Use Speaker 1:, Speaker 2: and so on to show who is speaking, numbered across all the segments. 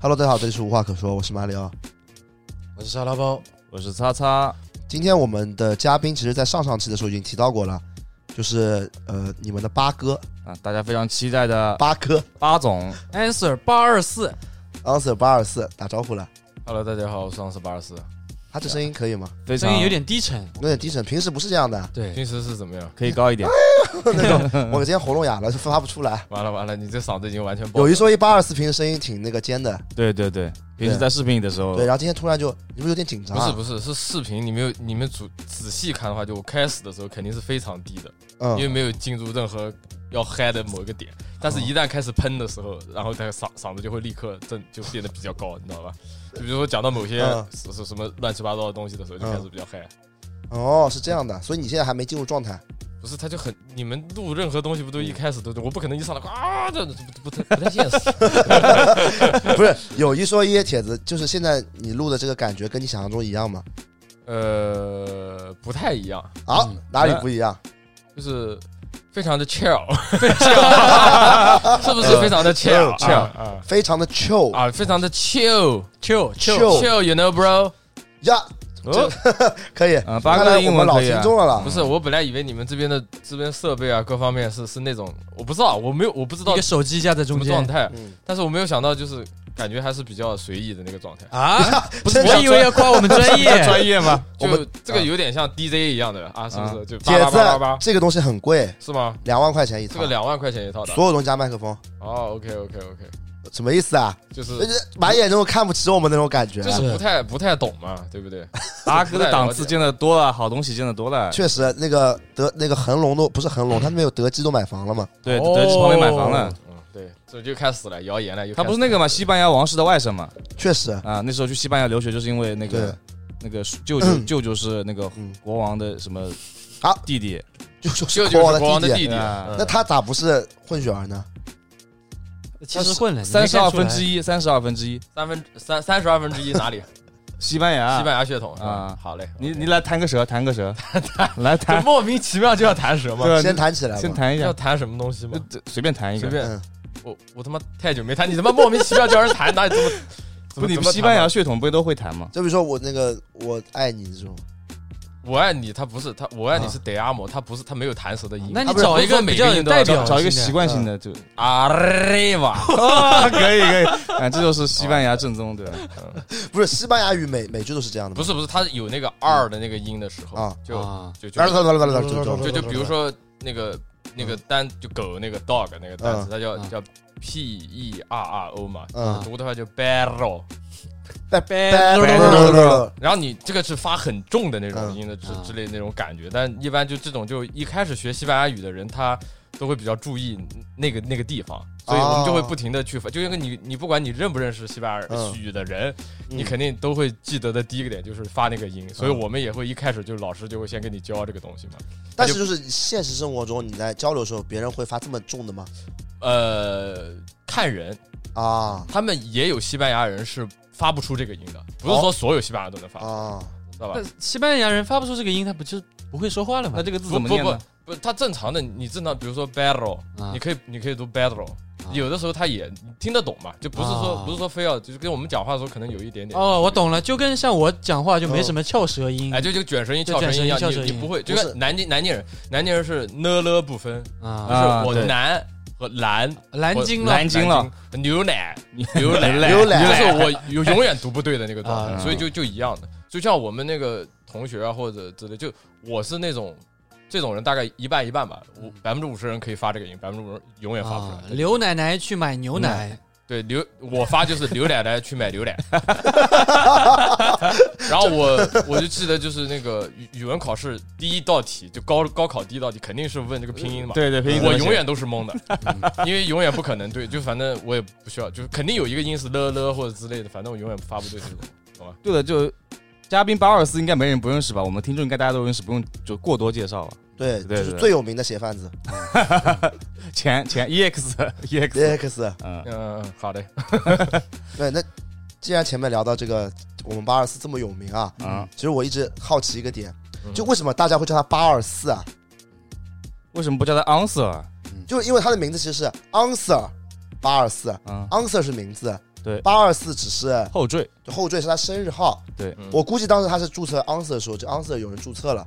Speaker 1: Hello，大家好，这里是无话可说，我是马里奥。
Speaker 2: 我是沙拉包，
Speaker 3: 我是叉叉，
Speaker 1: 今天我们的嘉宾，其实在上上期的时候已经提到过了，就是呃，你们的八哥，
Speaker 3: 啊，大家非常期待的
Speaker 1: 八哥
Speaker 3: 八总
Speaker 2: answer 八二四。
Speaker 1: Answer 八二四打招呼了，
Speaker 2: Hello，大家好，我是上次八二四，
Speaker 1: 他这声音可以吗？
Speaker 4: 啊
Speaker 3: 非常
Speaker 2: 声音有点低沉。
Speaker 1: 有点低沉，平时不是这样的，
Speaker 2: 对，
Speaker 4: 平时是怎么样？
Speaker 3: 可以高一点，
Speaker 4: 嗯
Speaker 1: 我今天喉咙哑了，是发不出来。
Speaker 4: 完了完了，你这嗓子已经完全爆
Speaker 1: 有
Speaker 4: 了
Speaker 1: 一说一，八二四平时声音挺那个尖的，
Speaker 3: 对对对，平时在视频里的时候哦
Speaker 1: 对，，然后今天突然就，你不是有点紧张
Speaker 4: 不
Speaker 1: 啊？
Speaker 4: 是不是是视频，你没有你们仔仔细看的话，就我开始的时候肯定是非常低的，因为
Speaker 1: 嗯，
Speaker 4: 没有进入任何要嗨的某一个
Speaker 1: 啊
Speaker 4: 点。但是，一旦开始喷的时候，然后他嗓嗓子就会立刻正就变得比较高，你知道吧？就比如说讲到某些
Speaker 1: 嗯
Speaker 4: 什什什么乱七八糟的东西的时候，就开始比较嗨。
Speaker 1: 哦，是这样的，所以你现在还没进入状态。
Speaker 4: 不是，他就很你们录任何东西不都一开始都我不可能一上来啊，这这不不太不太现实。
Speaker 1: 不是，有一说一，铁子，就是现在你录的这个感觉跟你想象中一样吗？
Speaker 4: 呃，不太一样，
Speaker 1: 啊，
Speaker 2: 嗯
Speaker 1: 哪里不一样？
Speaker 4: 就是非常的 chill，是不是非常的 chill
Speaker 1: chill，
Speaker 4: chill 啊
Speaker 1: 非常的 chill
Speaker 4: 啊，非常的 chill
Speaker 2: Chill
Speaker 1: Chill
Speaker 4: chill，you know bro？
Speaker 1: 呀，
Speaker 4: 哦，
Speaker 1: 可以。
Speaker 3: 啊，八
Speaker 1: 看来
Speaker 3: 哥的
Speaker 1: 我
Speaker 3: 英
Speaker 1: 们
Speaker 3: 文
Speaker 1: 老
Speaker 3: 可以
Speaker 1: 听
Speaker 3: 啊，
Speaker 1: 众了啦。
Speaker 4: 不是，我本来以为你们这边的这边设备啊，各方面是是那种，我不知道，我没有，我不知道
Speaker 2: 一个手机架在
Speaker 4: 什
Speaker 2: 中
Speaker 4: 么状
Speaker 2: 间
Speaker 4: 态，
Speaker 1: 嗯，
Speaker 4: 但是我没有想到，就是感觉还是比较随意的那个状态。
Speaker 2: 啊！不是，
Speaker 1: 真的
Speaker 2: 我以为要夸我们专业，
Speaker 3: 专业吗？
Speaker 1: 我
Speaker 4: 就
Speaker 1: 们
Speaker 4: 这个有点像 DJ 一样的啊，是不是？就叭
Speaker 1: 铁
Speaker 4: 叭
Speaker 1: 子
Speaker 4: 叭叭叭，，
Speaker 1: 这个东西很贵，
Speaker 4: 是吗？
Speaker 1: 两万块钱一
Speaker 4: 这
Speaker 1: 套
Speaker 4: 个，两万块钱一套的。
Speaker 1: 所有东西加麦克风，
Speaker 4: 哦，OK OK OK，
Speaker 1: 什么意思啊？
Speaker 4: 就是
Speaker 1: 呃满眼那种看不起我们那种感觉
Speaker 4: 就。是不太不太懂嘛，对不对？
Speaker 3: 八哥的档次见的多了，好东西见的多了，
Speaker 1: 确实，那个德那个恒隆都不是恒隆，他们有德基都买房了嘛？
Speaker 3: 对，
Speaker 2: 哦
Speaker 3: 德基旁边买房了，
Speaker 4: 嗯，对，这就开始了，谣言了。又
Speaker 3: 他不是
Speaker 4: 开
Speaker 3: 那
Speaker 4: 始
Speaker 3: 个
Speaker 4: 了
Speaker 3: 嘛，西班牙王室的外甥嘛，
Speaker 1: 确实，
Speaker 3: 啊，那时候去西班牙留学就是因为那个那个舅舅舅舅是那个
Speaker 1: 嗯
Speaker 3: 国王的什么
Speaker 1: 啊
Speaker 3: 弟弟，
Speaker 1: 就就
Speaker 4: 舅
Speaker 1: 是
Speaker 4: 舅是国
Speaker 1: 王
Speaker 4: 王
Speaker 1: 的
Speaker 4: 的
Speaker 1: 弟
Speaker 4: 弟
Speaker 1: 弟。
Speaker 4: 弟，
Speaker 3: 啊
Speaker 4: 嗯
Speaker 1: 那他咋不是混血儿呢？
Speaker 2: 其实混了，
Speaker 3: 三十二分之
Speaker 2: 一。
Speaker 3: 一，三十二分之一，
Speaker 4: 三分三三十二分之一哪里？西
Speaker 3: 西班牙，
Speaker 4: 班牙血统是吧
Speaker 3: 啊
Speaker 4: 好嘞，
Speaker 3: 你
Speaker 4: OK
Speaker 3: 你来弹个舌，弹个舌，来
Speaker 4: 这
Speaker 3: 弹，
Speaker 4: 莫名其妙就要弹舌吗？
Speaker 3: 对
Speaker 1: 先弹起来
Speaker 3: 先
Speaker 1: 吧。
Speaker 2: 哎
Speaker 3: 弹一
Speaker 4: 要
Speaker 3: 下，
Speaker 4: 弹什么东西吗
Speaker 2: 呃
Speaker 3: 就？就随便弹一
Speaker 4: 随
Speaker 3: 个。
Speaker 4: 便，
Speaker 1: 嗯，
Speaker 4: 我我他妈太久没弹，你他妈莫名其妙叫人弹，哪有这么
Speaker 3: 不，
Speaker 4: 怎么
Speaker 3: 你
Speaker 4: 怎么
Speaker 3: 西班
Speaker 4: 弹
Speaker 3: 牙
Speaker 4: 的？
Speaker 3: 血统不都会弹吗？
Speaker 1: 就比如说我那个我爱你这种，
Speaker 4: 我爱你，他不是他，我爱你
Speaker 1: 啊
Speaker 4: 是 d e a m o 他不是他没有弹舌的音。
Speaker 2: 那
Speaker 1: 他
Speaker 2: 你
Speaker 1: 不是
Speaker 2: 找一个
Speaker 4: 不是
Speaker 2: 比较有
Speaker 4: 每个音都
Speaker 2: 代
Speaker 4: 要
Speaker 2: 表
Speaker 3: 找一个习
Speaker 2: 性
Speaker 3: 惯性的就
Speaker 4: arriva，
Speaker 3: 啊， 可以可以，啊，这就是西班牙正宗对吧？
Speaker 1: 不是西班牙语每每句都是这样的吗？
Speaker 4: 不是不是，他有那个二的那个音的时候
Speaker 1: 啊，
Speaker 2: 的
Speaker 4: 就
Speaker 2: 啊，
Speaker 4: 就就
Speaker 1: 啊，来来来来来，就
Speaker 4: 就
Speaker 1: 就
Speaker 4: 就比如说那个那个单就狗那个 dog 那个单词，它叫
Speaker 2: 嗯
Speaker 4: 叫 p e r r o 嘛，
Speaker 1: 嗯
Speaker 4: 读的话就 barrel。然后你这个是发很重的那种
Speaker 1: 嗯
Speaker 4: 音的之
Speaker 2: 嗯
Speaker 4: 之类那种感觉，但一般就这种就一开始学西班牙语的人，他都会比较注意那个那个地方，所以我们就会不停的去发，就因为你你不管你认不认识西班牙
Speaker 1: 嗯
Speaker 4: 语的人，你肯定都会记得的第一个点就是发那个音，所以我们也会一开始就老师就会先跟你教这个东西嘛。
Speaker 1: 但是就是现实生活中你在交流的时候，别人会发这么重的吗？
Speaker 4: 呃，看人，
Speaker 1: 啊
Speaker 4: 他们也有西班牙人是发不出这个音的，不
Speaker 2: 哦
Speaker 4: 是说所有西班牙都能发，
Speaker 1: 啊，
Speaker 4: 知道吧
Speaker 2: 那？西班牙人发不出这个音，他不就不会说话了吗
Speaker 3: 那？这个字
Speaker 4: 不
Speaker 3: 怎么
Speaker 4: 不
Speaker 3: 念
Speaker 4: 不
Speaker 3: 呢？
Speaker 4: 不，他正常的，你正常，比如说 battle，、
Speaker 2: 啊
Speaker 4: 你可以你可以读 battle，、
Speaker 2: 啊
Speaker 4: 有的时候他也你听得懂嘛，就不是说、
Speaker 2: 啊
Speaker 4: 不是说非要，就是跟我们讲话的时候可能有一点点，
Speaker 2: 哦，我懂了，就跟像我讲话就没什么翘舌音
Speaker 4: 哎，就就卷舌音、
Speaker 2: 就
Speaker 4: 翘舌音一样，
Speaker 2: 卷舌音翘舌
Speaker 4: 你
Speaker 2: 音
Speaker 4: 你不会，
Speaker 1: 不
Speaker 4: 就是跟南京南京人，南京人是呢了不分，就
Speaker 2: 啊，
Speaker 3: 啊
Speaker 4: 是我
Speaker 3: 对
Speaker 4: 南和蓝。
Speaker 2: 南京了
Speaker 4: 南
Speaker 3: 南京了
Speaker 4: 京牛奶，牛奶，
Speaker 1: 牛奶
Speaker 4: 就是我有永远读不对的那个状
Speaker 2: 啊
Speaker 4: 态，所以就就一样的。就像我们那个同学啊，或者之类，就我是那种这种人，大概一半一半吧，五百分之五十人可以发这个音，百分之五十永远发不出
Speaker 2: 啊
Speaker 4: 来，。嗯
Speaker 2: 刘奶奶去买牛奶，
Speaker 4: 对刘，我发就是刘奶奶去买牛奶。然后我我就记得就是那个语语文考试第一道题，就高高考第一道题肯定是问这个拼音嘛。
Speaker 3: 对对，拼音
Speaker 4: 啊我
Speaker 3: 怎么写
Speaker 4: 永远都是懵的， 因为永远不可能对，就反正我也不需要，就是肯定有一个音是了了或者之类的，反正我永远发不 对这种，懂吧？
Speaker 3: 对的，就嘉宾八二四应该没人不认识吧？我们听众应该大家都认识，不用就过多介绍吧。
Speaker 1: 对，
Speaker 3: 对
Speaker 1: 就是
Speaker 3: 对
Speaker 1: 最有名的写贩 子
Speaker 3: 前前 EX EX，
Speaker 1: DX。
Speaker 3: 嗯，
Speaker 4: 嗯，嗯好的，
Speaker 1: 对，那既然前面聊到这个，我们八二四这么有名啊，
Speaker 3: 啊，
Speaker 1: 其实我一直好奇一个点，
Speaker 4: 嗯
Speaker 1: 就为什么大家会叫他八二四啊？
Speaker 3: 为什么不叫他 Answer？啊
Speaker 1: 就因为他的名字其实是 Answer 八二四
Speaker 3: 嗯啊
Speaker 1: ，Answer 是名字
Speaker 3: 对
Speaker 1: 八二四只是
Speaker 3: 后缀，
Speaker 1: 后缀是他生日号，
Speaker 3: 对
Speaker 4: 嗯
Speaker 1: 我估计当时他是注册 answer 的时候，这 answer 有人注册了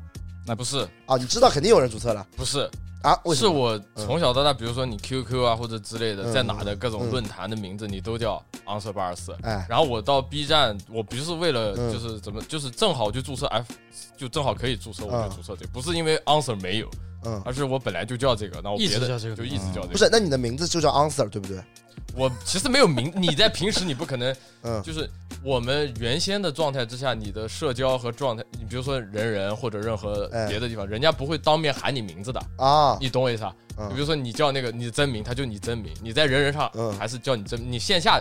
Speaker 4: 不是
Speaker 1: 啊，你知道肯定有人注册了
Speaker 4: 不是，
Speaker 1: 啊？为什
Speaker 4: 是
Speaker 1: 么？
Speaker 4: 我从小到大，比如说你 QQ 啊或者之类的，
Speaker 1: 嗯
Speaker 4: 在哪的各种
Speaker 1: 嗯
Speaker 4: 论坛的名字，你都叫 Answer 八二四。
Speaker 1: 哎，
Speaker 4: 然后我到 B 站，我不是为了
Speaker 1: 嗯
Speaker 4: 就是怎么，就是正好就注册 F，就正好可以注册，我
Speaker 1: 嗯
Speaker 4: 就注册这个，不是因为 Answer 没有，
Speaker 1: 嗯，
Speaker 4: 而是我本来就叫这个，那我
Speaker 2: 一
Speaker 4: 别
Speaker 2: 直
Speaker 4: 的
Speaker 2: 叫这个
Speaker 4: 就一直叫这
Speaker 1: 不
Speaker 4: 个。
Speaker 1: 是，那你的名字就叫 answer 对不对？
Speaker 4: 我其实没有名，你在平时你不可能
Speaker 1: 嗯
Speaker 4: 就是我们原先的状态之下，你的社交和状态，你比如说人人或者任何
Speaker 1: 哎
Speaker 4: 别的地方，人家不会当面喊你名字的，
Speaker 1: 啊，
Speaker 4: 你懂我意思啊？
Speaker 1: 嗯
Speaker 4: 就比如说你叫那个你真名，他就你真名；你在人人上
Speaker 1: 嗯
Speaker 4: 还是叫你真，你线下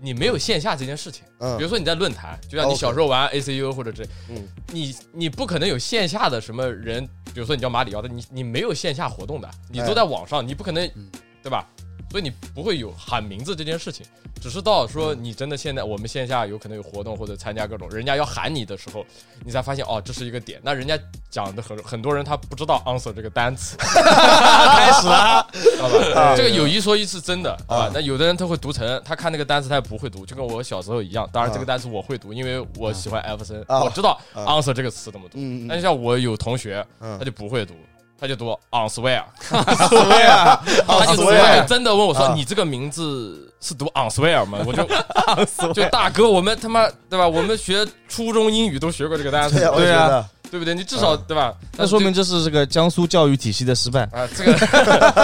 Speaker 4: 你没有线下这件事情。比
Speaker 1: 嗯哦
Speaker 4: 如说你在论坛，就像你
Speaker 1: OK
Speaker 4: 小时候玩 ACU 或者这，
Speaker 1: 嗯
Speaker 4: 你你不可能有线下的什么人，比如说你叫马里奥的，你你没有线下活动的，你
Speaker 1: 哎
Speaker 4: 都在网上，你不可能
Speaker 2: 嗯，
Speaker 4: 对吧？所以你不会有喊名字这件事情，只是到说你真的现在我们线下有可能有活动或者参加各种，人家要喊你的时候，你才发现哦，这是一个点。那人家讲的很很多人他不知道 answer 这个单 词，
Speaker 3: 开始了，
Speaker 4: 知道吧？
Speaker 1: 啊
Speaker 4: 这个有一说一是真的
Speaker 1: 啊
Speaker 4: 啊，那有的人他会读成，他看那个单词他也不会读，就跟我小时候一样。当然这个单词我会读，因为我喜欢艾弗森，
Speaker 1: 啊
Speaker 4: 我知道
Speaker 1: 啊
Speaker 4: answer 这个词怎么读。
Speaker 1: 嗯
Speaker 4: 但
Speaker 1: 嗯
Speaker 4: 是像我有同学，
Speaker 1: 嗯
Speaker 4: 他就不会读，他就读 on swear，
Speaker 3: 对呀，
Speaker 4: 他就
Speaker 1: swear
Speaker 4: 他就真的问我说
Speaker 1: 啊：“
Speaker 4: 你这个名字是读 on swear 吗？”我 就就大哥，我们他妈对吧？我们学初中英语都学过这个单词
Speaker 1: 对，，我也啊
Speaker 3: 对
Speaker 1: 觉
Speaker 3: 啊
Speaker 1: 得
Speaker 4: 对不对？你至少对吧？
Speaker 3: 那说明这是这个江苏教育体系的失败。
Speaker 4: 啊，这个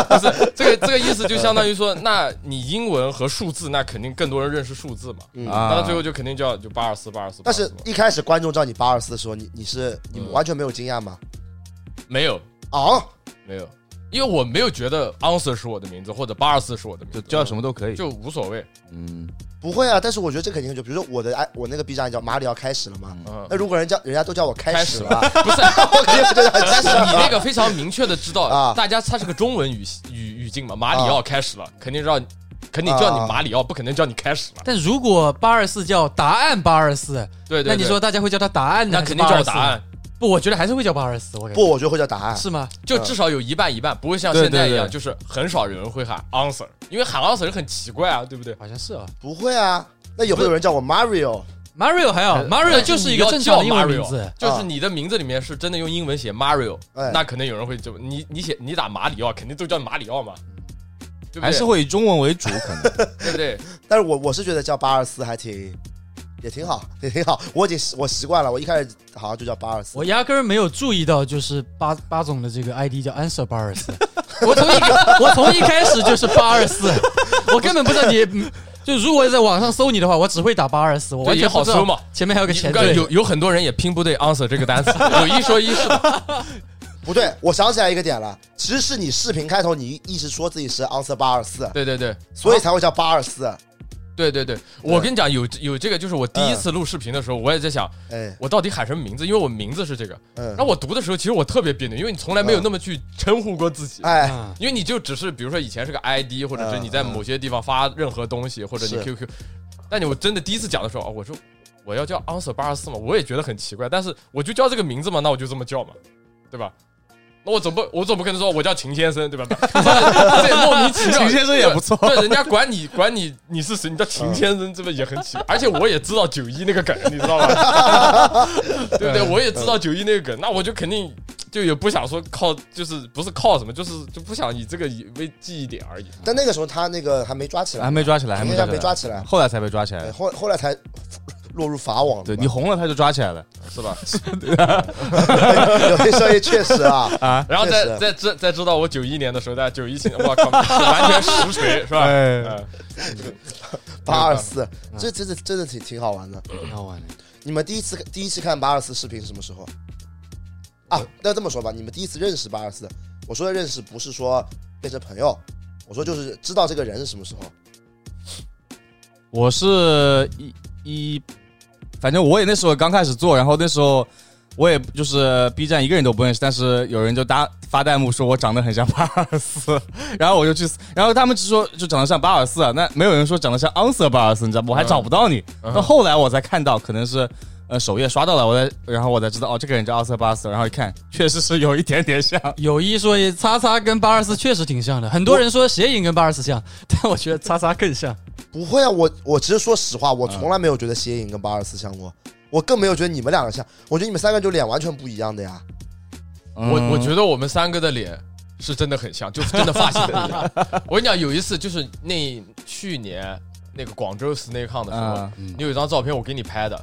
Speaker 4: 不是这个这个意思，就相当于说，那你英文和数字，那肯定更多人认识数字嘛。
Speaker 1: 嗯
Speaker 3: 啊
Speaker 4: 那到最后就肯定叫就八二四八二四，
Speaker 1: 但是
Speaker 4: 824
Speaker 1: 一开始观众叫你八二四的时候，你你是你
Speaker 4: 嗯
Speaker 1: 完全没有惊讶吗？
Speaker 4: 没有
Speaker 1: 啊，
Speaker 4: 没有，因为我没有觉得 answer 是我的名字或者八二四是我的名
Speaker 3: 就
Speaker 4: 字，
Speaker 3: 叫什么都可以。
Speaker 4: 就无所谓。
Speaker 3: 嗯，
Speaker 1: 不会啊，但是我觉得这肯定就比如说我的哎，我那个 B 站叫马里奥开始了嘛，
Speaker 4: 嗯
Speaker 1: 那，如果人家人家都叫我开始了，
Speaker 4: 不是，
Speaker 1: 我肯定觉得很开
Speaker 4: 但
Speaker 1: 始
Speaker 4: 是
Speaker 1: 了
Speaker 4: 你那个非常明确的知
Speaker 1: 啊
Speaker 4: 道，大家它是个中文语系语语境嘛，马里奥开始了，肯定让肯定叫
Speaker 1: 啊
Speaker 4: 你马里奥，不可能叫你开始了。
Speaker 2: 但如果八二四叫答案八二四，
Speaker 4: 对对，
Speaker 2: 那你
Speaker 4: 对
Speaker 2: 说大家会叫他答案呢？
Speaker 4: 那肯定叫答案。
Speaker 2: 还是824。不，我觉得还是会叫八二四。我感觉
Speaker 1: 不，我觉得会叫答案。
Speaker 2: 是吗？
Speaker 4: 就至少有一半一半，不会像
Speaker 3: 对
Speaker 4: 现在一样，
Speaker 3: 对对
Speaker 4: 就是很少有人会喊 answer，因为喊 answer 很奇怪啊，对不对？
Speaker 2: 好像是啊。
Speaker 1: 不会啊，那也会有人叫我 Mario，
Speaker 2: Mario 还好，Mario 呃就是一个正常的英文名字。
Speaker 4: 就是你的名字里面是真的用英文写 Mario，、
Speaker 1: 哎
Speaker 4: 那可能有人会就你你写你打马里奥，肯定都叫马里奥嘛，对不对？
Speaker 3: 还是会以中文为主，可能。
Speaker 4: 对不对？
Speaker 1: 但是我我是觉得叫八二四还挺也挺好，也挺好。我已经习我习惯了，我一开始好像就叫八二四
Speaker 2: 我。压根儿没有注意到，就是八八总的这个 ID 叫 Answer 八二四。 我从一个我从一开始就是八二四，我根本不知道你。就如果在网上搜你的话，我只会打八二四，我完
Speaker 4: 也
Speaker 2: 全
Speaker 4: 好
Speaker 2: 不知道
Speaker 4: 搜嘛。
Speaker 2: 前面还有个前
Speaker 4: 你看
Speaker 2: 缀，
Speaker 4: 有有很多人也拼不对 answer 这个单 词，有一说一是的，
Speaker 1: 不对，我想起来一个点了，其实是你视频开头你一直说自己是 answer 八二四，
Speaker 4: 对对对
Speaker 1: 所以才会叫八二四。
Speaker 4: 对对对，我跟你讲，有有这个就是我第一次录视频的时候，我也在想
Speaker 1: 哎，
Speaker 4: 我到底喊什么名字，因为我名字是这个。
Speaker 1: 嗯
Speaker 4: 然，后我读的时候，其实我特别别扭，因为你从来没有那么去称呼过自己。
Speaker 1: 哎，
Speaker 2: 啊
Speaker 4: 因为你就只是比如说以前是个 ID，或者是
Speaker 1: 嗯
Speaker 4: 你在某些地方发任何东西，或者你
Speaker 1: 是
Speaker 4: QQ，但你我真的第一次讲的时候，哦，我说我要叫 Answer 八二四嘛，我也觉得很奇怪，但是我就叫这个名字嘛，那我就这么叫嘛，对吧？那我总不我总不可能说我叫秦先生对吧？ 这也莫名其妙。
Speaker 3: 秦先生也不错
Speaker 4: 对，对人家管你管你你是谁，你叫秦先生，这不也很奇怪？而且我也知道九一那个梗，你知道吧？ 对不对？我也知道九一那个梗，那我就肯定就也不想说靠，就是不是靠什么，就是就不想以这个以为记忆点而已。
Speaker 1: 但那个时候他那个还没抓起
Speaker 2: 啊
Speaker 1: 来，
Speaker 3: 还没抓起来，还没
Speaker 1: 应该
Speaker 3: 抓起
Speaker 1: 没
Speaker 3: 来，
Speaker 1: 抓起来，
Speaker 3: 后来才被抓起
Speaker 1: 对
Speaker 3: 来。
Speaker 1: 后后来才 落入法网。
Speaker 3: 对 你红了，他就抓起来了，
Speaker 4: 是吧？
Speaker 1: 有些生意确实 啊，
Speaker 4: 然后
Speaker 1: 确实
Speaker 4: 再再知再知道我九一年的时候，大家九一前，我靠，完全实锤是吧？
Speaker 3: 哎
Speaker 4: 嗯
Speaker 1: 八二四，这真的真的挺挺好玩的。
Speaker 2: 啊挺好玩的。
Speaker 1: 你们第一次第一次看八二四视频是什么时候？啊，那这么说吧，你们第一次认识八二四，我说的认识不是说变成朋友，我说就是知道这个人是什么时候。
Speaker 3: 我是一一，反正我也那时候刚开始做，然后那时候我也就是 B 站一个人都不认识，但是有人就搭发弹幕说我长得很像巴尔斯， 然后我就去，然后他们就说就长得像巴尔斯啊，那没有人说长得像昂瑟巴尔斯，你知道吗？我还找不到你，
Speaker 4: 嗯
Speaker 3: 那后来我才看到，可能是。呃，首页刷到了，我才然后我才知道哦，这个人叫奥瑟巴尔斯，然后一看，确实是有一点点像，
Speaker 2: 有一说 一，叉叉跟八二四确实挺像的，很多人说谐音跟八二四像，但我觉得叉叉更像。
Speaker 1: 不会啊，我我其实说实话，我从来没有觉得谐影跟八二四像过，我更没有觉得你们两个像，我觉得你们三个就脸完全不一样的呀。嗯
Speaker 4: 嗯我我觉得我们三个的脸是真的很像，就是真的发型不一样。 我跟你讲，有一次就是那去年那个广州 Snake Hunt 的时候，
Speaker 3: 嗯
Speaker 4: 你有一张照片我给你拍的，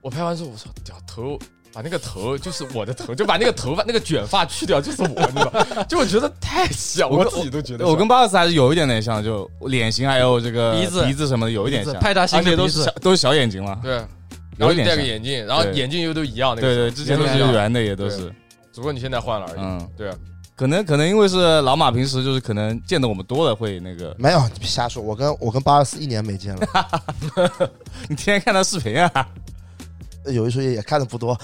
Speaker 4: 我拍完之后我说，屌头。把那个头，就是我的头，就把那个头发、那个卷发去掉，就是我，你知道？ 就我觉得太像，
Speaker 3: 我
Speaker 4: 我
Speaker 3: 跟
Speaker 4: 自己都觉得像。
Speaker 3: 我跟巴尔斯还是有一点点像，就脸型还有这个
Speaker 2: 鼻子
Speaker 3: 鼻子什么的有一点像，
Speaker 4: 嗯
Speaker 2: 派大星
Speaker 3: 而且
Speaker 2: 的
Speaker 3: 都
Speaker 2: 鼻
Speaker 3: 是小
Speaker 2: 子，
Speaker 3: 都是小眼睛嘛。
Speaker 4: 对，然
Speaker 3: 有
Speaker 4: 后
Speaker 3: 一
Speaker 4: 你
Speaker 3: 点
Speaker 4: 戴个
Speaker 3: 像
Speaker 4: 眼镜，然后
Speaker 3: 对
Speaker 4: 眼镜又都一样，那
Speaker 3: 对
Speaker 4: 个
Speaker 3: 对，
Speaker 4: 时
Speaker 3: 之前
Speaker 4: 候
Speaker 3: 都是
Speaker 4: 一
Speaker 1: 啊
Speaker 4: 样，
Speaker 3: 圆的，也都是。
Speaker 4: 只不过你现在换了而已。
Speaker 3: 嗯，
Speaker 4: 对，啊
Speaker 3: 可能可能因为是老马平时就是可能见的我们多了会那个，
Speaker 1: 没有，你别瞎说，我跟我跟八二四一年没见了，
Speaker 3: 你天天看他视频啊，
Speaker 1: 有一说一也看的不多，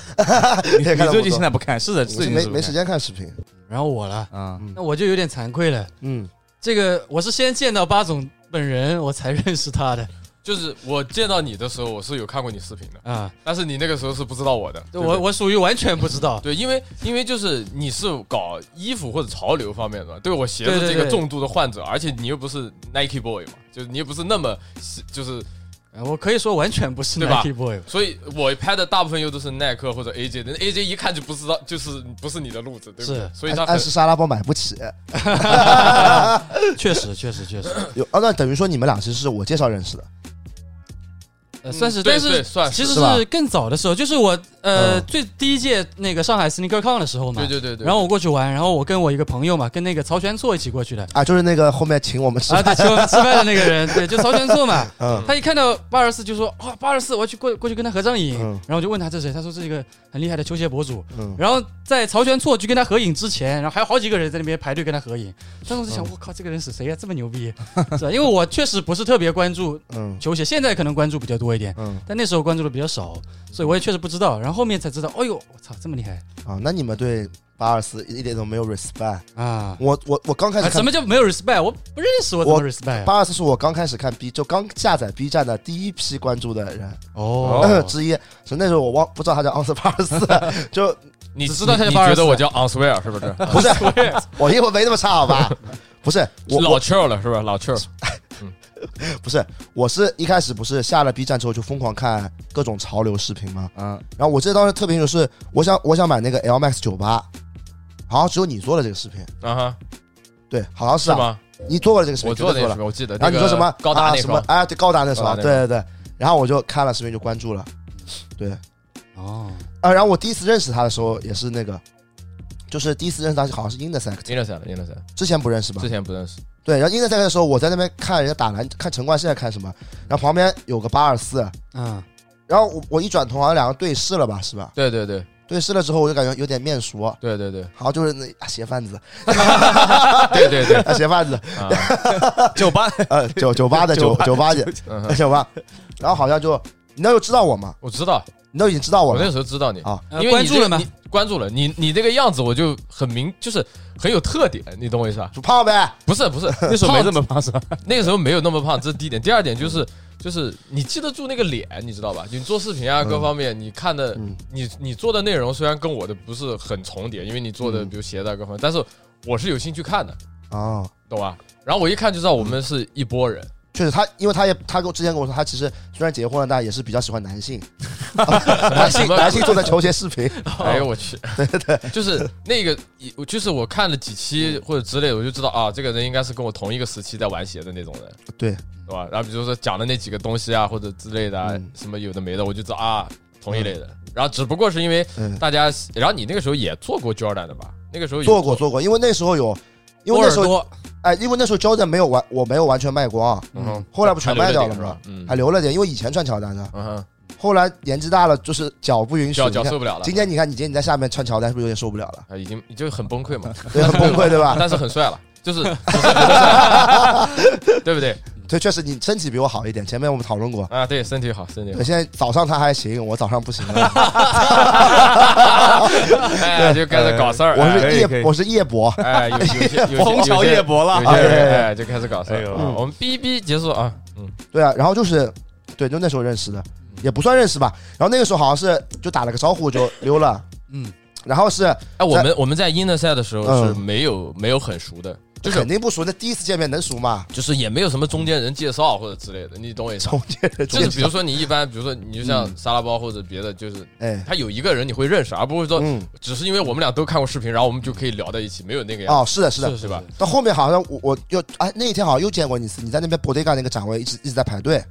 Speaker 3: 你
Speaker 1: 也看
Speaker 3: 你
Speaker 1: 得
Speaker 3: 最
Speaker 1: 不多
Speaker 3: 近现在不看，是的，
Speaker 1: 我
Speaker 3: 最
Speaker 1: 是
Speaker 3: 近
Speaker 1: 没
Speaker 3: 是不
Speaker 1: 没
Speaker 3: 看
Speaker 1: 时间看视频。
Speaker 2: 然后我了，
Speaker 3: 啊。
Speaker 1: 嗯
Speaker 2: 那我就有点惭愧了。
Speaker 1: 嗯，
Speaker 2: 这个我是先见到巴总本人，我才认识他的
Speaker 4: 就是我见到你的时候，我是有看过你视频的，
Speaker 2: 啊，
Speaker 4: 但是你那个时候是不知道我的。对不 对
Speaker 2: 我我属于完全不知道。
Speaker 4: 对，因为因为就是你是搞衣服或者潮流方面的，对我鞋
Speaker 2: 对
Speaker 4: 子
Speaker 2: 对
Speaker 4: 这个
Speaker 2: 对
Speaker 4: 重度的患者，而且你又不是 Nike boy 嘛，就是你又不是那么喜就是，
Speaker 2: 啊我可以说完全不是
Speaker 4: 对吧
Speaker 2: Nike boy，
Speaker 4: 所以我拍的大部分又都是耐克或者 AJ 的，AJ 一看就不知道，就是不是你的路子，对不对？
Speaker 2: 是
Speaker 4: 所以他
Speaker 1: 暗
Speaker 4: 很
Speaker 1: 暗示沙拉包买不起。
Speaker 2: 确实确实确实，
Speaker 1: 有啊，那等于说你们俩其实是我介绍认识的。
Speaker 2: 呃，算是，
Speaker 4: 嗯对
Speaker 2: 但
Speaker 4: 对
Speaker 2: 是
Speaker 4: 算是
Speaker 2: 其实
Speaker 1: 是吧
Speaker 2: 是更早的时候，就是我呃
Speaker 1: 嗯
Speaker 2: 最第一届那个上海 SneakerCon 的时候嘛
Speaker 4: 对，对对对，
Speaker 2: 然后我过去玩，然后我跟我一个朋友嘛，跟那个曹玄硕一起过去的。
Speaker 1: 啊，就是那个后面请我们吃
Speaker 2: 啊，
Speaker 1: 饭，
Speaker 2: 对，请我们吃饭的那个人，对，就曹玄硕嘛。
Speaker 1: 嗯，
Speaker 2: 他一看到八二四就说：“哇，八二四，我要去过过去跟他合张影。
Speaker 1: 嗯
Speaker 2: 然后我就问他这是谁，他说这是一个很厉害的球鞋博主。
Speaker 1: 嗯
Speaker 2: 然后在曹玄硕去跟他合影之前，然后还有好几个人在那边排队跟他合影。当时我就想，
Speaker 1: 嗯
Speaker 2: 我靠，这个人是谁呀、啊这么牛逼，是吧？因为我确实不是特别关注
Speaker 1: 嗯
Speaker 2: 球鞋，现在可能关注比较多一点，
Speaker 1: 嗯
Speaker 2: 但那时候关注的比较少，所以我也确实不知道。然后后面才知道，哎呦，我操，这么厉害
Speaker 1: 啊，那你们对八二四一点都没有 respect。
Speaker 2: 啊！
Speaker 1: 我我我刚开始
Speaker 2: 啊
Speaker 1: 看
Speaker 2: 什么叫没有 respect？我不认识，我怎么 respect？
Speaker 1: 八二四是我刚开始看 B 就刚下载 B 站的第一批关注的人、
Speaker 2: 哦
Speaker 1: 之一，是那时候我忘不知道他叫 Answer 八 二四，就
Speaker 4: 你
Speaker 2: 只知道他是
Speaker 4: 你你
Speaker 2: 巴尔
Speaker 4: 觉
Speaker 2: 斯
Speaker 4: 得我叫 Answer 是不是？
Speaker 1: 不是我英文没那么差好吧？不是 我
Speaker 4: 老
Speaker 1: 我
Speaker 4: chill 了是吧？老 chill，
Speaker 1: 不是我是一开始不是下了 B 站之后就疯狂看各种潮流视频吗？
Speaker 3: 嗯，
Speaker 1: 然后我记得当时特别清楚是我想我想买那个 L Max 九八，好像只有你做了这个视频，
Speaker 4: 啊哈，
Speaker 1: 对，好像是
Speaker 4: 是
Speaker 1: 啊，
Speaker 4: 吗？
Speaker 1: 你做过了这个视频，
Speaker 4: 我做
Speaker 1: 绝
Speaker 4: 的
Speaker 1: 对
Speaker 4: 那
Speaker 1: 了
Speaker 4: 什。么，我记得。
Speaker 1: 然后你说什么
Speaker 4: 那个高达
Speaker 1: 啊
Speaker 4: 那
Speaker 1: 什么
Speaker 4: 双？
Speaker 1: 哎，对高达那
Speaker 4: 高
Speaker 1: 双，
Speaker 4: 达那
Speaker 1: 对
Speaker 4: 双
Speaker 1: 对对。然后我就看了视频就关注了，对
Speaker 2: 哦，
Speaker 1: 啊。然后我第一次认识他的时候也是那个，就是第一次认识他好像是 Intersect，
Speaker 4: i n t e r s e c t i n t e r s e c t
Speaker 1: 之前不认识吧
Speaker 4: 之？前不认识。
Speaker 1: 对，然后 Intersect 的时候我在那边看人家打篮，看陈冠希在看什么，然后旁边有个八二四，
Speaker 2: 嗯，
Speaker 1: 然后我我一转头好像两个对视了吧，是吧？
Speaker 4: 对对对
Speaker 1: 对视了之后我就感觉有点面熟，
Speaker 4: 对对 对
Speaker 1: 好像就是那啊鞋贩子，
Speaker 4: 对对对
Speaker 1: 啊鞋贩子，
Speaker 4: 啊！
Speaker 3: 酒吧
Speaker 1: 呃九九八的九九 八的
Speaker 4: 嗯哼
Speaker 1: 九八，然后好像就你那就知道我嘛，
Speaker 4: 我知道，
Speaker 1: 你都已经知道我
Speaker 4: 我那
Speaker 1: 了
Speaker 4: 时候知道你
Speaker 1: 啊，
Speaker 2: 呃
Speaker 4: 因为
Speaker 2: 关
Speaker 4: 你
Speaker 2: 注
Speaker 4: 这
Speaker 2: 了吗？
Speaker 4: 个你关注了，你你这个样子我就很明，就是很有特点，你懂我意思吧？
Speaker 1: 就胖呗，
Speaker 4: 不是不是，
Speaker 3: 那时候没这么胖啊是吧？
Speaker 4: 那个时候没有那么胖，这是第一点。第二点就是就是你记得住那个脸，你知道吧？你做视频啊，
Speaker 1: 嗯
Speaker 4: 各方面你看的
Speaker 1: 嗯，
Speaker 4: 你你做的内容虽然跟我的不是很重叠，因为你做的
Speaker 1: 嗯
Speaker 4: 比如鞋子啊各方面，但是我是有兴趣看的，
Speaker 1: 哦。
Speaker 4: 懂吧？然后我一看就知道我们是一 拨人，
Speaker 1: 确实他，因为他也他跟我之前跟我说，他其实虽然结婚了，但也是比较喜欢男性，男性男性做的球鞋视频，
Speaker 4: 哎呦我去，对对，就是那个，我就是我看了几期或者之类的，我就知道啊，这个人应该是跟我同一个时期在玩鞋的那种人，
Speaker 1: 对
Speaker 4: 对吧？然后比如说讲的那几个东西啊，或者之类的啊、
Speaker 1: 嗯
Speaker 4: 什么有的没的，我就知道啊，同一类的。然后只不过是因为
Speaker 1: 嗯，
Speaker 4: 大家，然后你那个时候也做过 Jordan 的吧？那个时候也
Speaker 1: 做过，做过，因为那时候有，因为
Speaker 2: 波
Speaker 1: 那
Speaker 2: 尔
Speaker 1: 时候
Speaker 2: 多，
Speaker 1: 哎，因为那时候 Jordan 没有完，我没有完全卖光，
Speaker 4: 嗯哼，
Speaker 1: 后来不全卖掉了
Speaker 4: 还留着这个是
Speaker 1: 吗
Speaker 4: 吧？？嗯
Speaker 1: 还留了点，因为以前穿乔丹的，啊
Speaker 4: 嗯哼，
Speaker 1: 后来年纪大了，就是脚不允许。
Speaker 4: 脚
Speaker 1: 你
Speaker 4: 脚
Speaker 1: 看
Speaker 4: 受不了了，
Speaker 1: 今天你看，你今天你在下面穿乔丹，是不是有点受不了了？
Speaker 4: 啊已经就很 崩溃嘛，
Speaker 1: 对，很崩溃，对 吧？
Speaker 4: 但是很帅了，就 是就是很帅对不对？
Speaker 1: 对，确实你身体比我好一点，前面我们讨论过。
Speaker 4: 啊，对，身体好，身体好
Speaker 1: 对，。现在早上他还行，我早上不行了，
Speaker 4: 哎，就开始搞事
Speaker 1: 呃
Speaker 4: 儿。
Speaker 1: 我
Speaker 4: 哎
Speaker 3: 可
Speaker 1: 是
Speaker 3: 以可以
Speaker 1: 夜我是夜博，
Speaker 4: 哎，有有些 有些
Speaker 3: 虹桥夜博了
Speaker 4: 有些
Speaker 1: 哎哎
Speaker 4: 人
Speaker 1: 哎嗯
Speaker 4: 哎就开始搞事
Speaker 3: 哎
Speaker 4: 儿
Speaker 3: 呦。
Speaker 4: 啊我们哔哔结束啊，嗯，
Speaker 1: 对啊，然后就是，对，就那时候认识的，也不算认识吧。然后那个时候好像是就打了个招呼就溜了，
Speaker 2: 嗯，
Speaker 1: 然后是
Speaker 4: 哎，我们我们在 Inner Side 的时候是
Speaker 1: 嗯
Speaker 4: 没有没有很熟的，就是
Speaker 1: 肯定不熟，那第一次见面能熟吗？
Speaker 4: 就是也没有什么中间人介绍或者之类的，你懂我意思吗？
Speaker 1: 中间嗯的
Speaker 4: 就是比如说你一般，比如说你就像沙拉包或者别的，就是
Speaker 1: 哎，
Speaker 4: 他有一个人你会认识，而不会说
Speaker 1: 嗯，
Speaker 4: 只是因为我们俩都看过视频，然后我们就可以聊在一起，没有那个样子。
Speaker 1: 哦，是的，是的。
Speaker 4: 是吧？
Speaker 1: 到后面好像我我又哎那一天好像又见过你一次，你在那边 Bodega 那个展位一直一直在排队，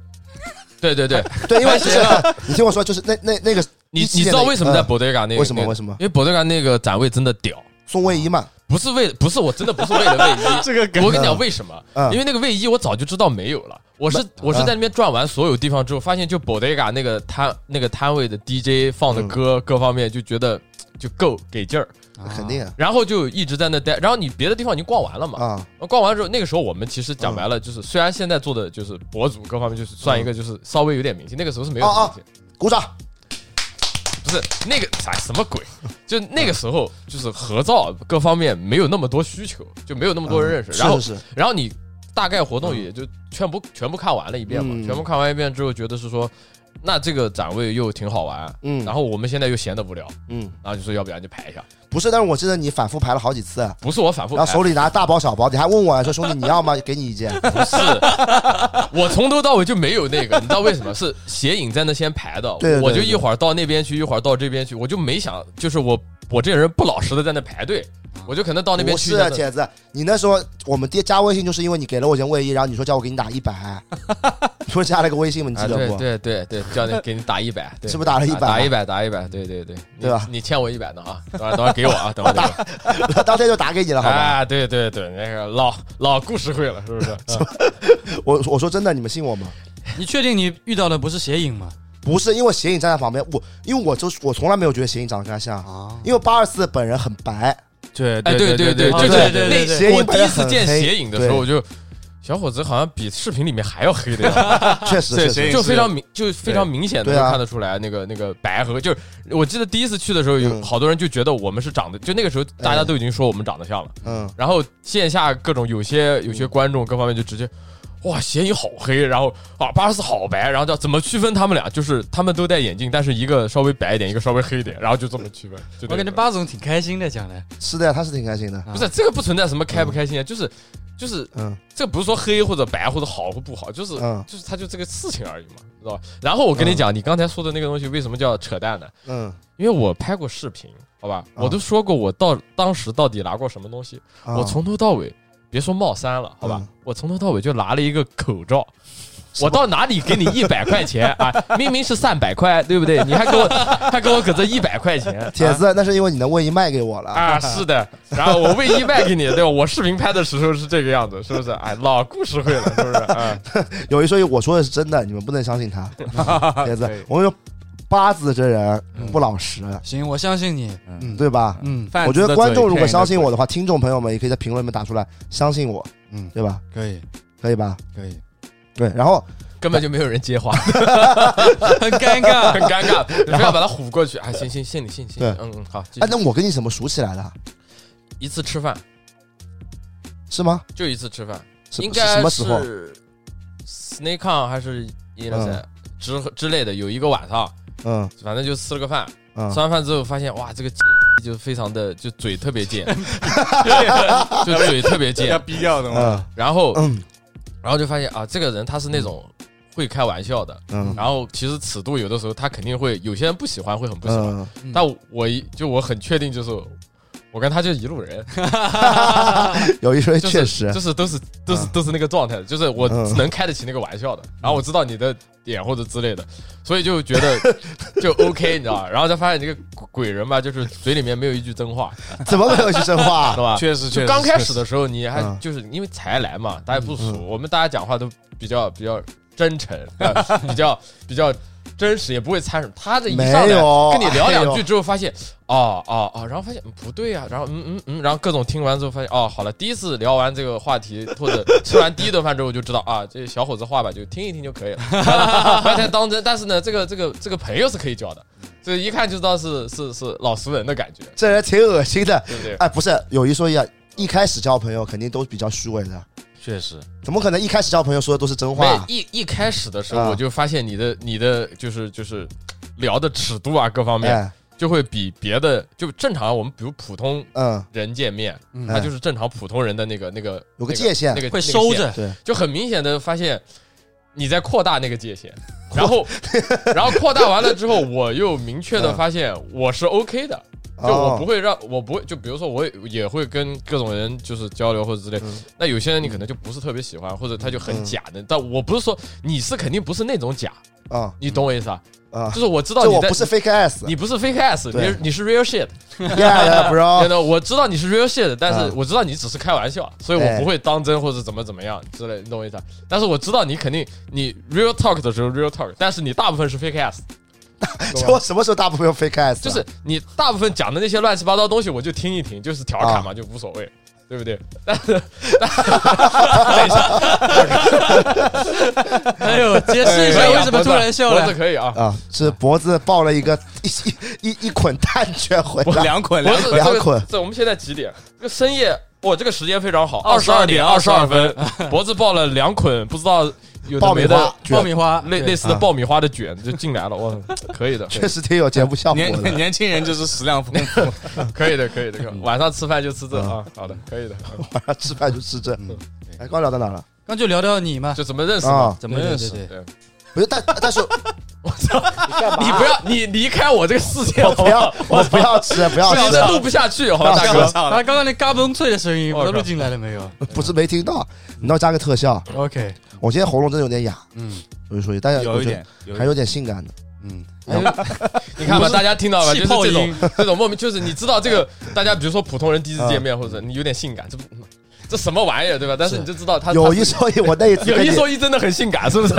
Speaker 4: 对对对，
Speaker 1: 对，因为就是你听我说，就是那那那个
Speaker 4: 啊 你
Speaker 1: 一
Speaker 4: 你
Speaker 1: 七年
Speaker 4: 知
Speaker 1: 的
Speaker 4: 道为什么在
Speaker 1: 嗯
Speaker 4: Bodega 那个？
Speaker 1: 为什么
Speaker 4: 那个
Speaker 1: 为什么
Speaker 4: 因为 Bodega 那个展位真的屌，
Speaker 1: 宋卫一嘛？
Speaker 4: 不是为不是我真的不是为了卫 衣，
Speaker 3: 这个
Speaker 4: 我跟你讲为什么
Speaker 1: 嗯？
Speaker 4: 因为那个卫衣我早就知道没有了。我是我是在那边转完所有地方之后，发现就 Bodega 那个摊那个摊位的 DJ 放的
Speaker 1: 嗯
Speaker 4: 歌各方面，就觉得就够给劲儿，
Speaker 1: 那肯定
Speaker 4: 然后就一直在那待。然后你别的地方已经逛完了嘛，
Speaker 1: 啊，
Speaker 4: 逛完之后，那个时候我们其实讲白了，就是虽然现在做的就是博主各方面，就是算一个就是稍微有点名气，那个时候是没有
Speaker 1: 哦
Speaker 4: 名
Speaker 1: 哦
Speaker 4: 气，
Speaker 1: 鼓掌，
Speaker 4: 不是那个啥什么鬼？就那个时候就是合照各方面没有那么多需求，就没有那么多人认识。
Speaker 1: 是
Speaker 4: 然后
Speaker 1: 嗯是是
Speaker 4: 然后你大概活动也就全部全部看完了一遍嘛，
Speaker 1: 嗯
Speaker 4: 全部看完一遍之后，觉得是说，那这个展位又挺好玩，
Speaker 1: 嗯
Speaker 4: 然后我们现在又闲得无聊，
Speaker 1: 嗯，
Speaker 4: 然后就说要不然就排一下，
Speaker 1: 不是，但是我记得你反复排了好几次，啊
Speaker 4: 不是我反复
Speaker 1: 然后
Speaker 4: 排
Speaker 1: 手。里拿大包小包，你还问我说兄弟你要吗？给你 一件，
Speaker 4: 不是，我从头到尾就没有那个，你知道为什么？是斜影在那先排的，
Speaker 1: 对对对
Speaker 4: 我就一会儿到那边去，一会儿到这边去，我就没想，就是我我这人不老实的在那排队，我就可能到那边
Speaker 1: 不
Speaker 4: 去
Speaker 1: 是啊
Speaker 4: 一下子
Speaker 1: 铁子，你那时候我们爹加微信就是因为你给了我件卫衣，然后你说叫我给你打一百， 你说加了个微信嘛，你记
Speaker 4: 啊，
Speaker 1: 得
Speaker 4: 对
Speaker 1: 不？
Speaker 4: 对对对，叫你给你打一百，对啊
Speaker 1: 是不是打了100
Speaker 4: 打一百，打一百，对对对，你
Speaker 1: 对吧
Speaker 4: 你欠我一百呢啊，等会儿等会儿给我啊，等会 儿给 我。
Speaker 1: 当天就打给你了，好吧？
Speaker 4: 啊，对对对，那个老老故事会了，是不 是？嗯
Speaker 1: 我我说真的，你们信我吗？
Speaker 2: 你确定你遇到的不是邪影吗？
Speaker 1: 不是，因为斜影站在旁边，我因为我就是我从来没有觉得斜影长得跟他像，
Speaker 2: 啊，
Speaker 1: 因为八二四本人很白，
Speaker 3: 对
Speaker 4: 哎，对对对
Speaker 2: 对
Speaker 4: 就
Speaker 2: 对
Speaker 4: 是
Speaker 2: 对对
Speaker 4: 那
Speaker 1: 对
Speaker 4: 我
Speaker 1: 对
Speaker 4: 第一次见
Speaker 1: 对
Speaker 4: 斜影的时候，
Speaker 1: 对
Speaker 4: 我就。小伙子好像比视频里面还要黑的样
Speaker 1: 确实
Speaker 3: 对
Speaker 1: 确
Speaker 3: 斜
Speaker 4: 子，
Speaker 1: 实
Speaker 3: 影
Speaker 4: 就非常明，就非常明显的
Speaker 1: 对
Speaker 4: 就
Speaker 1: 啊
Speaker 4: 看得出来那个那个白和，就是我记得第一次去的时候，有
Speaker 1: 嗯
Speaker 4: 好多人就觉得我们是长得，就那个时候大家都已经说我们长得像了，
Speaker 1: 嗯，
Speaker 4: 然后线下各种有些有些观众各方面就直接，哇，谐音好黑，然后啊巴斯好白，然后叫怎么区分他们俩？就是他们都戴眼镜，但是一个稍微白一点，一个稍微黑一点，然后就这么区分。就
Speaker 2: 我感觉
Speaker 4: 巴
Speaker 2: 巴总挺开心的讲的，
Speaker 1: 是的呀，他是挺开心的，
Speaker 4: 不是这个不存在什么开不开心啊，就是就是
Speaker 1: 嗯
Speaker 4: 这不是说黑或者白或者好或不好，就是
Speaker 1: 嗯
Speaker 4: 就是它就这个事情而已嘛，知道吧？然后我跟你讲，你刚才说的那个东西为什么叫扯淡呢？
Speaker 1: 嗯，
Speaker 4: 因为我拍过视频，好吧，
Speaker 1: 嗯
Speaker 4: 我都说过我到当时到底拿过什么东西。
Speaker 1: 啊
Speaker 4: 我从头到尾，别说帽衫了，好吧，
Speaker 1: 嗯
Speaker 4: 我从头到尾就拿了一个口罩。我到哪里给你一百块钱啊？明明是三百块，对不对？你还给我，还给我搁这一百 块钱，
Speaker 1: 铁子，那是因为你的卫衣卖给我了，
Speaker 4: 啊，是的。然后我卫衣卖给你，对吧？我视频拍的时候是这个样子，是不是？哎，老故事会了，是不是？啊，
Speaker 1: 有一说一，我说的是真的，你们不能相信他，嗯铁子
Speaker 4: 可以，
Speaker 1: 我跟你说，八字这人不老实，
Speaker 2: 行，我相信你，
Speaker 3: 嗯
Speaker 1: 对吧？
Speaker 2: 嗯，
Speaker 1: 我觉得观众如果相信我的话，听众朋友们也可以在评论里面打出来，相信我，
Speaker 2: 嗯
Speaker 1: 对吧？
Speaker 2: 可以，
Speaker 1: 可以吧？
Speaker 2: 可以，
Speaker 1: 对，然后
Speaker 4: 根本就没有人 接话，
Speaker 2: 很尴尬
Speaker 4: 很，尴尬。你不要把他唬过去啊！行行，信你信你信你。
Speaker 1: 对
Speaker 4: 嗯嗯，好。继续
Speaker 1: 哎，那我跟你怎么熟起来的？
Speaker 4: 一次吃饭
Speaker 1: 是吗？
Speaker 4: 就一次吃饭，
Speaker 1: 是
Speaker 4: 应
Speaker 1: 是
Speaker 4: 该
Speaker 1: 什么时候？
Speaker 4: Snake on 还是 i n n o c e 之之类的，有一个晚上，
Speaker 1: 嗯
Speaker 4: 反正就吃了个饭，吃
Speaker 1: 嗯，
Speaker 4: 完饭之后发现哇，这个就非常的就嘴特 别贱，就嘴特别
Speaker 3: 要
Speaker 4: 贱，
Speaker 3: 啊逼掉的嘛。
Speaker 1: 嗯
Speaker 4: 然后
Speaker 1: 嗯
Speaker 4: 然后就发现啊，这个人他是那种会开玩笑的，
Speaker 1: 嗯
Speaker 4: 然后其实尺度有的时候他肯定会有些人不喜欢，会很不喜欢，
Speaker 1: 嗯，
Speaker 2: 嗯
Speaker 4: 但我一就我很确定就是。我跟他就一 路人，
Speaker 1: 有一说一，
Speaker 4: 就
Speaker 1: 确
Speaker 4: 是
Speaker 1: 实
Speaker 4: 就，是都是都是都是那个状态，就是我
Speaker 1: 嗯
Speaker 4: 能开得起那个玩笑的，然后我知道你的点或者之类的，所以就觉 得就 OK，你知道吧？然后再发现你这个鬼人吧，就是嘴里面没有一句真话，
Speaker 1: 怎么没有一句真话
Speaker 4: 是？吧？
Speaker 3: 确实，确
Speaker 4: 就
Speaker 3: 实
Speaker 4: 刚开始
Speaker 3: 的
Speaker 4: 的时候，你还
Speaker 1: 嗯
Speaker 4: 就是因为才来嘛，大家不熟，
Speaker 1: 嗯
Speaker 4: 我们大家讲话都比较比较真诚，呃比较比较真实，也不会掺什么。他 这一
Speaker 1: 没
Speaker 4: 上来
Speaker 1: 有
Speaker 4: 跟你聊两
Speaker 1: 哎
Speaker 4: 句
Speaker 1: 呦
Speaker 4: 之后，发现哦哦哦，然后发现嗯不对啊，然后嗯嗯嗯，然后各种听完之后发现哦好了，第一次聊完这个话题或者吃完第一顿饭之后，我就知道啊，这小伙子话吧就听一听就可以了， 不要太当真。但是呢，这个这个这个朋友是可以交的，这一看就知道是是是老熟人的感觉，
Speaker 1: 这人挺恶心的。
Speaker 4: 对不对？
Speaker 1: 哎，不是，有一说一啊，一开始交朋友肯定都比较虚伪的，
Speaker 3: 确实，
Speaker 1: 怎么可能一开始交朋友说的都是真
Speaker 4: 没
Speaker 1: 话？
Speaker 4: 一一开始的时候，
Speaker 1: 啊
Speaker 4: 我就发现你的你的就是就是聊的尺度啊，各方面
Speaker 1: 哎，
Speaker 4: 就会比别的就正常我们比如普通
Speaker 1: 嗯，
Speaker 4: 人见面，
Speaker 2: 嗯
Speaker 4: 他就是正常普通人的那个那个
Speaker 1: 哎有个
Speaker 4: 那
Speaker 1: 界限
Speaker 4: 那个
Speaker 2: 会
Speaker 4: 那个
Speaker 2: 收
Speaker 4: 线
Speaker 2: 着，
Speaker 4: 就很明显的发现你在扩大那个 界限，然后 然后扩大完了之后，我又明确的发现
Speaker 1: 嗯
Speaker 4: 我是 OK 的，就我不
Speaker 1: 会，
Speaker 4: 会让我不会就比如说我也也会跟各种人就是交流或者之类
Speaker 1: 嗯，
Speaker 4: 那有些人你可能就不是特别喜欢，或者他就很假的，但我不是说你是肯定不是那种假，
Speaker 1: 啊
Speaker 4: 你懂我意思啊？
Speaker 1: 啊
Speaker 4: 就，是我知道
Speaker 1: 这
Speaker 4: 你
Speaker 1: 我
Speaker 4: 在
Speaker 1: 不是 fake ass，
Speaker 4: 你不是 fake ass，
Speaker 1: 对
Speaker 4: 你你是 real shit，
Speaker 1: yeah yeah
Speaker 4: 真
Speaker 1: bro，
Speaker 4: 的，我知道你是 real shit，但是
Speaker 1: 嗯
Speaker 4: 我知道你只是开玩笑，所以我
Speaker 1: 对
Speaker 4: 不会当真或者怎么怎么样之类，你懂我意思啊？但是我知道你肯定你 real talk 的时候 real talk，但是你大部分是 fake ass，
Speaker 1: 这我什么时候大部分用 fake ass？
Speaker 4: 就是你大部分讲的那些乱七八糟东西，我就听一听，就是调侃嘛，
Speaker 1: 啊
Speaker 4: 就无所谓。对不对？
Speaker 2: 哎呦，解释一下为什么突然笑
Speaker 4: 啊脖
Speaker 2: 了
Speaker 4: 子。可以啊，
Speaker 1: 啊，是脖子抱了一个一一一一捆蛋卷回来，
Speaker 3: 两捆
Speaker 4: 脖
Speaker 3: 两
Speaker 4: 子
Speaker 1: 两
Speaker 4: 这个
Speaker 1: 捆
Speaker 4: 这我们现在几点？这个深夜，我这个时间非常好，二十
Speaker 3: 22
Speaker 4: 二
Speaker 3: 点
Speaker 4: 点二十二分，脖子抱了两捆，不知道有的
Speaker 1: 爆米
Speaker 4: 没的
Speaker 1: 花
Speaker 2: 爆
Speaker 1: 卷，
Speaker 2: 米花
Speaker 4: 类类似的爆米花的卷就进来了，哇，可以的，
Speaker 1: 确实挺有节目效果
Speaker 3: 年
Speaker 1: 的。
Speaker 3: 年轻人就是食量丰 富，
Speaker 4: 可以的，可以的，可以的
Speaker 1: 嗯
Speaker 4: 晚上吃饭就吃这啊，好的，可以的，嗯
Speaker 1: 晚 上吃饭就吃这。哎，刚聊到哪了？
Speaker 2: 刚就聊到你嘛，
Speaker 4: 就怎么认识嘛
Speaker 1: 啊，
Speaker 3: 怎么认识？
Speaker 2: 对对对对
Speaker 4: 对，
Speaker 1: 不是，但但 是
Speaker 4: 你不要你离开我这个世 界，好
Speaker 1: 不
Speaker 4: 好
Speaker 1: 要？，我不要吃，不要
Speaker 4: 不然录
Speaker 1: 吃，
Speaker 4: 不下去，好吧，大
Speaker 3: 我
Speaker 4: 哥。
Speaker 3: 操
Speaker 2: 他刚刚那嘎嘣脆的声音，我都录进来了没有
Speaker 1: 不是没听到。你要加个特效，
Speaker 2: ？OK，
Speaker 1: 我今天喉咙真的有点哑，
Speaker 2: 嗯
Speaker 1: 我就说一句，但是
Speaker 3: 有
Speaker 1: 我
Speaker 3: 一
Speaker 1: 觉得
Speaker 3: 点，有一
Speaker 1: 还
Speaker 3: 点
Speaker 1: 有点性感的。
Speaker 2: 嗯，
Speaker 1: 然后
Speaker 4: 你看吧，大家听到吧，
Speaker 2: 气
Speaker 4: 就是
Speaker 2: 泡
Speaker 4: 这种
Speaker 2: 音
Speaker 4: 这种莫名，就是你知道 这个，大家比如说普通人第一次见
Speaker 1: 嗯
Speaker 4: 面，或者你有点性感，这不这什么玩意儿，对吧？但是
Speaker 2: 是
Speaker 4: 你就知道他
Speaker 1: 有
Speaker 4: 他
Speaker 1: 一说一，我那一次
Speaker 4: 有
Speaker 1: 跟
Speaker 4: 一
Speaker 1: 你
Speaker 4: 说一，真的很性感，是 不是？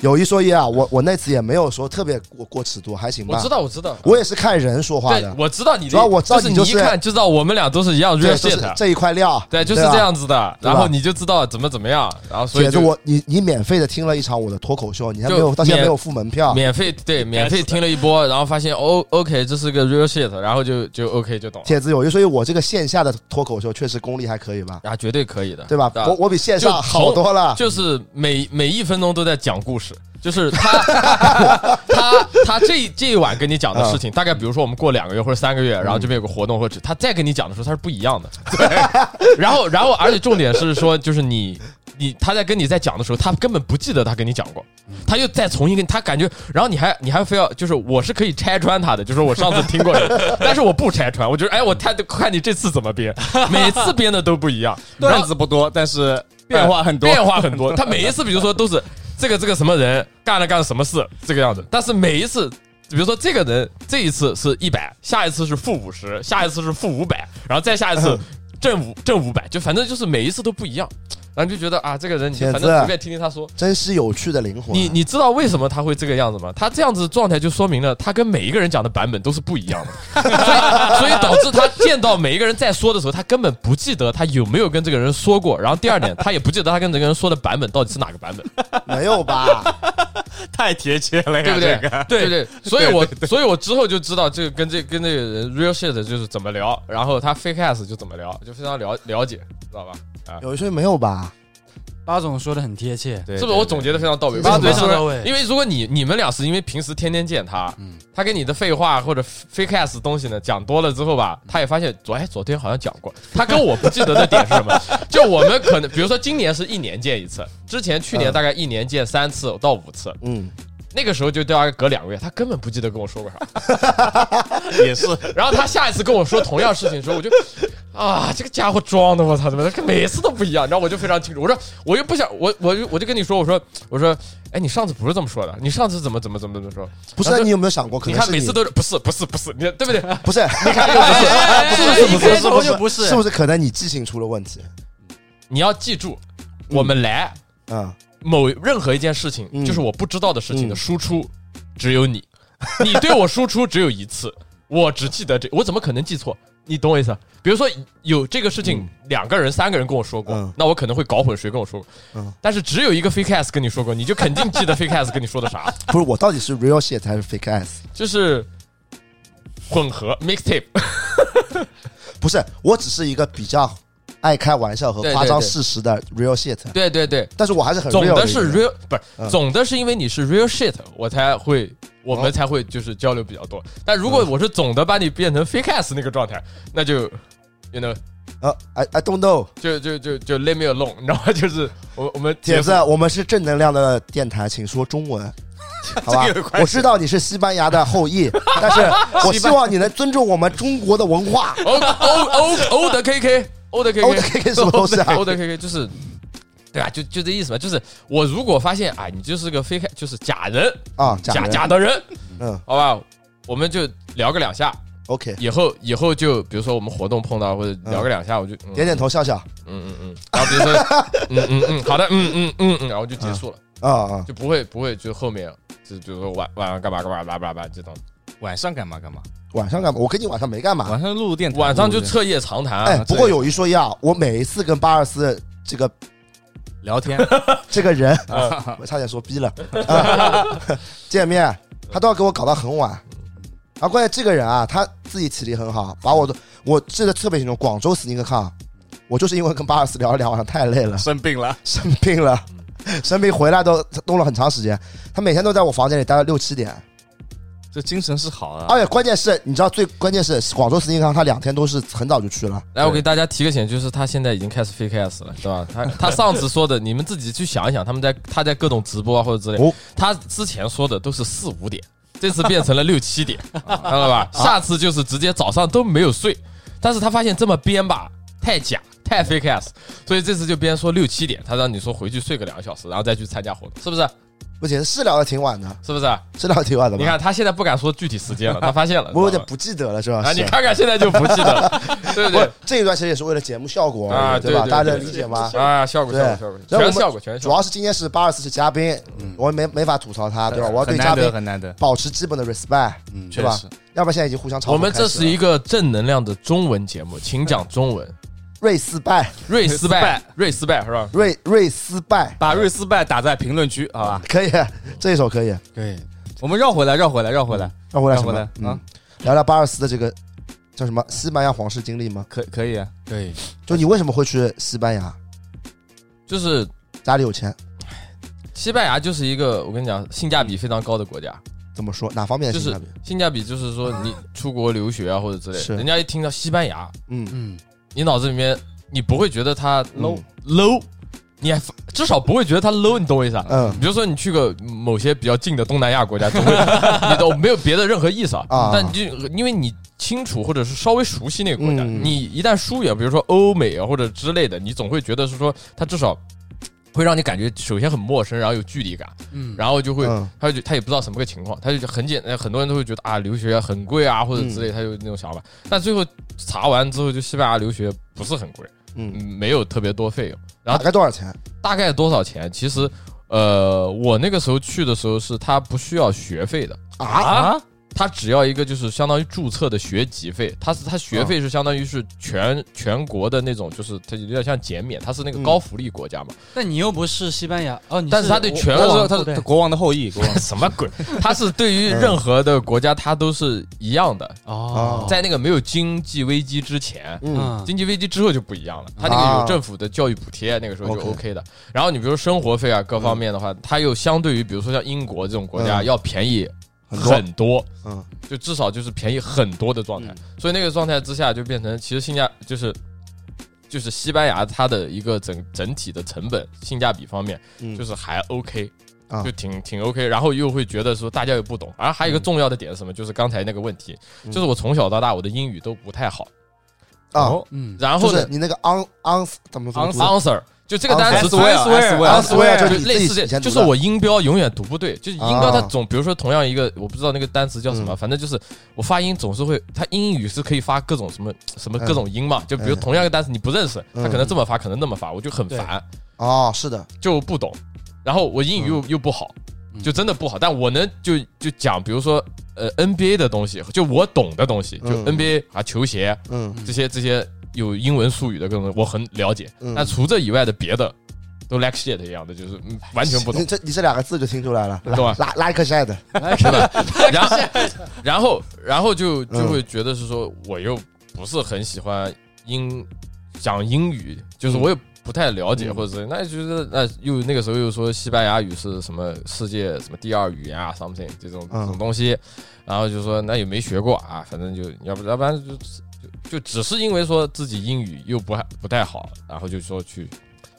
Speaker 1: 有一说一啊，我我那次也没有说特别过过尺度，还行
Speaker 4: 我
Speaker 1: 吧
Speaker 4: 知。道，我知道，
Speaker 1: 我也是看人说话
Speaker 4: 对
Speaker 1: 的，，
Speaker 4: 我知道你
Speaker 1: 主
Speaker 4: 的，
Speaker 1: 要我知道
Speaker 4: 就是
Speaker 1: 你
Speaker 4: 你
Speaker 1: 就是
Speaker 4: 一看就知道我们俩都是一样
Speaker 1: 对，
Speaker 4: real
Speaker 1: 就是
Speaker 4: shit，
Speaker 1: 这一块料。
Speaker 4: 对，就是
Speaker 1: 吧
Speaker 4: 这。样子
Speaker 1: 对
Speaker 4: 的。
Speaker 1: 吧
Speaker 4: 然后你就知道怎么怎么样，然后所
Speaker 1: 姐
Speaker 4: 以
Speaker 1: 子，
Speaker 4: 就
Speaker 1: 我你你免费的听了一场我的脱口秀，你还没有
Speaker 4: 就
Speaker 1: 到现在没
Speaker 4: 免
Speaker 1: 有付门票，
Speaker 4: 免费对免费听了一波，然后发现哦，OK，这是个 real shit，然后就就 OK 就懂了
Speaker 1: 铁子有一说一，我这个线下的脱口秀确实功力还可以吧，
Speaker 4: 啊，绝对啊可以的，
Speaker 1: 对吧？我我比线上好多了。
Speaker 4: 就是每每一分钟都在讲故事，就是他他 他他这这一晚跟你讲的事情，大概比如说我们过两个月或者三个月，然后这边有个活动或者他再跟你讲的时候，他是不一样的。对， 然后然后而且重点是说，就是你你他在跟你在讲的时候，他根本不记得他跟你讲过，他又再重新跟他感觉，然后你还你还非要就是我是可以拆穿他的，就是我上次听过的，但是我不拆穿，我就是哎我看看你这次怎么编，每次编的都不一样，然后
Speaker 3: 段子不多，但是 哎变化很多，
Speaker 4: 变化 很多。他每一次，比如说都是这个这个什么人干了干了什么事这个样子，但是每一次，比如说这个人这一次是一百，下一次是负五十，下一次是负五百，然后再下一次正五正五百，就反正就是每一次都不一样，然后就觉得啊，这个人你就
Speaker 1: 铁
Speaker 4: 反
Speaker 1: 子
Speaker 4: 正随便听听他说。
Speaker 1: 真是有趣的灵魂。
Speaker 4: 你你知道为什么他会这个样子吗？他这样子状态就说明了他跟每一个人讲的版本都是不一样 的，所以所以导致他见到每一个人在说的时候，他根本不记得他有没有跟这个人说过。然后第二点，他也不记得他跟这个人说的版本到底是哪个版本，
Speaker 1: 没有吧？
Speaker 3: 太贴切了呀，
Speaker 4: 对不对
Speaker 3: 这个？
Speaker 4: 对对，所以我所以我之后就知道这个跟这跟这个人 real shit 就是怎么聊，然后他 fake ass 就怎么聊，就非常了了解，知道吧？
Speaker 1: 有一说一没有吧？
Speaker 2: 巴总说的很贴切，
Speaker 3: 对
Speaker 4: 是不是我总结的非常到位？
Speaker 1: 对对
Speaker 4: 为什么
Speaker 2: 非常到位
Speaker 4: 因为如果你你们俩是因为平时天天见他，他跟你的废话或者 fake ass 东西呢讲多了之后吧，他也发现昨哎昨天好像讲过，他跟我不记得的点是什么？ 就我们可能比如说今年是一年见一次，之前去
Speaker 1: 嗯
Speaker 4: 年大概一年见三次到五次，
Speaker 1: 嗯，
Speaker 4: 那个时候就大概隔两个月，他根本不记得跟我说过啥。
Speaker 3: 也是
Speaker 4: 然后他下一次跟我说同样事情的时候，我就啊，这个家伙装的，我操，怎么跟每次都不一样？然后我就非常清楚，我说我又不想，我我就我就跟你说，我说我说，哎，你上次不是这么说的，你上次怎么怎么怎么怎么说？
Speaker 1: 不是，那
Speaker 4: 然后就
Speaker 1: 你有没有想过，可
Speaker 4: 你
Speaker 1: 能
Speaker 4: 看
Speaker 1: 是
Speaker 4: 每
Speaker 1: 你
Speaker 4: 次都是不是不是不是，你对不对？
Speaker 1: 不是？你看
Speaker 4: 哎哎哎哎
Speaker 2: 是不是？一开头就不
Speaker 1: 是不是可能你记性出了问题？
Speaker 4: 你要记住，我们来
Speaker 1: 嗯，
Speaker 4: 某任何一件事情，
Speaker 1: 嗯
Speaker 4: 就是我不知道的事情的
Speaker 1: 嗯
Speaker 4: 输出，只 有你，你对我输出只有一次，我只记得这，我怎么可能记错？你懂我意思啊？比如说有这个事情，两个人、三个人跟我说过，
Speaker 1: 嗯
Speaker 4: 那我可能会搞混谁跟我说过。
Speaker 1: 嗯
Speaker 4: 但是只有一个 fake ass 跟你说过，你就肯定记得 fake ass 跟你说 的啥，
Speaker 1: 不是，我到底是 real shit 还是 fake ass？
Speaker 4: 就是混合 mixtape。
Speaker 1: 不是，我只是一个比较爱开玩笑和
Speaker 4: 对对
Speaker 1: 夸张
Speaker 4: 对
Speaker 1: 事实的 real shit，
Speaker 4: 对对对，
Speaker 1: 但是我还是很
Speaker 4: 总
Speaker 1: real
Speaker 4: 的
Speaker 1: 一个嗯
Speaker 4: 是
Speaker 1: 人
Speaker 4: real，不是
Speaker 1: 嗯
Speaker 4: 总的是因为你是 real shit，我才会
Speaker 1: 哦
Speaker 4: 我们才会就是交流比较多。但如
Speaker 1: 嗯
Speaker 4: 果我是总的把你变成 fake ass 那个状态，那就，you know，
Speaker 1: 啊，I I don't know，
Speaker 4: 就就就就 let me alone，你知道吗？就是我我们
Speaker 1: 铁子，我们是正能量的电台，请说中文，好吧
Speaker 3: 这个有关？系
Speaker 1: 我知道你是西班牙的后裔，但是我希望你能尊重我们中国的文化。
Speaker 4: O O O O 的 K K O 的 K
Speaker 1: 欧的
Speaker 4: K
Speaker 1: K K 什么东 西啊？
Speaker 4: O 的 K K 就是，对啊，就就这意思吧。就是我如果发现啊，你就是个 fake，就是假人，
Speaker 1: 啊，
Speaker 4: 假
Speaker 1: 假
Speaker 4: 假
Speaker 1: 人
Speaker 4: 的人，
Speaker 1: 嗯
Speaker 4: 好吧，我们就聊个两下。
Speaker 1: ，OK，
Speaker 4: 以后以后就比如说我们活动碰到或者聊个两下，我就嗯
Speaker 1: 点点头笑笑
Speaker 4: 嗯嗯嗯，然后比如说 嗯嗯嗯，好的，嗯嗯嗯嗯，然后就结束了，
Speaker 1: 啊啊，
Speaker 4: 就不会不会就后面就就说晚晚上干嘛干嘛叭叭叭这种，
Speaker 3: 晚上干嘛干嘛？
Speaker 1: 晚上干嘛？我跟你晚上没干嘛。
Speaker 3: 啊晚上录电台，
Speaker 4: 晚上就
Speaker 3: 对不对
Speaker 4: 彻夜长谈
Speaker 1: 哎
Speaker 4: 啊，，
Speaker 1: 不过有一说一啊，我每一次跟巴尔斯这个
Speaker 3: 聊 天，
Speaker 1: 这个人，
Speaker 4: 啊
Speaker 1: 我差点说逼了，啊 见面他都要给我搞到很晚。然后关键这个人啊，他自己体力很好，把我的我记得特别清楚，广州 sneaker con，我就是因为跟巴尔斯聊了聊，晚上太累 了，
Speaker 3: 生病了，
Speaker 1: 生病了，生病回来都弄了很长时间。他每天都在我房间里待到六七点，
Speaker 3: 这精神是好啊。
Speaker 1: 而且关键是，你知道最关键是广州 sneaker con，他两天都是很早就去了。
Speaker 4: 来，我给大家提个醒，就是他现在已经开始 fake ass 了，对吧？他他上次说的，你们自己去想一想，他们在他在各种直播啊或者之类
Speaker 1: 哦，
Speaker 4: 他之前说的都是四五点，这次变成了六 七点，看
Speaker 1: 啊
Speaker 4: 到吧？下次就是直接早上都没有睡，但是他发现这么编吧太假。太 fake ass，所以这次就编说六七点，他让你说回去睡个两个小时，然后再去参加活动，是不是？
Speaker 1: 不行，是聊的挺晚的，
Speaker 4: 是不是？
Speaker 1: 是聊的挺晚的吧？
Speaker 4: 你看他现在不敢说具体时 间了，他发现了，
Speaker 1: 我有
Speaker 4: 知
Speaker 1: 点
Speaker 4: 道吧
Speaker 1: 不记得了，是吧？
Speaker 4: 啊，
Speaker 1: 是
Speaker 4: 你看看现在就不记得了，对不
Speaker 1: 不
Speaker 4: 对
Speaker 1: 是？这一段其实也是为了节目效果而已，
Speaker 4: 啊
Speaker 1: 对
Speaker 4: 对
Speaker 1: 吧？
Speaker 4: 对
Speaker 1: 大家能
Speaker 4: 对
Speaker 1: 理解吗？
Speaker 4: 啊，效果效果
Speaker 1: 对
Speaker 4: 效果，
Speaker 1: 然后我
Speaker 4: 全
Speaker 1: 们
Speaker 4: 效果全效
Speaker 1: 主
Speaker 4: 果。嗯
Speaker 1: 要是今天是八二四是嘉宾，我没没法吐槽他，对吧？我要
Speaker 3: 很
Speaker 1: 对
Speaker 3: 难
Speaker 1: 嘉
Speaker 3: 得，
Speaker 1: 宾
Speaker 3: 很难得，
Speaker 1: 保持基本的 respect，
Speaker 3: 嗯，
Speaker 1: 对
Speaker 3: 确
Speaker 1: 吧
Speaker 3: 实。
Speaker 1: 要不然现在已经互相嘲讽开始了。
Speaker 4: 我们这是一个正能量的中文节目，请讲中 文。
Speaker 1: 瑞斯拜，
Speaker 4: 瑞 斯拜
Speaker 3: 拜，
Speaker 4: 瑞斯拜是吧？
Speaker 1: 瑞瑞斯拜，
Speaker 3: 把瑞斯拜打在评论区，好吧？
Speaker 1: 可以， 这一首可以。
Speaker 2: 对，
Speaker 3: 我们绕回来，绕回来，绕回来，
Speaker 1: 那回来
Speaker 3: 绕
Speaker 1: 什
Speaker 3: 回
Speaker 1: 么
Speaker 3: 来？啊
Speaker 1: 嗯，，聊聊八二四的这个叫什么西班牙皇室经历吗？
Speaker 3: 可可以啊。
Speaker 2: 对，
Speaker 1: 就你为什么会去西班牙？
Speaker 4: 就是
Speaker 1: 家里有钱？
Speaker 4: 西班牙就是一个，我跟你讲，性价比非常高的国家。
Speaker 1: 怎么说？哪方面的
Speaker 4: 就
Speaker 1: 性
Speaker 4: 是
Speaker 1: 价比？
Speaker 4: 性价比就是说你出国留学啊或者之类
Speaker 1: 是
Speaker 4: 的，人家一听到西班牙，
Speaker 1: 嗯
Speaker 2: 嗯，
Speaker 4: 你脑子里面你不会觉得它 low low，你还至少不会觉得它 low，你懂我意思啊？
Speaker 1: 嗯
Speaker 4: 比如说你去个某些比较近的东南亚国家，总会你都没有别的任何意思
Speaker 1: 啊
Speaker 4: 啊。但就因为你清楚或者是稍微熟悉那个国家，
Speaker 1: 嗯
Speaker 4: 你一旦疏远，比如说欧美啊或者之类的，你总会觉得是说它至少会让你感觉首先很陌生，然后有距离感，
Speaker 2: 嗯
Speaker 4: 然后就会
Speaker 1: 嗯
Speaker 4: 他就他也不知道什么个情况，他就很简单，很多人都会觉得啊留学很贵啊或者之类，他有那种想法。但最后查完之后，就西班牙留学不是很贵，
Speaker 1: 嗯，
Speaker 4: 嗯没有特别多费用。然
Speaker 1: 大
Speaker 4: 后
Speaker 1: 概多少钱？
Speaker 4: 大概多少钱？其实，呃，我那个时候去的时候是他不需要学费的
Speaker 1: 啊，
Speaker 4: 他只要一个就是相当于注册的学籍费，他是他学费是相当于是
Speaker 1: 嗯
Speaker 4: 全全国的那种，就是它有点像减免，它是那个高福利国家嘛，
Speaker 2: 但你又不是西班牙哦，你
Speaker 4: 但是他对全
Speaker 3: 他
Speaker 4: 国
Speaker 3: 是
Speaker 2: 国
Speaker 3: 他
Speaker 2: 对
Speaker 3: 是国王的后裔，国王
Speaker 4: 什么鬼？它是对于任何的国家它都是一样的，
Speaker 2: 哦，
Speaker 4: 在那个没有经济危机之前，
Speaker 1: 嗯
Speaker 2: 嗯
Speaker 4: 经济危机之后就不一样了，他那个有政府的教育补贴，那个时候就
Speaker 1: 哦 OK
Speaker 4: OK 的。然后你比如说生活费啊，各方面的话，它又相对于比如说像英国这种国家
Speaker 1: 嗯
Speaker 4: 要便宜
Speaker 1: 很多
Speaker 4: 很多，
Speaker 1: 嗯
Speaker 4: 就至少就是便宜很多的状态。所以那个状态之下就变成，其实性价就是就是西班牙它的一个整整体的成本性价比方面
Speaker 1: 嗯，
Speaker 4: 就是还 OK，
Speaker 1: 啊
Speaker 4: 就挺挺 OK。然后又会觉得说大家又不懂，啊而还有一个重要的点是什么，就是刚才那个问题，
Speaker 1: 嗯
Speaker 4: 就是我从小到大我的英语都不太好。
Speaker 1: 啊，
Speaker 4: 哦
Speaker 2: 嗯，
Speaker 4: 然
Speaker 1: 就
Speaker 4: 后
Speaker 1: 是
Speaker 4: 呢
Speaker 1: 你那个 on on 怎么怎么读
Speaker 4: answer 就这个单词
Speaker 3: Answer Answer
Speaker 1: Answer
Speaker 4: 就
Speaker 1: 哎就是
Speaker 4: 类似
Speaker 1: 你自己以
Speaker 4: 这，
Speaker 1: 前读
Speaker 4: 就
Speaker 1: 的
Speaker 4: 是我音标永远读不对，就是音标它
Speaker 1: 啊
Speaker 4: 总，比如说同样一个，我不知道那个单词叫什么，
Speaker 1: 嗯
Speaker 4: 反正就是我发音总是会，它英语是可以发各种什么什么
Speaker 1: 嗯
Speaker 4: 各种音嘛，就比如
Speaker 1: 嗯
Speaker 4: 同样一个单词你不认识，
Speaker 1: 嗯
Speaker 4: 它可能这么发，可能那么发，我就很烦，
Speaker 1: 哦，是的，
Speaker 4: 就不懂，然后我英语又又不好。
Speaker 2: 嗯
Speaker 4: 就真的不好，但我能就就讲，比如说呃 NBA 的东西，就我懂的东西，就
Speaker 1: 嗯
Speaker 4: NBA 啊球鞋，
Speaker 1: 嗯
Speaker 4: 这些这些有英文术语的各种，我很了解。
Speaker 1: 嗯
Speaker 4: 但除这以外的别的，都 like shit 一样的，就是嗯完全不懂
Speaker 1: 你，这你这两个字就听出来了，
Speaker 4: 懂吧？
Speaker 1: 拉拉一颗 shed，
Speaker 4: 真的。然后然后然后就
Speaker 1: 嗯
Speaker 4: 就会觉得是说，我又不是很喜欢英讲英语，就是我也不太了解
Speaker 1: 嗯
Speaker 4: 或者是那就是那又那个时候又说西班牙语是什么世界什么第二语言啊 something 这种
Speaker 1: 嗯
Speaker 4: 这种东西，然后就说那也没学过啊，反正就要不要不然就就就只是因为说自己英语又不还不太好，然后就说去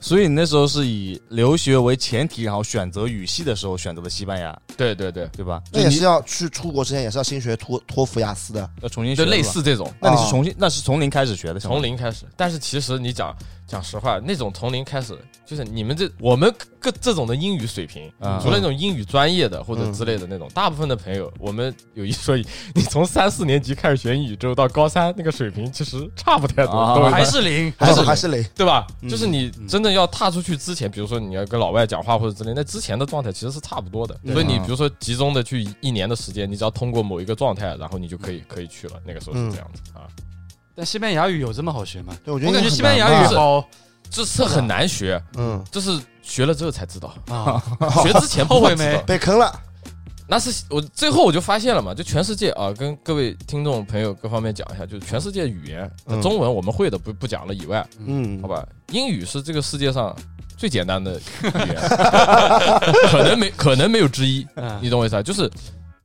Speaker 3: 所以你那时候是以留学为前提，然后选择语系的时候选择的西班牙，
Speaker 4: 对对对，
Speaker 3: 对吧？
Speaker 1: 那
Speaker 3: 就
Speaker 1: 也
Speaker 3: 你
Speaker 1: 是要去出国之前也是要先学托托福、雅思的。
Speaker 3: 要重新学的
Speaker 4: 就类
Speaker 3: 吧。
Speaker 4: 似这种。
Speaker 3: 那你
Speaker 1: 啊
Speaker 3: 是重新，那是从零开始学的，
Speaker 4: 从。零开始，但是其实你讲讲实话，那种从零开始，就是你们这我们各这种的英语水平，
Speaker 3: 啊
Speaker 4: 除了那种英语专业的或者之类的那种，大部分的朋友，我们有一说一，你从三四年级开始学英语之后到高三，那个水平其实差不太多，
Speaker 3: 啊
Speaker 4: 都有
Speaker 2: 还是零，
Speaker 1: 还是
Speaker 4: 还是
Speaker 1: 还是雷，
Speaker 4: 对吧？
Speaker 1: 嗯
Speaker 4: 就是你真正要踏出去之前，比如说你要跟老外讲话或者之类，那之前的状态其实是差不多的。
Speaker 1: 对
Speaker 4: 所以
Speaker 3: 啊
Speaker 4: 你比如说集中的去一年的时间，你只要通过某一个状态，然后你就可
Speaker 3: 嗯
Speaker 4: 以可以去了。那个时候是这样子啊，
Speaker 2: 但西班牙语有这么好学吗？
Speaker 1: 对我觉得
Speaker 2: 我感觉
Speaker 1: 你很
Speaker 2: 西班牙
Speaker 1: 难啊
Speaker 2: 语
Speaker 1: 吧
Speaker 2: 好
Speaker 4: 这是很难学，
Speaker 1: 嗯
Speaker 4: 这是学了之后才知道。
Speaker 2: 啊，
Speaker 4: 学之前
Speaker 2: 后
Speaker 4: 不会
Speaker 2: 悔
Speaker 4: 知道
Speaker 2: 没？
Speaker 1: 被坑了，
Speaker 4: 那是我最后我就发现了嘛，就全世界啊，跟各位听众朋友各方面讲一下，就是全世界语言，
Speaker 1: 嗯
Speaker 4: 中文我们会的不不讲了以外，
Speaker 1: 嗯，
Speaker 4: 好，吧，英语是这个世界上最简单的语言，可能没可能没有之一，
Speaker 2: 嗯
Speaker 4: 你懂我意思啊？就是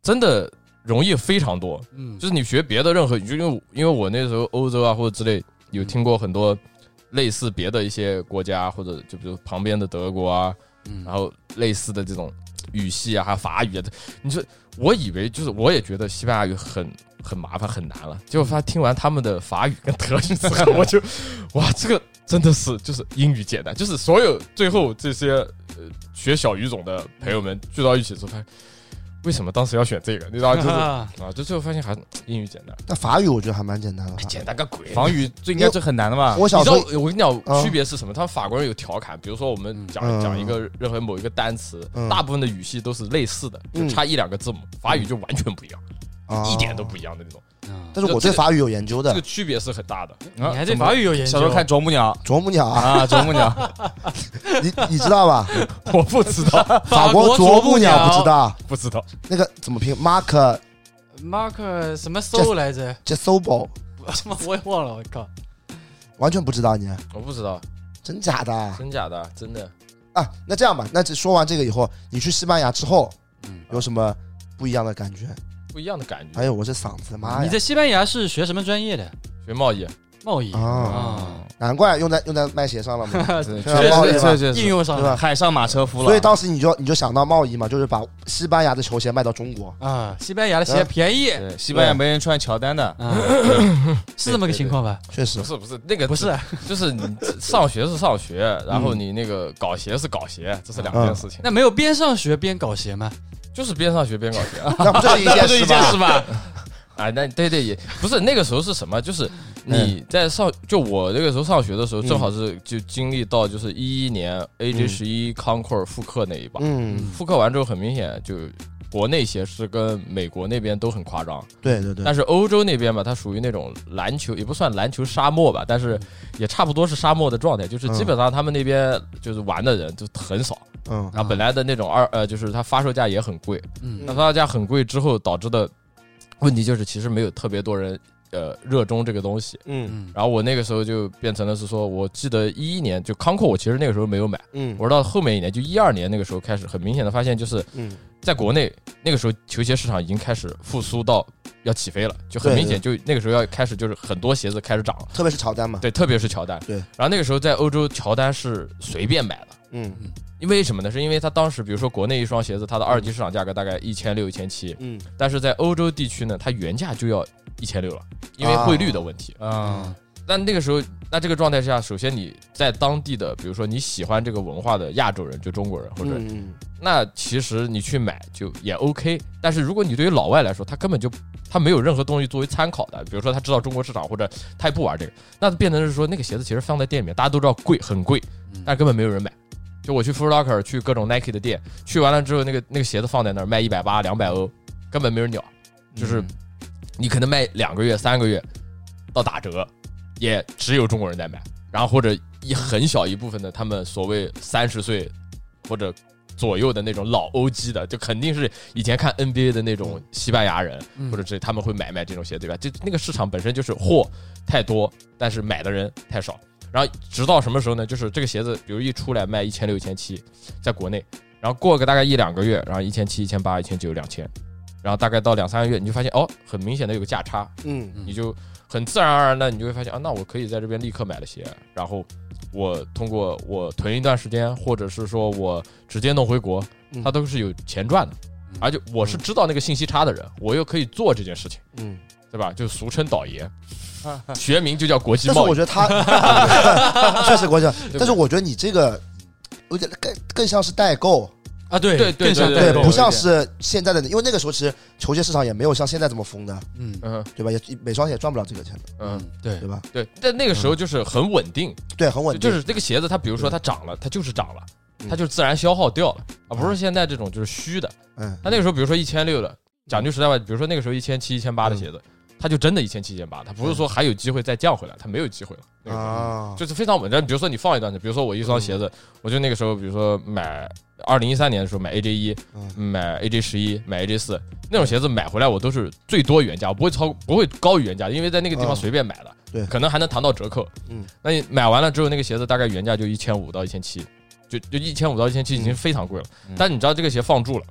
Speaker 4: 真的容易非常多，
Speaker 2: 嗯，
Speaker 4: 就是你学别的任何语，就因为我因为我那时候欧洲啊或者之类有听过很多类似别的一些国家或者就比如旁边的德国啊，
Speaker 2: 嗯
Speaker 4: 然后类似的这种语系啊，还有法语啊，你说我以为就是我也觉得西班牙语很很麻烦很难了，结果发听完他们的法语跟德语之后，我就 哇，这个真的是就是英语简单，就是所有最后这些呃学小语种的朋友们聚到一起之后，发现为什么当时要选这个？你知道就是啊，
Speaker 2: 啊
Speaker 4: 就最后发现还是英语简单，
Speaker 1: 但法语我觉得还蛮哎简单的吧。
Speaker 4: 哎简单个鬼！
Speaker 3: 防语最应该是很难的吧？
Speaker 1: 我
Speaker 4: 你
Speaker 1: 小
Speaker 4: 知
Speaker 1: 时
Speaker 4: 道
Speaker 1: 候，
Speaker 4: 我跟你讲
Speaker 1: 嗯
Speaker 4: 区别是什么？他们法国人有调侃，比如说我们讲
Speaker 1: 嗯
Speaker 4: 讲一个任何某一个单词，
Speaker 1: 嗯
Speaker 4: 大部分的语系都是类似的，
Speaker 1: 嗯
Speaker 4: 就差一两个字母。法语就完全不一样，
Speaker 1: 啊
Speaker 4: 一点都不一样的那种。
Speaker 2: 嗯
Speaker 1: 但是我
Speaker 4: 就这
Speaker 1: 对
Speaker 4: 个
Speaker 1: 法语有研究
Speaker 4: 这
Speaker 1: 的
Speaker 4: 个，区别是很大的。啊
Speaker 2: 你还对法
Speaker 3: 语？
Speaker 2: 语有研究？
Speaker 3: 小时候看啄木鸟
Speaker 1: 啄木鸟啊，
Speaker 3: 啊，啄木鸟，
Speaker 1: 你你知道吧？
Speaker 4: 我不知道，
Speaker 1: 法国啄
Speaker 2: 啄
Speaker 1: 木鸟不知道
Speaker 4: 不知道，
Speaker 1: 那个怎么拼，Mark
Speaker 2: ，Mark 呃什么 So 来 着？
Speaker 1: j a s o b o
Speaker 2: 什么我也忘了，我靠，
Speaker 1: 完全不知道你，啊
Speaker 4: 我不知道，
Speaker 1: 真假的啊？
Speaker 4: 真假的，真的。
Speaker 1: 啊那这样吧，那这说完这个以后，你去西班牙之后
Speaker 2: 嗯，
Speaker 1: 有什么不一样的感觉？
Speaker 4: 不一样的感
Speaker 1: 还
Speaker 4: 觉。
Speaker 1: 有我这嗓子，妈
Speaker 2: 你
Speaker 1: 呀！
Speaker 2: 在西班牙是学什么专业的？
Speaker 4: 学贸易，
Speaker 2: 贸易
Speaker 1: 啊
Speaker 2: 啊，
Speaker 1: 难怪用在用在卖鞋上了 嘛，
Speaker 3: 确
Speaker 1: 非常贸易嘛
Speaker 3: 确确
Speaker 2: 应
Speaker 3: 实，
Speaker 2: 用
Speaker 1: 对
Speaker 2: 上
Speaker 1: 吧？
Speaker 3: 海上马车夫了。
Speaker 1: 所以当时你就你就想到贸易嘛，就是把西班牙的球鞋卖到中国，
Speaker 2: 啊，西班牙的鞋便宜，
Speaker 3: 对西班牙没人穿乔丹的，
Speaker 2: 啊，是这么个情况吧？
Speaker 1: 确实
Speaker 4: 不是不是那个
Speaker 2: 不是，
Speaker 4: 就是你上学是上学，然后你那个搞鞋是搞鞋，这是两件事情。
Speaker 2: 那没有边上学边搞鞋吗？
Speaker 4: 就是边上学边搞鞋啊！
Speaker 1: 那不就是一件
Speaker 3: 这
Speaker 1: 事
Speaker 3: 一件
Speaker 1: 吗？
Speaker 3: 事 吧？
Speaker 4: 哎，那对对也不是那个时候是什么？就是你在上，就我那个时候上学的时候，
Speaker 1: 嗯
Speaker 4: 正好是就经历到就是一一年 AJ 十一 Concord 复刻那一把，
Speaker 1: 嗯，
Speaker 4: 复刻完之后，很明显就国内鞋是跟美国那边都很夸张，
Speaker 1: 对对对
Speaker 4: 但，是欧洲那边嘛，它属于那种篮球，也不算篮球沙漠吧，但
Speaker 1: 嗯
Speaker 4: 是也差不多是沙漠的状态，就是基本上他们那边就是玩的人就很少，
Speaker 1: 嗯
Speaker 4: 然后啊本来的那种二呃，就是它发售价也很贵，
Speaker 2: 嗯
Speaker 4: 那发售价很贵之后导致的问题就是其实没有特别多人。呃，热衷这个东西，
Speaker 1: 嗯
Speaker 2: 嗯
Speaker 4: 然后我那个时候就变成了是说，我记得一一年就康扣，我其实那个时候没有买，
Speaker 1: 嗯
Speaker 4: 我是到后面一年，就一二年那个时候开始，很明显的发现就是
Speaker 1: 嗯，
Speaker 4: 在国内那个时候球鞋市场已经开始复苏到要起飞了，就很明显，就那个时候要开始就是很多鞋子开始涨了，
Speaker 1: 特别是乔丹嘛，
Speaker 4: 对，特别是乔丹。
Speaker 1: 对
Speaker 4: 然后那个时候在欧洲，乔丹是随便买的。
Speaker 1: 嗯
Speaker 4: 因为什么呢？是因为它当时，比如说国内一双鞋子，它的二级市场价格大概一千六、一千七，
Speaker 1: 嗯
Speaker 4: 但是在欧洲地区呢，它原价就要一千六了，因为汇率的问题。
Speaker 3: 嗯，
Speaker 4: 但那个时候，那这个状态下，首先你在当地的，比如说你喜欢这个文化的亚洲人，就中国人或者
Speaker 1: 嗯
Speaker 4: 那其实你去买就也 OK，但是如果你对于老外来说，他根本就他没有任何东西作为参考的，比如说他知道中国市场或者他也不玩这个，那变成是说那个鞋子其实放在店里面，大家都知道贵很贵，但根本没有人买。就我去 Foot Locker 去各种 Nike 的店，去完了之后，那个那个鞋子放在那儿卖一百八两百欧，根本没人鸟。就是你可能卖两个月、三个月到打折，也只有中国人在买，然后或者一很小一部分的他们所谓三十岁或者左右的那种老欧基的，就肯定是以前看 NBA 的那种西班牙人、
Speaker 2: 嗯
Speaker 4: 或者这他们会买卖这种鞋，对吧？这那个市场本身就是货太多，但是买的人太少。然后直到什么时候呢？就是这个鞋子，比如一出来卖一千六、一千七，在国内，然后过个大概一两个月，然后一千七、一千八、一千九、两千，然后大概到两三个月，你就发现哦，很明显的有个价差，
Speaker 1: 嗯
Speaker 4: 你就很自然而然的，你就会发现啊，那我可以在这边立刻买了鞋，然后我通过我囤一段时间，或者是说我直接弄回国
Speaker 1: 嗯，
Speaker 4: 它都是有钱赚的，而且我是知道那个信息差的人，我又可以做这件事情，
Speaker 1: 嗯，
Speaker 4: 对吧？就俗称 倒爷，学名就叫国际
Speaker 1: 但是
Speaker 4: 贸
Speaker 1: 我
Speaker 4: 易，
Speaker 1: 觉得他 确实国际，
Speaker 4: 对
Speaker 1: 但是我觉得你这个，我觉得更更像是代购，
Speaker 2: 啊，对
Speaker 4: 对对
Speaker 2: 更像
Speaker 4: 对
Speaker 2: 代购
Speaker 1: 不像是现在的，因为那个时候其实球鞋市场也没有像现在这么疯的，
Speaker 2: 嗯
Speaker 4: 嗯
Speaker 1: 对吧？也每双鞋赚不了这个钱的，
Speaker 4: 嗯，
Speaker 2: 对
Speaker 1: 对吧？
Speaker 4: 对，但那个时候就是很稳定，
Speaker 1: 对，很稳
Speaker 4: 就
Speaker 1: 定，
Speaker 4: 是这个鞋子它比如说它涨了，它就是涨了，
Speaker 1: 嗯
Speaker 4: 它就自然消耗掉了，而不是现在这种就是虚的。
Speaker 1: 嗯
Speaker 4: 他那个时候，比如说一千六的，讲句实在话，比如说那个时候一千七、一千八的鞋子，他就真的一千七、一千八，他不是说还有机会再降回来，他没有机会了。那个时候
Speaker 1: 啊，
Speaker 4: 就是非常稳阵。比如说你放一段时间，比如说我一双鞋子，我就那个时候，比如说买二零一三年的时候买 AJ 一、
Speaker 1: 嗯
Speaker 4: 买 AJ 十一、买 AJ 四那种鞋子买回来，我都是最多原价，我不会超不会高于原价，因为在那个地方
Speaker 1: 嗯
Speaker 4: 随便买的，
Speaker 1: 对
Speaker 4: 可能还能谈到折扣。
Speaker 1: 嗯，
Speaker 4: 那你买完了之后，那个鞋子大概原价就一千五到一千七，就就一千五到一千七已经非常贵了。
Speaker 3: 嗯
Speaker 4: 但你知道这个鞋放住了，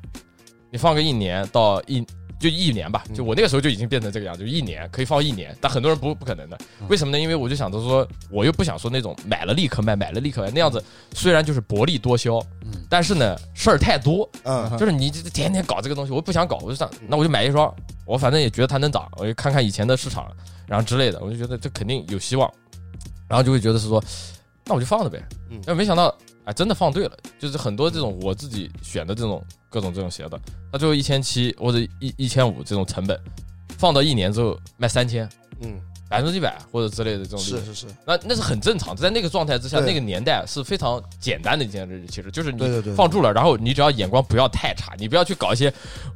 Speaker 4: 你放个一年到一。就一年吧，
Speaker 1: 嗯
Speaker 4: 就我那个时候就已经变成这个样子，就一年可以放一年，但很多人不不可能的，
Speaker 2: 嗯
Speaker 4: 为什么呢？因为我就想着说，我又不想说那种买了立刻卖，买了立刻卖那样子，虽然就是薄利多销，
Speaker 2: 嗯
Speaker 4: 但是呢事儿太多，
Speaker 1: 嗯
Speaker 4: 就是你这天天搞这个东西，我不想搞，我就想，那我就买一双，我反正也觉得它能涨，我就看看以前的市场，然后之类的，我就觉得这肯定有希望，然后就会觉得是说，那我就放了呗
Speaker 1: 嗯，
Speaker 4: 但没想到哎，真的放对了，就是很多这种我自己选的这种各种这种鞋的，那最后一千七或者一一千五这种成本，放到一年之后卖三千，
Speaker 1: 嗯，
Speaker 4: 百分之一百啊或者之类的这种利润
Speaker 1: 是是是，
Speaker 4: 那那是很正常，在那个状态之下，
Speaker 1: 对
Speaker 4: 那个年代是非常简单的一件事，其实就是
Speaker 1: 对
Speaker 4: 你
Speaker 1: 对对，
Speaker 4: 放住了，然后你只要眼光不要太差，你不要去搞一些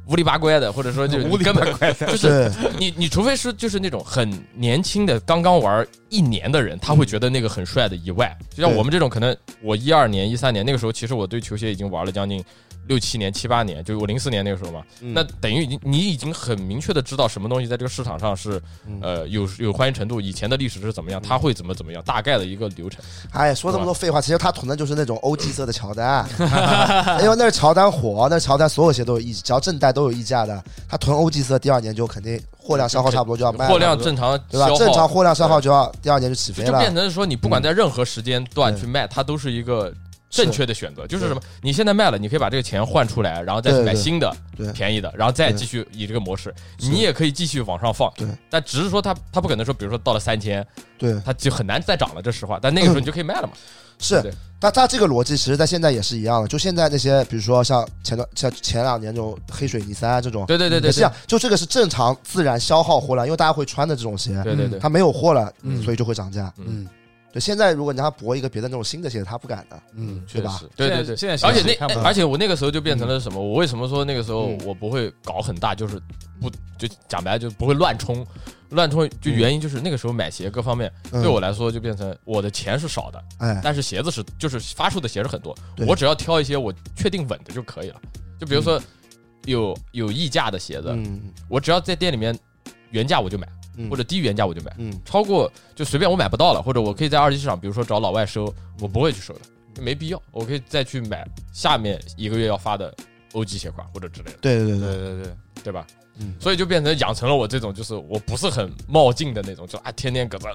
Speaker 4: 乌里八乖的，或者 说就是
Speaker 3: 无
Speaker 4: 你根本
Speaker 3: 快的，
Speaker 4: 就是
Speaker 1: 对
Speaker 4: 你你除非是就是那种很年轻的刚刚玩一年的人，他会觉得那个很帅的以外，就像我们这种可能我一二年一三年那个时候，其实我对球鞋已经玩了将近六七年七八年，就是我零四年那个时候嘛，
Speaker 1: 嗯
Speaker 4: 那等于已经你已经很明确的知道什么东西在这个市场上是
Speaker 1: 嗯
Speaker 4: 呃有有欢迎程度，以前的历史是怎么样，它会怎么怎么样，大概的一个流程。
Speaker 1: 哎，说这么多废话，其实他囤的就是那种欧 G 色的乔丹， 因为那是乔丹火，那是乔丹所有鞋都有溢，只要正代都有溢价的。他囤欧 G 色，第二年就肯定货量消耗差不多就要卖了，
Speaker 4: 货量正常
Speaker 1: 哎对
Speaker 4: 消
Speaker 1: 吧？
Speaker 4: 耗，
Speaker 1: 正常货量消耗就要第二年就起
Speaker 4: 就
Speaker 1: 飞
Speaker 4: 就
Speaker 1: 了嗯
Speaker 4: 变。成说你不管在任何时间段
Speaker 1: 对
Speaker 4: 去卖，它都是一个正确的选择。就是什么，你现在卖了，你可以把这个钱换出来，然后再去
Speaker 1: 对
Speaker 4: 买
Speaker 1: 对
Speaker 4: 新的
Speaker 1: 对
Speaker 4: 便宜的，然后再
Speaker 1: 对
Speaker 4: 继续以这个模式，
Speaker 1: 是
Speaker 4: 你也可以继续往上放
Speaker 1: 对。
Speaker 4: 但只是说它它不可能说，比如说到了三千，
Speaker 1: 对，嗯
Speaker 4: 它就很难再涨了，这实话。但那个时候你就可以卖了嘛。对
Speaker 1: 是，但他这个逻辑其实在现在也是一样的。就现在那些，比如说像前段像前两年这种黑水泥三啊这种，
Speaker 4: 对对对
Speaker 1: 也
Speaker 4: 对
Speaker 1: 是这样，就这个是正常自然消耗货量，因为大家会穿的这种鞋，
Speaker 4: 对对对对，
Speaker 1: 它没有货了，
Speaker 2: 嗯
Speaker 1: 所以就会涨价。
Speaker 2: 嗯
Speaker 1: 对，现在如果你让他博一个别的那种新的鞋，他不敢的。
Speaker 2: 嗯
Speaker 1: 对吧？
Speaker 4: 对对对。
Speaker 3: 现在
Speaker 4: 而且
Speaker 3: 看
Speaker 4: 那
Speaker 3: 不到
Speaker 4: 而且我那个时候就变成了什么？我为什么说那个时候
Speaker 1: 嗯
Speaker 4: 我不会搞很大，就是不就讲白了就不会乱冲，乱冲就原因就是那个时候买鞋各方面
Speaker 1: 嗯
Speaker 4: 对我来说就变成我的钱是少的，
Speaker 1: 哎，
Speaker 4: 但是鞋子是就是发售的鞋是很多，
Speaker 1: 对
Speaker 4: 我只要挑一些我确定稳的就可以了。就比如说有有溢价的鞋子，
Speaker 1: 嗯
Speaker 4: 我只要在店里面原价我就买，
Speaker 1: 嗯，
Speaker 4: 或者低于原价我就买。
Speaker 1: 嗯
Speaker 4: 超过就随便我买不到了，或者我可以在二级市场，比如说找老外收，我不会去收的，就没必要。我可以再去买下面一个月要发的欧 g 鞋款或者之类的，
Speaker 1: 对对对
Speaker 3: 对
Speaker 1: 对，
Speaker 3: 对对，
Speaker 4: 对吧？
Speaker 1: 嗯
Speaker 4: 所以就变成养成了我这种就是我不是很冒进的那种，就啊天天搁这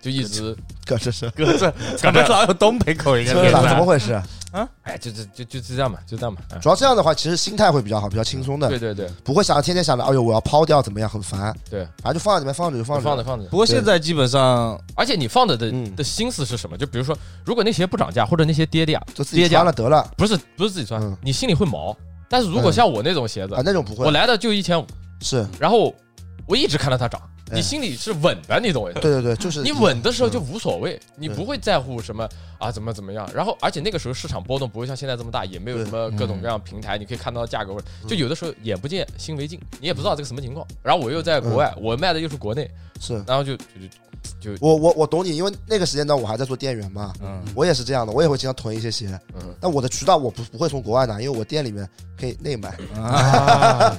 Speaker 4: 就一直
Speaker 1: 哥这 是
Speaker 3: 哥这怎么老有东北口音
Speaker 1: 真
Speaker 3: 啊？
Speaker 1: 的
Speaker 3: 哥
Speaker 1: 咋怎么回事？
Speaker 4: 哎就就就就就这样嘛，就这样嘛。啊
Speaker 1: 主要这样的话，其实心态会比较好，比较轻松的，
Speaker 4: 对对对，
Speaker 1: 不会想着天天想着，哎呦，我要抛掉怎么样，很烦。
Speaker 4: 对
Speaker 1: 反啊正就放在里面，放着就嗯放
Speaker 4: 放
Speaker 1: 着。
Speaker 4: 着放着，
Speaker 3: 不过现在基本上
Speaker 4: 而且你放着的
Speaker 1: 嗯
Speaker 4: 的心思是什么？就比如说，如果那鞋不涨价，或者那鞋跌价，
Speaker 1: 就自己穿了得了
Speaker 4: 不是不是自己穿
Speaker 1: 嗯，
Speaker 4: 你心里会毛。但是如果
Speaker 1: 嗯
Speaker 4: 像我那种鞋子
Speaker 1: 啊，，那种不
Speaker 4: 我
Speaker 1: 会
Speaker 4: 来的就一千五，
Speaker 1: 是，
Speaker 4: 然后我一直看到它涨，
Speaker 1: 哎
Speaker 4: 你心里是稳的，你懂我意思吗？
Speaker 1: 对对对，就是
Speaker 4: 你稳的时候就无所谓，你
Speaker 1: 嗯对
Speaker 4: 不会在乎什么啊怎么怎么样。然后，而且那个时候市场波动不会像现在这么大，也没有
Speaker 1: 对嗯
Speaker 4: 什么各种各样平台，你可以看到价格，或者就有的时候眼不见心为净，你也不知道这个什么情况。然后我又在国外，
Speaker 1: 嗯
Speaker 4: 我卖的又是国内，
Speaker 1: 是。
Speaker 4: 然后就就就就
Speaker 1: 我我我懂你，因为那个时间段我还在做店员嘛，
Speaker 3: 嗯
Speaker 1: 我也是这样的，我也会经常囤一些鞋。
Speaker 4: 嗯嗯
Speaker 1: 但我的渠道我不不会从国外拿，因为我店里面可以内买，
Speaker 3: 啊，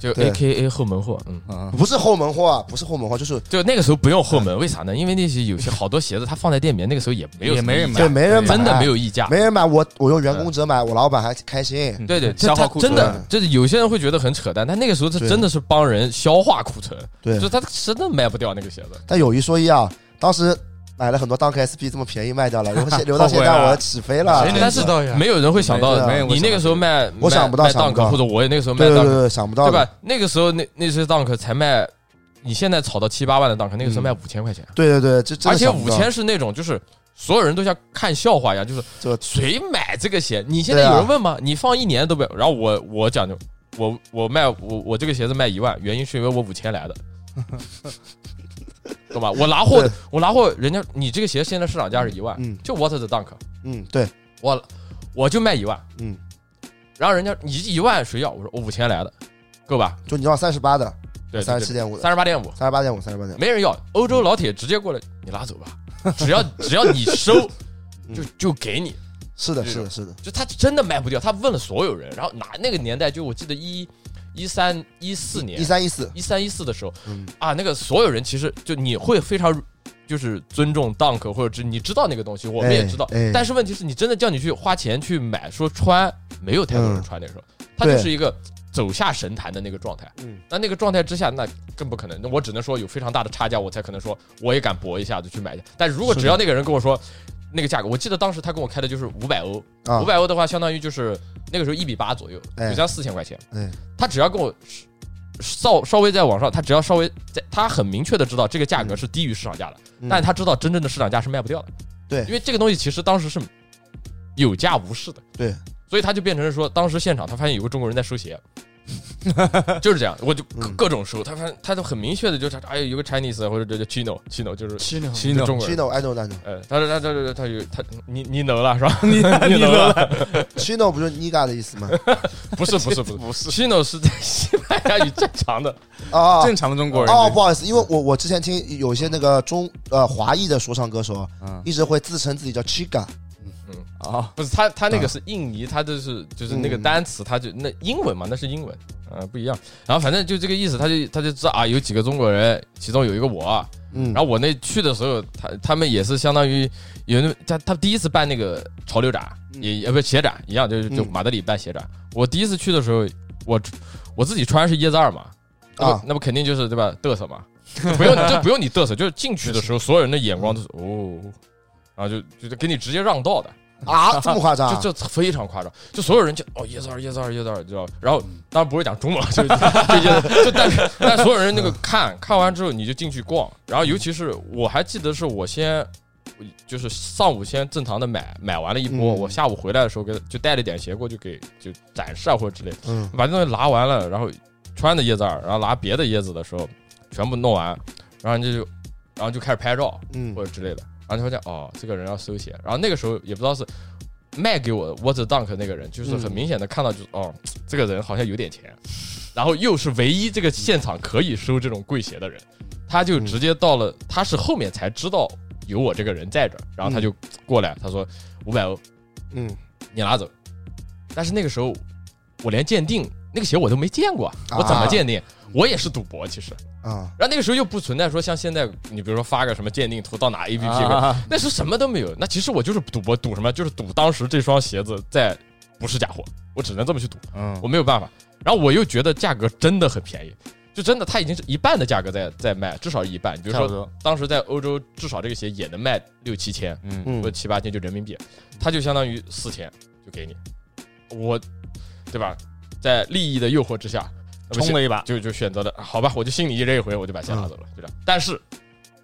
Speaker 4: 就
Speaker 1: 对
Speaker 4: A K A 后门货，嗯，
Speaker 3: 嗯，
Speaker 1: 不是后门货啊，不是后门货，就是
Speaker 4: 就那个时候不用后门，为啥呢？因为那些有些好多鞋子，它放在店里面，那个时候也没有
Speaker 3: 也
Speaker 4: 什么
Speaker 3: 没人
Speaker 4: 溢
Speaker 3: 买
Speaker 4: 价
Speaker 1: 对没人买，
Speaker 4: 真的没有溢价。
Speaker 1: 没人买，我我用
Speaker 4: 嗯
Speaker 1: 员工折买，我老板还开心。
Speaker 3: 嗯
Speaker 4: 对对，
Speaker 3: 消化
Speaker 4: 它
Speaker 3: 库
Speaker 4: 真
Speaker 3: 存
Speaker 4: 的就是有些人会觉得很扯淡，但那个时候他
Speaker 1: 对
Speaker 4: 真的是帮人消化库存，
Speaker 1: 对
Speaker 4: 就是他真的卖不掉那个鞋子。
Speaker 1: 但有一说一啊，当时买了很多 Dunk SP 这么便宜卖掉了，留 现留到现在
Speaker 3: 后悔了
Speaker 1: 我起飞了
Speaker 2: 啊谁。能
Speaker 4: 但
Speaker 2: 知
Speaker 4: 是
Speaker 2: 道呀？
Speaker 4: 没有人会想
Speaker 1: 啊没人
Speaker 4: 到
Speaker 1: 没人
Speaker 3: 会
Speaker 4: 你那个时候卖，
Speaker 1: 我想不到
Speaker 4: 卖
Speaker 1: 想不到
Speaker 4: Dunk，或者我也那个时候卖
Speaker 1: 对对
Speaker 4: Dunk，
Speaker 1: 对，想不到
Speaker 4: 对
Speaker 1: 的
Speaker 4: 吧？？那个时候那那些 Dunk 才卖，你现在炒到七八万的 Dunk，那个时候卖五千块钱，啊
Speaker 1: 对对对，这嗯真
Speaker 4: 而
Speaker 1: 的
Speaker 4: 且
Speaker 1: 想不
Speaker 4: 五
Speaker 1: 到
Speaker 4: 千是那种就是所有人都像看笑话一样，就是
Speaker 1: 就
Speaker 4: 谁买这个鞋？你现在
Speaker 1: 对啊
Speaker 4: 有人问吗？你放一年都不要。然后我我讲究，我我卖我我这个鞋子卖一万，原因是因为我五千来的，懂吧？我拿货
Speaker 1: 对
Speaker 4: 我拿货，人家你这个鞋现在市场价是一万，
Speaker 1: 嗯
Speaker 4: 就 What the Dunk，
Speaker 1: 嗯对
Speaker 4: 我我就卖一万，
Speaker 1: 嗯，
Speaker 4: 然后人家你一万谁要？我说我五千来的，够吧？
Speaker 1: 就你要三十八的，
Speaker 4: 对，
Speaker 1: 三十七点五的，
Speaker 4: 三十八点五，
Speaker 1: 三十八点五，三十八点
Speaker 4: 没人要。欧洲老铁直接过来，你拿走吧， 只要只要你收，
Speaker 1: 嗯
Speaker 4: 就就给你。
Speaker 1: 五，是的，是的，是的，
Speaker 4: 就他真的卖不掉，他问了所有人，然后拿那个年代，就我记得一一三一四年
Speaker 1: 一，三一四，
Speaker 4: 一三一四的时候
Speaker 1: 嗯，
Speaker 4: 啊，那个所有人其实就你会非常就是尊重 Dunk 或者知你知道那个东西，我们也知道，
Speaker 1: 哎哎
Speaker 4: 但是问题是你真的叫你去花钱去买说穿，没有太多人
Speaker 1: 嗯
Speaker 4: 穿那个时候，他
Speaker 1: 对
Speaker 4: 就是一个走下神坛的那个状态。
Speaker 1: 嗯
Speaker 4: 那那个状态之下，那更不可能。那我只能说有非常大的差价，我才可能说我也敢搏一下子去买一下。但如果只要那个人跟我说那个价格，我记得当时他跟我开的就是五百欧，
Speaker 1: 啊
Speaker 4: 五，百欧的话，相当于就是那个时候一比八左右，
Speaker 1: 哎
Speaker 4: 就像四千块钱。
Speaker 1: 哎
Speaker 4: 他只要跟我稍稍微在网上，他只要稍微在，他很明确的知道这个价格是低于市场价的，
Speaker 1: 嗯
Speaker 4: 但是他知道真正的市场价是卖不掉的。
Speaker 1: 对
Speaker 4: 因为这个东西其实当时是有价无市的。
Speaker 1: 对，
Speaker 4: 所以他就变成是说，当时现场他发现有个中国人在收鞋，就是这样，我就各
Speaker 1: 嗯
Speaker 4: 各种收，他发现他就很明确的就是，哎，有个 Chinese 或者这叫 Chino Chino 就是
Speaker 2: 七零后
Speaker 3: 七
Speaker 4: 就
Speaker 3: 种
Speaker 4: 中国人。
Speaker 1: Chino 哎 I know I know
Speaker 4: 呃，他他他他他有他你你能了是吧？
Speaker 3: 你你
Speaker 4: 能
Speaker 3: 了，
Speaker 1: Chino 不就是 Niga 的意思吗？
Speaker 4: 不是不 是不是
Speaker 3: 不是
Speaker 4: Chino 是在西班牙语正常的，
Speaker 1: 啊啊
Speaker 3: 正常的中国人
Speaker 1: 哦，不好意思，因为我我之前听有些那个中呃华裔的说唱歌手
Speaker 3: 嗯
Speaker 1: 一直会自称自己叫 Chiga，
Speaker 3: 啊，
Speaker 4: 不是他他那个是印尼，他就是就是那个
Speaker 1: 嗯
Speaker 4: 单词，他就那英文嘛，那是英文，呃不一样。然后反正就这个意思，他就他就知道啊，有几个中国人，其中有一个我。
Speaker 1: 嗯
Speaker 4: 然后我那去的时候，他他们也是相当于有人他他第一次办那个潮流展，
Speaker 1: 嗯
Speaker 4: 也也不是鞋展一样，就是就
Speaker 1: 嗯
Speaker 4: 马德里办鞋展。我第一次去的时候，我我自己穿是椰子二嘛，那
Speaker 1: 啊
Speaker 4: 不，那不肯定就是对吧？嘚瑟嘛，就不用这不用你嘚瑟，就是进去的时候，所有人的眼光都是哦，然后就就是给你直接让道的，
Speaker 1: 啊，这么夸张啊？
Speaker 4: 就这非常夸张，就所有人就哦椰子二椰子二椰子二，知道吧？然后当然不是讲中文，就 就椰子，就但是但所有人那个看看完之后你就进去逛，然后尤其是我还记得是我先。就是上午先正常的买，买完了一波，
Speaker 1: 嗯
Speaker 4: 我下午回来的时候给就带了点鞋过去给就展示啊或者之类的，
Speaker 1: 嗯
Speaker 4: 把这东西拿完了，然后穿的椰子二，然后拿别的椰子的时候，全部弄完，然后你就，然后就开始拍照
Speaker 1: 嗯
Speaker 4: 或者之类的，然后就发现哦，这个人要收鞋，然后那个时候也不知道是卖给我的 What the Dunk 那个人，就是很明显的看到就是、
Speaker 1: 嗯
Speaker 4: 哦，这个人好像有点钱，然后又是唯一这个现场可以收这种贵鞋的人，他就直接到
Speaker 1: 嗯
Speaker 4: 了，他是后面才知道有我这个人在这儿，然后他就过来，他说五百欧，
Speaker 1: 嗯，
Speaker 4: 你拿走。但是那个时候，我连鉴定那个鞋我都没见过，
Speaker 1: 啊
Speaker 4: 我怎么鉴定？我也是赌博，其实。
Speaker 1: 啊，
Speaker 4: 然后那个时候又不存在说像现在，你比如说发个什么鉴定图到哪 A P P，、
Speaker 3: 啊
Speaker 4: 那时候什么都没有。那其实我就是赌博，赌什么？就是赌当时这双鞋子在不是假货，我只能这么去赌，
Speaker 3: 嗯
Speaker 4: 我没有办法。然后我又觉得价格真的很便宜，就真的它已经是一半的价格在在卖，至少一半。比如
Speaker 3: 差不
Speaker 4: 说
Speaker 3: 多，
Speaker 4: 当时在欧洲，至少这个鞋也能卖六七千，
Speaker 3: 嗯，
Speaker 1: 嗯
Speaker 4: 或者七八千就人民币，它就相当于四千就给你，我，对吧？在利益的诱惑之下，那么
Speaker 3: 冲
Speaker 4: 选
Speaker 3: 了一把，
Speaker 4: 就就选择了，好吧，我就心里一这一回，我就把钱拿走了，就这样。但是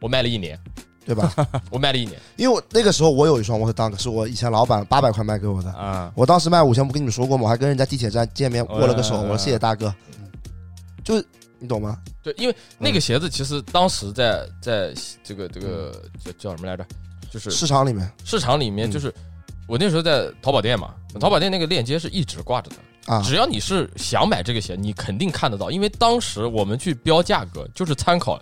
Speaker 4: 我卖了一年，
Speaker 1: 对吧？
Speaker 4: 我卖了一年，
Speaker 1: 因为我那个时候我有一双 What Dunk，是我以前老板八百块卖给我的，
Speaker 3: 啊，
Speaker 1: 我当时卖五千，不跟你们说过吗？我还跟人家地铁站见面握了个手，
Speaker 4: 哎
Speaker 3: 嗯
Speaker 1: 我说谢谢大哥，
Speaker 4: 嗯
Speaker 1: 就是你懂吗？
Speaker 4: 对，因为那
Speaker 1: 嗯
Speaker 4: 个鞋子其实当时在在这个这个叫叫什么来着，就是
Speaker 1: 市场里面
Speaker 4: 市场里
Speaker 1: 嗯
Speaker 4: 面，就是我那时候在淘宝店嘛，淘宝店那个链接是一直挂着的，
Speaker 1: 啊，
Speaker 4: 只要你是想买这个鞋，你肯定看得到，因为当时我们去标价格就是参考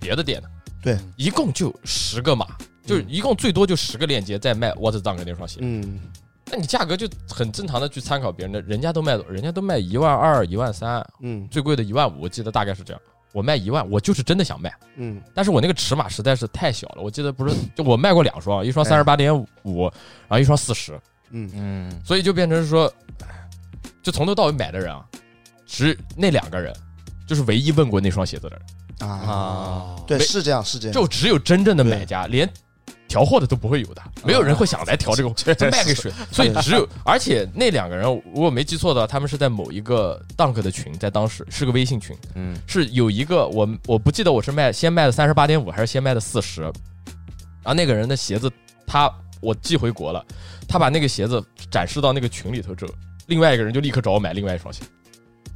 Speaker 4: 别的店的，
Speaker 1: 对，嗯
Speaker 4: 一共就十个码，就是一共最多就十个链接在卖 What Dunk 那双鞋。
Speaker 1: 嗯，
Speaker 4: 那你价格就很正常的去参考别人的，人家都卖多，人家都卖一万二、一万三，
Speaker 1: 嗯
Speaker 4: 最贵的一万五，我记得大概是这样。我卖一万，我就是真的想卖，
Speaker 1: 嗯
Speaker 4: 但是我那个尺码实在是太小了。我记得不是，就我卖过两双，一双三十八点五，然后一双四十，
Speaker 1: 嗯
Speaker 3: 嗯，
Speaker 4: 所以就变成是说，就从头到尾买的人啊，只那两个人，就是唯一问过那双鞋子的人。
Speaker 1: 啊，
Speaker 2: 啊，
Speaker 1: 对，
Speaker 4: 没
Speaker 1: 是这样，是这样，
Speaker 4: 就只有真正的买家，连调货的都不会有的，没有人会想来调这个，就卖给谁？所以只有，而且那两个人，如果没记错的话，他们是在某一个 Dunk 的群，在当时是个微信群，
Speaker 3: 嗯，
Speaker 4: 是有一个我我不记得我是卖先卖的三十八点五还是先卖的四十，然后那个人的鞋子他我寄回国了，他把那个鞋子展示到那个群里头之后，另外一个人就立刻找我买另外一双鞋。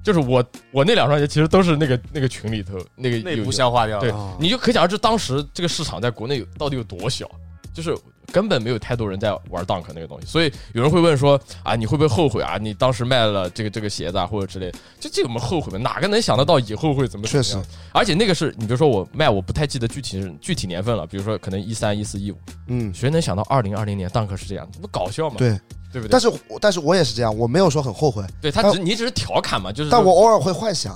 Speaker 4: 就是我，我那两双鞋其实都是那个那个群里头那个有
Speaker 3: 内
Speaker 4: 有
Speaker 3: 部消化掉了，
Speaker 4: 对
Speaker 2: 啊，
Speaker 4: 你就可想而知当时这个市场在国内有到底有多小，就是根本没有太多人在玩 Dunk 那个东西。所以有人会问说啊，你会不会后悔啊？你当时卖了这个这个鞋子啊，或者之类的，就这有什么后悔吗？哪个能想得到以后会怎么？
Speaker 1: 确实，，
Speaker 4: 而且那个是你比如说我卖，我不太记得具体具体年份了，比如说可能一三、一四、一五，
Speaker 1: 嗯，
Speaker 4: 谁能想到二零二零年 Dunk 是这样？这不搞笑吗？
Speaker 1: 对。
Speaker 4: 对不对？
Speaker 1: 但是我但是我也是这样，我没有说很后悔，
Speaker 4: 对他只你只是调侃嘛，就是
Speaker 1: 但我偶尔会幻想，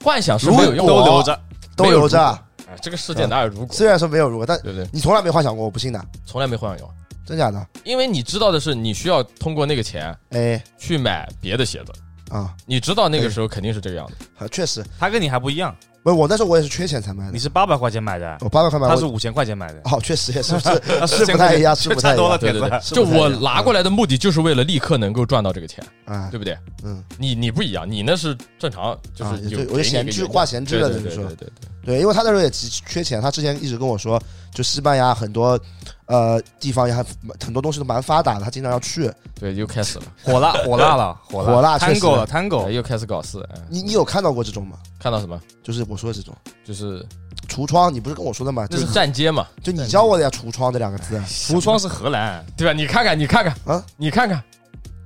Speaker 4: 幻想是
Speaker 1: 如
Speaker 4: 没有用的，
Speaker 1: 果
Speaker 3: 都留着，
Speaker 1: 都
Speaker 4: 没有
Speaker 1: 留
Speaker 4: 如
Speaker 1: 着
Speaker 4: 果。哎这个世界哪有如果？
Speaker 1: 虽然说没有如果，但
Speaker 4: 对不对？
Speaker 1: 你从来没幻想过，我不信的，
Speaker 4: 从来没幻想过，
Speaker 1: 真假的？
Speaker 4: 因为你知道的是，你需要通过那个钱
Speaker 1: 哎
Speaker 4: 去买别的鞋子。
Speaker 1: 啊，
Speaker 4: 你知道那个时候肯定是这个样子，
Speaker 1: 啊确实，
Speaker 3: 他跟你还不一样，
Speaker 1: 不，我那时候我也是缺钱才买
Speaker 3: 你
Speaker 1: 的，
Speaker 3: 是八百块钱买的，
Speaker 1: 我八百块买，
Speaker 3: 他是
Speaker 1: 我
Speaker 3: 五千块钱啊买 的，
Speaker 1: 哦，确实也是是
Speaker 3: 他
Speaker 1: 是不太一样，是不
Speaker 3: 差
Speaker 1: 太一
Speaker 3: 多了
Speaker 1: 样
Speaker 4: 对
Speaker 3: 点
Speaker 4: 对对，
Speaker 3: 子。
Speaker 4: 就我拿过来的目的就是为了立刻能够赚到这个钱，
Speaker 1: 啊
Speaker 4: 对，不对？
Speaker 1: 嗯，
Speaker 4: 你你不一样，你那是正常，就
Speaker 1: 啊
Speaker 4: 是
Speaker 1: 也
Speaker 4: 有
Speaker 1: 对
Speaker 4: 给
Speaker 1: 我就
Speaker 4: 你一个
Speaker 1: 闲置
Speaker 4: 原因
Speaker 1: 挂闲置了
Speaker 4: 对
Speaker 1: 等于
Speaker 4: 对对
Speaker 1: 说
Speaker 4: 对对对
Speaker 1: 对，因为他那时候也急缺钱，他之前一直跟我说，就西班牙很多呃地方也还很多东西都蛮发达的，他经常要去。
Speaker 4: 对，又开始了，
Speaker 3: 火辣火辣了，火
Speaker 1: 火辣确实
Speaker 3: ，Tango 了，Tango，
Speaker 4: 哎又开始搞事，哎
Speaker 1: 你你有看到过这种吗？
Speaker 4: 看到什么？
Speaker 1: 就是我说的这种
Speaker 4: 就是
Speaker 1: 橱窗，你不是跟我说的吗？
Speaker 4: 那
Speaker 1: 就是
Speaker 4: 站街嘛，
Speaker 1: 就你教我的呀，橱窗这两个字，
Speaker 3: 橱窗是荷兰，
Speaker 4: 对吧？你看看，你看看，
Speaker 1: 啊，
Speaker 4: 你看看，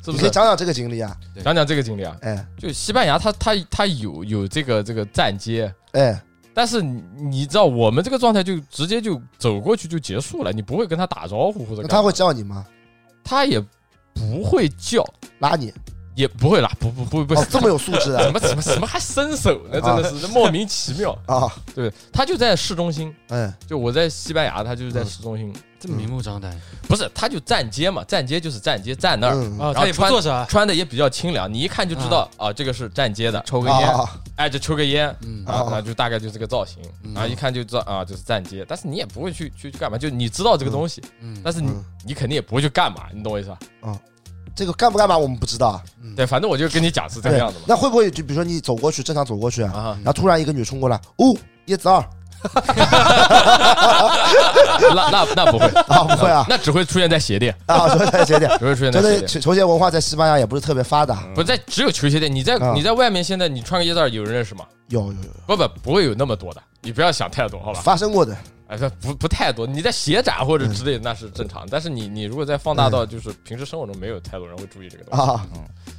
Speaker 4: 是
Speaker 1: 你
Speaker 4: 不
Speaker 1: 可以
Speaker 4: 是？
Speaker 1: 讲讲这个经历啊？
Speaker 4: 讲讲这个经历啊，
Speaker 1: 哎
Speaker 4: 就西班牙它，它它有有这个这个站街，
Speaker 1: 哎，
Speaker 4: 但是你你知道我们这个状态就直接就走过去就结束了，你不会跟他打招呼或
Speaker 1: 那
Speaker 4: 者干
Speaker 1: 他
Speaker 4: 嘛
Speaker 1: 会叫你吗？
Speaker 4: 他也不会叫，
Speaker 1: 拉你？
Speaker 4: 也不会啦，不不不不，
Speaker 1: 哦，这么有素质
Speaker 4: 怎
Speaker 1: 啊？
Speaker 4: 么怎么怎么还伸手呢？真的是莫名其妙。
Speaker 1: 啊，
Speaker 4: 对，他就在市中心，
Speaker 1: 嗯
Speaker 4: 就我在西班牙，他就是在市中心，
Speaker 2: 这么明目张胆
Speaker 4: 不是，他就站街嘛，站街就是站街，站那儿。
Speaker 1: 嗯，
Speaker 2: 啊，
Speaker 4: 然后
Speaker 2: 他也不做啥，
Speaker 4: 穿的也比较清凉，你一看就知道啊，这个是站街的，
Speaker 3: 抽根烟，
Speaker 1: 啊，
Speaker 4: 哎，就抽个烟
Speaker 2: 嗯
Speaker 4: 啊
Speaker 1: 哦，
Speaker 4: 那就大概就这个造型，
Speaker 2: 嗯
Speaker 4: 啊，一看就知道啊，就是站街，但是你也不会去去去干嘛，就你知道这个东西，
Speaker 2: 嗯，
Speaker 4: 但是你
Speaker 1: 嗯
Speaker 4: 你肯定也不会去干嘛，你懂我意思吧？
Speaker 1: 这个干不干嘛我们不知道啊。
Speaker 4: 对，反正我就跟你讲是这个
Speaker 1: 对
Speaker 4: 样子，嘛。
Speaker 1: 那会不会就比如说你走过去，正常走过去，然
Speaker 4: 啊，
Speaker 1: 后突然一个女冲过来，哦，椰子二
Speaker 4: 那那那不会，
Speaker 1: 啊，不会啊
Speaker 4: 那只会出现在鞋 店，
Speaker 1: 啊，说再见点。
Speaker 4: 只会出现在嗯
Speaker 1: 真
Speaker 4: 鞋
Speaker 1: 的
Speaker 4: 店。
Speaker 1: 球球鞋文化在西班牙也不是特别发达，
Speaker 4: 不在，只有球鞋店。你在
Speaker 1: 啊
Speaker 4: 你在外面，现在你穿个椰子儿，有人认识吗？
Speaker 1: 有有有
Speaker 4: 不不，不会有那么多的，你不要想太多，好吧？
Speaker 1: 发生过的，
Speaker 4: 哎，不不不太多。你在鞋展或者之类的那是正常，但是你你如果再放大到就是平时生活中没有太多人会注意这个东西，
Speaker 1: 嗯啊，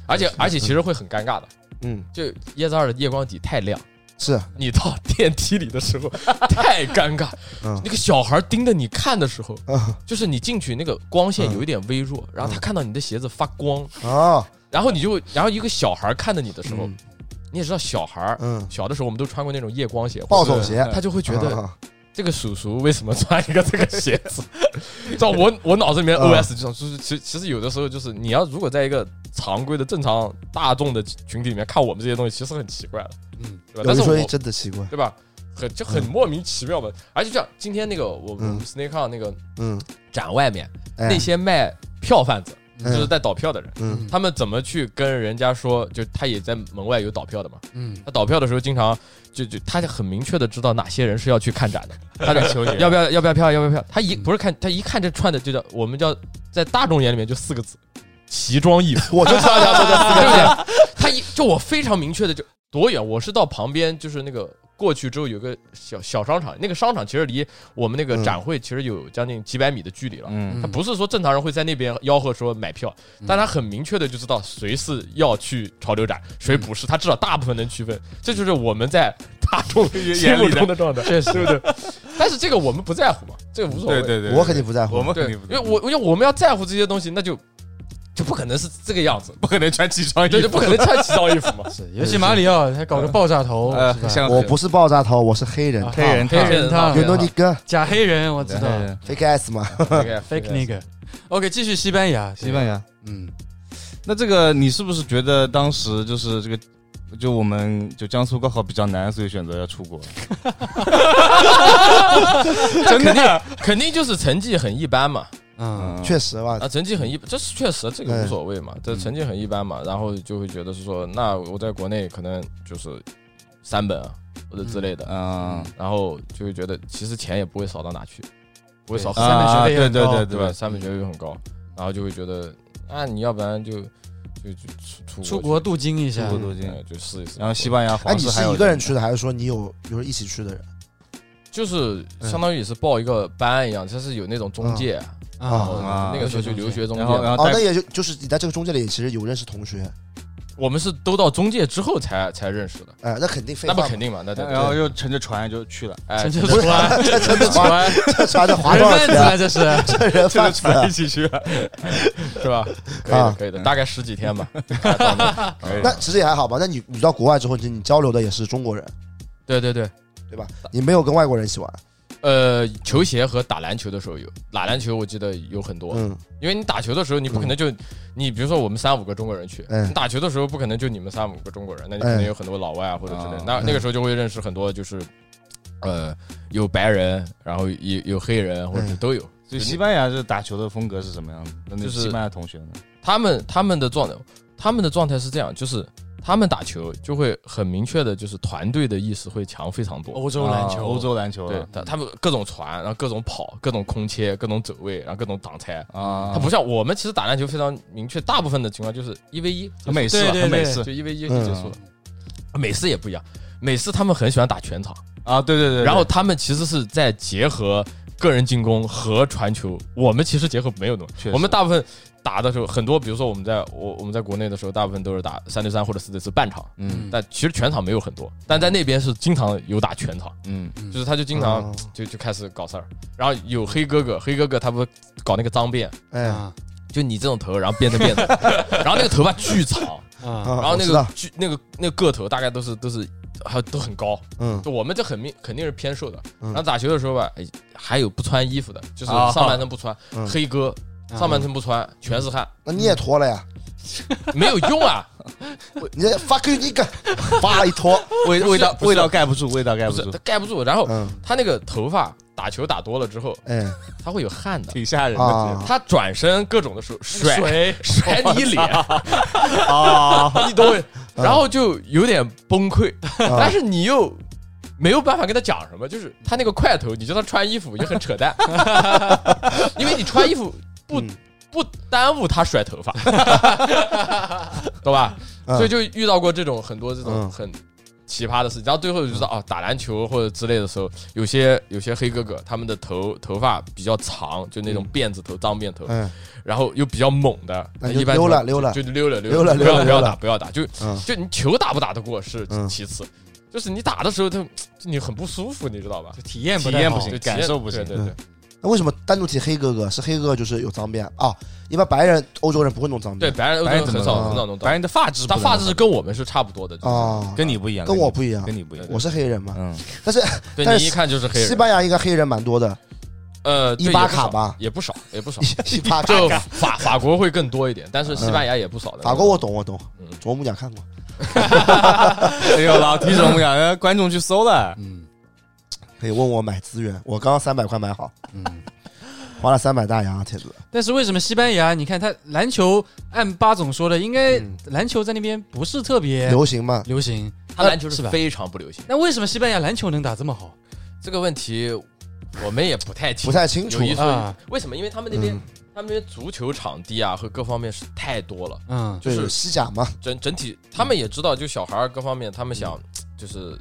Speaker 4: 而且而且其实会很尴尬的。
Speaker 1: 嗯，
Speaker 4: 就椰子二的夜光底太亮，
Speaker 1: 是，
Speaker 4: 你到电梯里的 时候太尴尬，
Speaker 1: 嗯
Speaker 4: 那个小孩盯着你看的时候，
Speaker 1: 啊
Speaker 4: 就是你进去那个光
Speaker 1: 嗯
Speaker 4: 线有一点微弱，然后他看到你的鞋子发光，
Speaker 1: 啊，
Speaker 4: 然后你就然后一个小孩看着你的时候
Speaker 1: 嗯，
Speaker 4: 你也知道小孩儿
Speaker 1: 嗯，
Speaker 4: 小的时候我们都穿过那种夜光鞋，
Speaker 1: 暴
Speaker 4: 或者
Speaker 1: 走鞋，
Speaker 4: 他就嗯会觉得
Speaker 1: 啊
Speaker 4: 这个叔叔为什么穿一个这个鞋 子？知道我我脑子里面
Speaker 1: 嗯
Speaker 4: OS 这种，就是其其实有的时候就是你要如果在一个常规的正常大众的群体里面看我们这些东西，其实很奇怪的，
Speaker 2: 嗯
Speaker 1: 有
Speaker 4: 对吧？但
Speaker 1: 一
Speaker 4: 是我
Speaker 1: 说一，真的奇怪，
Speaker 4: 对吧？很就很莫名其妙吧。而且这样，今天那个我我
Speaker 1: 嗯
Speaker 4: 们 Snake On 那个
Speaker 1: 嗯，
Speaker 4: 展外面
Speaker 1: 哎
Speaker 4: 那些卖票贩子，
Speaker 1: 嗯
Speaker 4: 就是在倒票的人，
Speaker 1: 嗯
Speaker 4: 他们怎么去跟人家说？就他也在门外有倒票的嘛。
Speaker 2: 嗯
Speaker 4: 他倒票的时候，经常就就他就很明确的知道哪些人是要去看展 的，他就求你嗯要不要要不要票要不要票。他一不是看他一看这穿的就叫我们叫在大众眼里面就四个字，奇装 异服，
Speaker 1: 我就知道你要说这四
Speaker 4: 对
Speaker 1: 个
Speaker 4: 不
Speaker 1: 字，
Speaker 4: 对？他一就我非常明确的就多远，我是到旁边就是那个过去之后有个小小商场，那个商场其实离我们那个
Speaker 1: 嗯
Speaker 4: 展会其实有将近几百米的距离了。
Speaker 3: 嗯，
Speaker 4: 他不是说正常人会在那边吆喝说买票，但他很明确的就知道谁是要去潮流展，谁不是，他至少大部分能区分。这就是我们在大众心目中的状态，确实， 对不对？但是这个我们不在乎嘛，这个无所谓。
Speaker 3: 对对对，
Speaker 1: 哎我肯定不在乎
Speaker 3: 我，们
Speaker 4: 对
Speaker 3: 肯定不
Speaker 4: 因为我因为我们要在乎这些东西，那就
Speaker 5: 就不可能是这个样子，
Speaker 3: 不可能穿奇装异
Speaker 5: 对，就
Speaker 3: 服。
Speaker 5: 不可能穿奇装异服嘛。
Speaker 2: 是，尤其马里奥他搞个爆炸头，
Speaker 3: 呃
Speaker 2: 是，吧
Speaker 3: 像
Speaker 1: 我不是爆炸头，我是黑人
Speaker 2: 啊，
Speaker 3: 黑人
Speaker 2: 黑人
Speaker 5: 烫
Speaker 2: 烫
Speaker 1: 有诺尼哥
Speaker 2: 假黑人，我知
Speaker 3: 对
Speaker 2: 道
Speaker 3: 对
Speaker 1: fake ass 嘛，
Speaker 2: fake nigger。OK，继续西班牙，
Speaker 3: 西班牙。
Speaker 2: 嗯，
Speaker 3: 那这个你是不是觉得当时就是这个，就我们就江苏高考比较难，所以选择要出国？
Speaker 5: 真的，
Speaker 4: 肯定就是成绩很一般嘛，
Speaker 2: 嗯，
Speaker 1: 确实嘛
Speaker 4: 啊，，成绩很一，这是确实，这个
Speaker 3: 哎
Speaker 1: 嗯
Speaker 4: 无所谓嘛，这成绩很一般嘛，然后就会觉得是说，那我在国内可能就是三本啊或者之类的，
Speaker 3: 嗯，
Speaker 4: 然后就会觉得其实钱也不会少到哪去，不会少
Speaker 2: 对三本学
Speaker 3: 啊
Speaker 2: 费也
Speaker 3: 对
Speaker 2: 很
Speaker 3: 对
Speaker 2: 高
Speaker 3: 对
Speaker 4: 对吧？三本学费很高，然后就会觉得啊，你要不然就就就出
Speaker 2: 出
Speaker 4: 嗯国
Speaker 2: 国镀金一下
Speaker 3: 出，国镀金
Speaker 4: 哎就试一试。
Speaker 3: 然后西班牙
Speaker 1: 哎，
Speaker 3: 皇
Speaker 1: 你
Speaker 3: 室
Speaker 1: 是
Speaker 3: 还有
Speaker 1: 一个人去的，还是说你有有人一起去的人？
Speaker 4: 就是
Speaker 3: 嗯
Speaker 4: 相当于也是报一个班一样，它是有那种中介，然后
Speaker 1: 啊
Speaker 3: 啊
Speaker 4: 那个时候就留学中
Speaker 3: 然后然
Speaker 4: 介，
Speaker 3: 后
Speaker 1: 哦，那
Speaker 3: 带
Speaker 1: 也就就是你在这个中介里也其实有认识同学，
Speaker 4: 我们是都到中介之后才才认识的，
Speaker 1: 哎，那肯定废
Speaker 4: 那
Speaker 1: 话
Speaker 4: 不
Speaker 1: 嘛，
Speaker 4: 肯定嘛，那得
Speaker 3: 然后又乘着船就去了，
Speaker 4: 哎
Speaker 2: 成，就
Speaker 4: 对
Speaker 2: 出来，
Speaker 1: 这真的划
Speaker 4: 吧
Speaker 1: 这船这划
Speaker 2: 人
Speaker 1: 多少
Speaker 2: 贩子
Speaker 1: 钱啊
Speaker 2: 了？这是。
Speaker 1: 这人贩子啊
Speaker 3: 一起去了。
Speaker 4: 是 吧？可以的，可以的，啊大概十几天吧。
Speaker 3: 啊
Speaker 1: 那其实也还好吧。那你你到国外之后，你你交流的也是中国人，
Speaker 4: 对对对，
Speaker 1: 对吧？你没有跟外国人一起玩，
Speaker 4: 呃，球鞋和打篮球的时候有，打篮球我记得有很多，
Speaker 1: 嗯，
Speaker 4: 因为你打球的时候，你不可能就、你比如说我们三五个中国人去，
Speaker 1: 嗯
Speaker 4: 你打球的时候不可能就你们三五个中国人，那你可能
Speaker 1: 嗯
Speaker 4: 有很多老外哎啊或者之类的
Speaker 3: 啊，
Speaker 4: 那
Speaker 1: 嗯
Speaker 4: 那个时候就会认识很多就是，呃，有白人，然后有有黑人或者是
Speaker 1: 嗯
Speaker 4: 都有，
Speaker 3: 所以西班牙这打球的风格是什么样的？那那
Speaker 4: 就是
Speaker 3: 西班牙同学呢？
Speaker 4: 他们他们的状态，他们的状态是这样，就是他们打球就会很明确的，就是团队的意识会强非常多。
Speaker 2: 欧洲篮球，
Speaker 3: 啊欧洲篮球
Speaker 4: 对
Speaker 3: 了，
Speaker 4: 他他们各种传，然后各种跑，各种空切，各种走位，然后各种挡拆。
Speaker 3: 啊，
Speaker 4: 他不像我们，其实打篮球非常明确，大部分的情况就是一 v 一，
Speaker 3: 很美式啊，
Speaker 2: 对对
Speaker 3: 很美
Speaker 2: 对
Speaker 3: 式
Speaker 4: 就一 v 一就
Speaker 1: 嗯
Speaker 4: 结束了。美式也不一样，美式他们很喜欢打全场，
Speaker 3: 啊，对对对。对
Speaker 4: 然后他们其实是在结合个人进攻和传球，我们其实结合没有那么
Speaker 3: 确实，
Speaker 4: 我们大部分打的时候，很多比如说我们在我我们在国内的时候，大部分都是打三对三或者四对四半场，
Speaker 3: 嗯
Speaker 4: 但其实全场没有很多，但在那边是经常有打全场，
Speaker 3: 嗯
Speaker 4: 就是他就经常
Speaker 1: 哦
Speaker 4: 就就开始搞事儿，然后有黑哥哥，黑哥哥他不搞那个脏辫，
Speaker 1: 哎，啊
Speaker 2: 啊
Speaker 4: 就你这种头，然后编成 辫子，然后那个头发巨长，
Speaker 2: 啊，
Speaker 4: 然后
Speaker 1: 我
Speaker 4: 那
Speaker 1: 知道
Speaker 4: 个巨那个那个个头大概都是都是还有都很高，
Speaker 1: 嗯
Speaker 4: 就我们这很明肯定是偏瘦的，
Speaker 1: 嗯
Speaker 4: 然后打球的时候吧，哎还有不穿衣服的，就是
Speaker 3: 啊
Speaker 4: 上半身不穿，
Speaker 1: 嗯，
Speaker 4: 黑哥上半身不穿，全是汗，
Speaker 1: 那你也脱了呀？
Speaker 4: 没有用啊，
Speaker 1: 你这 fuck you 你 个，叭一脱，
Speaker 3: 味
Speaker 4: 不是
Speaker 3: 味道
Speaker 4: 不是
Speaker 3: 味道盖不住，味道盖
Speaker 4: 不
Speaker 3: 不
Speaker 4: 是
Speaker 3: 住
Speaker 4: 他，盖不住，然后
Speaker 1: 嗯，
Speaker 4: 他那个头发打球打多了之后，
Speaker 1: 哎
Speaker 4: 他会有汗的，
Speaker 3: 挺吓人的
Speaker 1: 啊，
Speaker 4: 他转身各种的时候甩
Speaker 2: 水
Speaker 4: 甩你一脸，
Speaker 3: 啊。
Speaker 4: 你懂我，然后就有点崩溃，
Speaker 1: 啊
Speaker 4: 但是你又没有办法跟他讲什么，就是他那个块头，你叫他穿衣服也 很扯淡，因为你穿衣服不
Speaker 1: 嗯
Speaker 4: 不耽误他甩 头发，懂吧？
Speaker 1: 嗯
Speaker 4: 所以就遇到过这种很多这种
Speaker 1: 嗯
Speaker 4: 很奇葩的事情，然后最后就知道哦，打篮球或者之类的时候，有些有些黑哥哥他们的头头发比较长，就那种辫子头、脏辫头，
Speaker 1: 嗯
Speaker 4: 然后又比较猛的，
Speaker 1: 那就
Speaker 4: 一般
Speaker 1: 溜了
Speaker 4: 就
Speaker 1: 溜了
Speaker 4: 就溜了
Speaker 1: 溜了
Speaker 4: 不
Speaker 1: 溜
Speaker 4: 要
Speaker 1: 了
Speaker 4: 不要
Speaker 1: 溜了
Speaker 4: 打不要打，就
Speaker 1: 嗯
Speaker 4: 就你球打不打得过是
Speaker 1: 嗯
Speaker 4: 其次，就是你打的时候他你很不舒服，你知道吧
Speaker 2: 就？体验不嗯
Speaker 3: 体验不
Speaker 4: 就
Speaker 3: 行
Speaker 4: 直接
Speaker 3: 感受不行
Speaker 4: 对
Speaker 1: 嗯
Speaker 4: 对对，
Speaker 1: 那为什么单独提黑哥哥？是黑哥哥就是有脏辫啊？一般白人、欧洲人不会弄脏辫，
Speaker 4: 对，白人
Speaker 3: 白人
Speaker 4: 很
Speaker 3: 怎么
Speaker 4: 少
Speaker 1: 了
Speaker 4: 很少弄到
Speaker 3: 反，正你的发质不
Speaker 4: 但
Speaker 3: 能，
Speaker 4: 发质跟我们是差不多的，就是
Speaker 1: 啊，
Speaker 3: 跟你不一样，
Speaker 1: 跟我
Speaker 3: 你
Speaker 1: 不一样
Speaker 3: 跟，你不一样。
Speaker 1: 我是黑人嘛。
Speaker 3: 嗯，
Speaker 1: 但是
Speaker 4: 对
Speaker 1: 但
Speaker 4: 你一看就是黑
Speaker 1: 西
Speaker 4: 人，
Speaker 1: 班牙应该黑人蛮多 的，
Speaker 4: 呃，对
Speaker 1: 伊巴卡吧
Speaker 4: 也不少也不少，也不少
Speaker 1: 一巴卡。嗯
Speaker 4: 就法法国会更多一点，但是西班牙也不少的。
Speaker 1: 法国我懂我懂
Speaker 4: 嗯，
Speaker 1: 啄木鸟看过。
Speaker 3: 哎呦，老提什么呀？让观众去搜了，
Speaker 2: 嗯
Speaker 1: 可以问我买资源，我刚刚三百块买好，
Speaker 2: 嗯。
Speaker 1: 花了三百大洋，铁子。
Speaker 2: 但是为什么西班牙？你看他篮球，按巴总说的，应该
Speaker 1: 嗯
Speaker 2: 篮球在那边不是特
Speaker 4: 哎
Speaker 2: 别
Speaker 1: 流行嘛，
Speaker 2: 流行。呃
Speaker 4: 他篮
Speaker 1: 呃
Speaker 4: 球
Speaker 2: 是
Speaker 4: 是
Speaker 2: 吧
Speaker 4: 非常不流行。
Speaker 2: 那为什么西班牙篮球能打这么好
Speaker 4: 这个问题我们也不太清
Speaker 1: 不太清楚
Speaker 4: 有。一说
Speaker 2: 啊？
Speaker 4: 一，为什么？因为他们那
Speaker 1: 嗯
Speaker 4: 边、他们那边足球场地啊和各方面是太多了，
Speaker 2: 嗯
Speaker 4: 就
Speaker 1: 对，有
Speaker 4: 是
Speaker 1: 西甲嘛，
Speaker 4: 整整体他们也知道，就小孩儿各方面，他们想
Speaker 1: 嗯
Speaker 4: 就是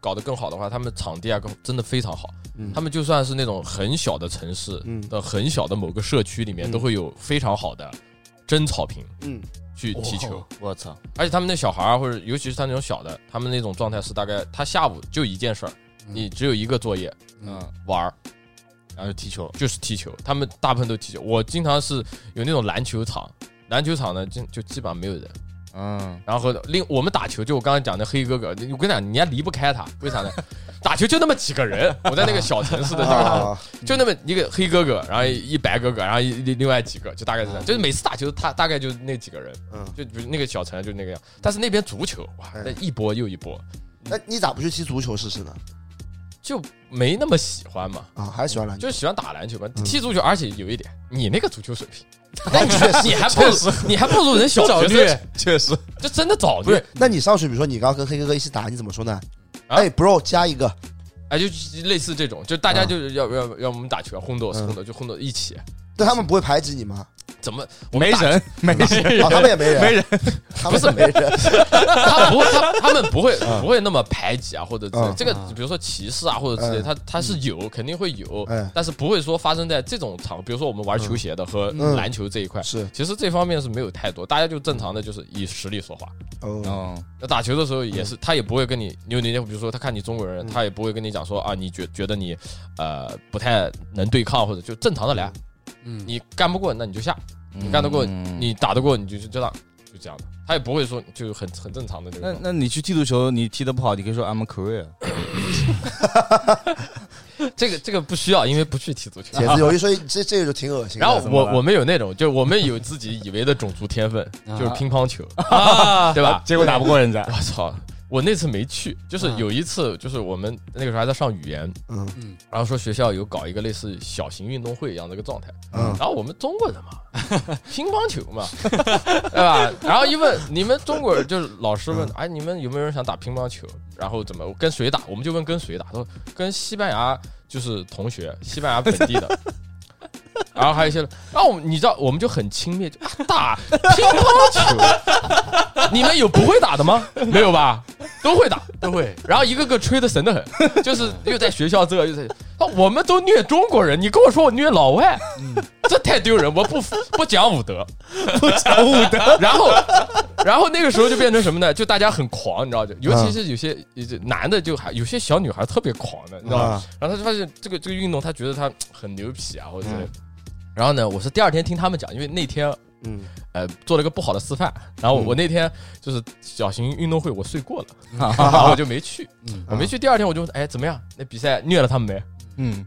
Speaker 4: 搞得更好的话，他们场地啊各真的非常好。
Speaker 1: 嗯
Speaker 4: 他们就算是那种很小的城市
Speaker 1: 嗯
Speaker 4: 的很小的某个社区里面，
Speaker 1: 嗯
Speaker 4: 都会有非常好的真草坪
Speaker 1: 嗯，
Speaker 4: 去踢球。
Speaker 1: 哦
Speaker 3: 我操！
Speaker 4: 而且他们那小孩儿，或者尤其是他那种小的，他们那种状态是大概他下午就一件事儿，
Speaker 2: 嗯
Speaker 4: 你只有一个作业
Speaker 3: 嗯，
Speaker 4: 玩儿，
Speaker 3: 啊然后就踢球，
Speaker 4: 就是踢球，他们大部分都踢球。我经常是有那种篮球场，篮球场呢就就基本上没有人。
Speaker 3: 嗯，
Speaker 4: 然后另我们打球，就我刚才讲的黑哥哥，我跟你讲，你还离不开他，为啥呢？ 打球就那么几个人，我在那个小城市的地 方，
Speaker 1: 啊，
Speaker 4: 就那么一个黑哥哥，然后一白哥哥，然后一另另外几个，就大概是这样，就是每次打球，他大概就那几个人，
Speaker 1: 嗯，
Speaker 4: 就比如那个小城就那个样。但是那边足球哇，
Speaker 1: 哎
Speaker 4: 那一波又一波，
Speaker 1: 那你咋不去踢足球试试呢？
Speaker 4: 就没那么喜欢嘛，
Speaker 1: 啊，还是喜欢篮球？
Speaker 4: 就喜欢打篮球嘛，
Speaker 1: 嗯
Speaker 4: 踢足球，而且有一点，你那个足球水平，
Speaker 1: 那你确
Speaker 4: 你
Speaker 1: 实，
Speaker 4: 还不如你还不如人小
Speaker 3: 早
Speaker 4: 学
Speaker 3: 虐
Speaker 4: 生，
Speaker 3: 确实，
Speaker 4: 就真的早
Speaker 1: 不
Speaker 4: 虐
Speaker 1: 是，，那你上去，比如说你刚刚跟黑哥哥一起打，你怎么说呢？
Speaker 4: 啊
Speaker 1: 哎，bro，加一个，
Speaker 4: 哎，就类似这种，就大
Speaker 1: 啊
Speaker 4: 家就是要要要我们打球，轰斗
Speaker 1: 嗯
Speaker 4: 轰斗就轰斗一起，
Speaker 1: 但他们不会排挤你吗？
Speaker 4: 怎么我
Speaker 3: 没
Speaker 4: 们打
Speaker 3: 人， 没人，
Speaker 1: 啊，他们也没人，
Speaker 3: 没人，
Speaker 1: 他们是没人，
Speaker 4: 他不会，他他们不会
Speaker 1: 嗯
Speaker 4: 不会那么排挤啊，或者之类
Speaker 1: 嗯
Speaker 4: 这个
Speaker 2: 嗯，
Speaker 4: 比如说歧视啊，或者之类，
Speaker 1: 嗯
Speaker 4: 他他是有，肯定会有
Speaker 1: 嗯，
Speaker 4: 但是不会说发生在这种场，比如说我们玩球鞋的和
Speaker 1: 嗯
Speaker 4: 篮球这一块，
Speaker 1: 是
Speaker 4: 其实这方面是没有太多，大家就正常的就是以实力说话。
Speaker 1: 哦，
Speaker 3: 嗯，
Speaker 4: 那打球的时候也是，他也不会跟你扭扭捏，比如说他看你中国人，
Speaker 1: 嗯
Speaker 4: 他也不会跟你讲说啊，你觉觉得你呃不太能对抗，或者就正常的来，
Speaker 2: 嗯，
Speaker 4: 你干不过那你就下，你干得过
Speaker 3: 嗯
Speaker 4: 你打得过你就就这样，就这样的，他也不会说就很很正常的那
Speaker 3: 那
Speaker 4: 种。
Speaker 3: 那你去踢足球，你踢得不好，你可以说 I'm a Korea。
Speaker 4: 这个这个不需要，因为不去踢足 球
Speaker 1: 铁。子有一说一，这这个就挺恶心的。
Speaker 4: 然后
Speaker 3: 怎么
Speaker 4: 我
Speaker 3: 了
Speaker 4: 我们有那种，就我们有自己以为的种族天分，
Speaker 2: 啊
Speaker 4: 就是乒乓球，
Speaker 2: 啊，
Speaker 4: 对吧？
Speaker 3: 结果打不过人家
Speaker 4: 我，操！我那次没去，就是
Speaker 2: 啊
Speaker 4: 有一次，就是我们那个时候还在上语言，
Speaker 1: 嗯
Speaker 2: 嗯，
Speaker 4: 然后说学校有搞一个类似小型运动会一样的一个状态，
Speaker 1: 嗯，
Speaker 4: 然后我们中国人嘛，乒乓球嘛， 对吧？然后一问你们中国人，就是老师问，哎，你们有没有人想打乒乓球？然后怎么跟谁打？我们就问跟谁打，他说跟西班牙就是同学，西班牙本地的。 然后还有一些人，然后我们你知道，我们就很轻蔑，就啊打乒乓球， 你们有不会打的吗？没有吧？都会打，
Speaker 2: 都会
Speaker 4: 然后一个个吹的神的很， 就是又在学校这又在，啊我们都虐中国人，你跟我说我虐老外，这太丢人，我不不讲武德，
Speaker 3: 嗯 不讲武德。
Speaker 4: 然后，然后那个时候就变成什么呢？就大家很狂，你知道就尤其是有些有些男的，就还有些小女孩特别狂的，你知道吗？
Speaker 1: 啊
Speaker 4: 然后他就发现这个这个运动，他觉得他很牛皮啊，或者之类的。然后呢，我是第二天听他们讲，因为那天
Speaker 1: 嗯，
Speaker 4: 呃做了个不好的示范，然后我
Speaker 1: 嗯
Speaker 4: 我那天就是小型运动会我睡 过了，然后我就没去
Speaker 2: 嗯，
Speaker 4: 我没
Speaker 1: 啊
Speaker 4: 去。第二天我就问哎怎么样？那比赛虐了他们没？
Speaker 3: 嗯，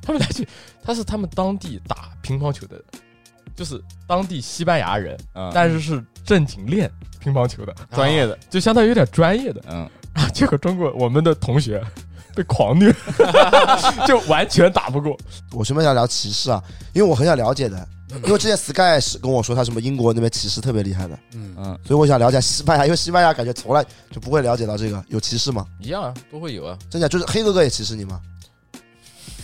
Speaker 4: 他们来去，他是他们当地打乒乓球的人，就是当地西班牙人，
Speaker 3: 嗯
Speaker 4: 但是是正经练乒乓球的，啊
Speaker 3: 专业的，
Speaker 4: 就相当于有点专业的。
Speaker 3: 嗯，
Speaker 4: 啊，结果中国我们的同学被狂 虐，就完全打不过。
Speaker 1: 我顺便想聊歧视啊，因为我很想了解的，因为之前 Sky 是跟我说他什么英国那边歧视特别厉害的，
Speaker 2: 嗯，
Speaker 3: 嗯，
Speaker 1: 所以我想了解西班牙，因为西班牙感觉从来就不会了解到这个有歧视吗？
Speaker 4: 一样啊，都会有 啊。
Speaker 1: 真假就是黑哥哥也歧视你吗？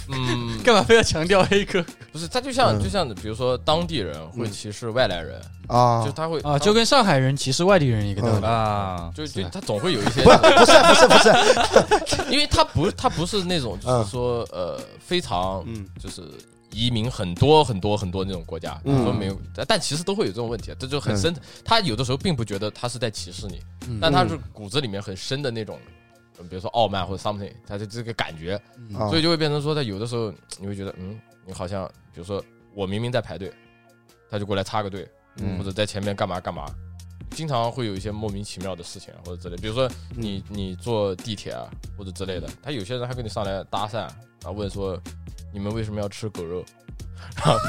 Speaker 4: 嗯，
Speaker 2: 干嘛非要强调黑哥
Speaker 4: 不是，他就像
Speaker 1: 嗯
Speaker 4: 就像比如说当地人会歧视外来人，
Speaker 1: 啊
Speaker 4: 就，他会
Speaker 2: 啊？就跟上海人歧视外地人一
Speaker 1: 嗯
Speaker 2: 个道理。
Speaker 3: 啊，
Speaker 4: 就是就他总会有一些
Speaker 1: 不，是不是不是不是，
Speaker 4: 因为他不他不是那种就
Speaker 1: 嗯
Speaker 4: 是说呃非常
Speaker 1: 嗯
Speaker 4: 就是移民很多很多很多那种国家，
Speaker 1: 嗯
Speaker 4: 说没有，但但其实都会有这种问题，啊这就很
Speaker 1: 嗯
Speaker 4: 深。他有的时候并不觉得他是在歧视你，
Speaker 2: 嗯
Speaker 4: 但他是骨子里面很深的那种，呃比如说傲慢或者 something，他的这个感觉，
Speaker 1: 啊
Speaker 4: 所以就会变成说，他有的时候你会觉得，嗯，你好像比如说我明明在排队，他就过来插个队，
Speaker 3: 嗯
Speaker 4: 或者在前面干嘛干嘛。经常会有一些莫名其妙的事情啊，或者之类，比如说
Speaker 3: 嗯
Speaker 4: 你你坐地铁啊，或者之类的，他有些人还跟你上来搭讪啊，问说你们为什么要吃狗肉？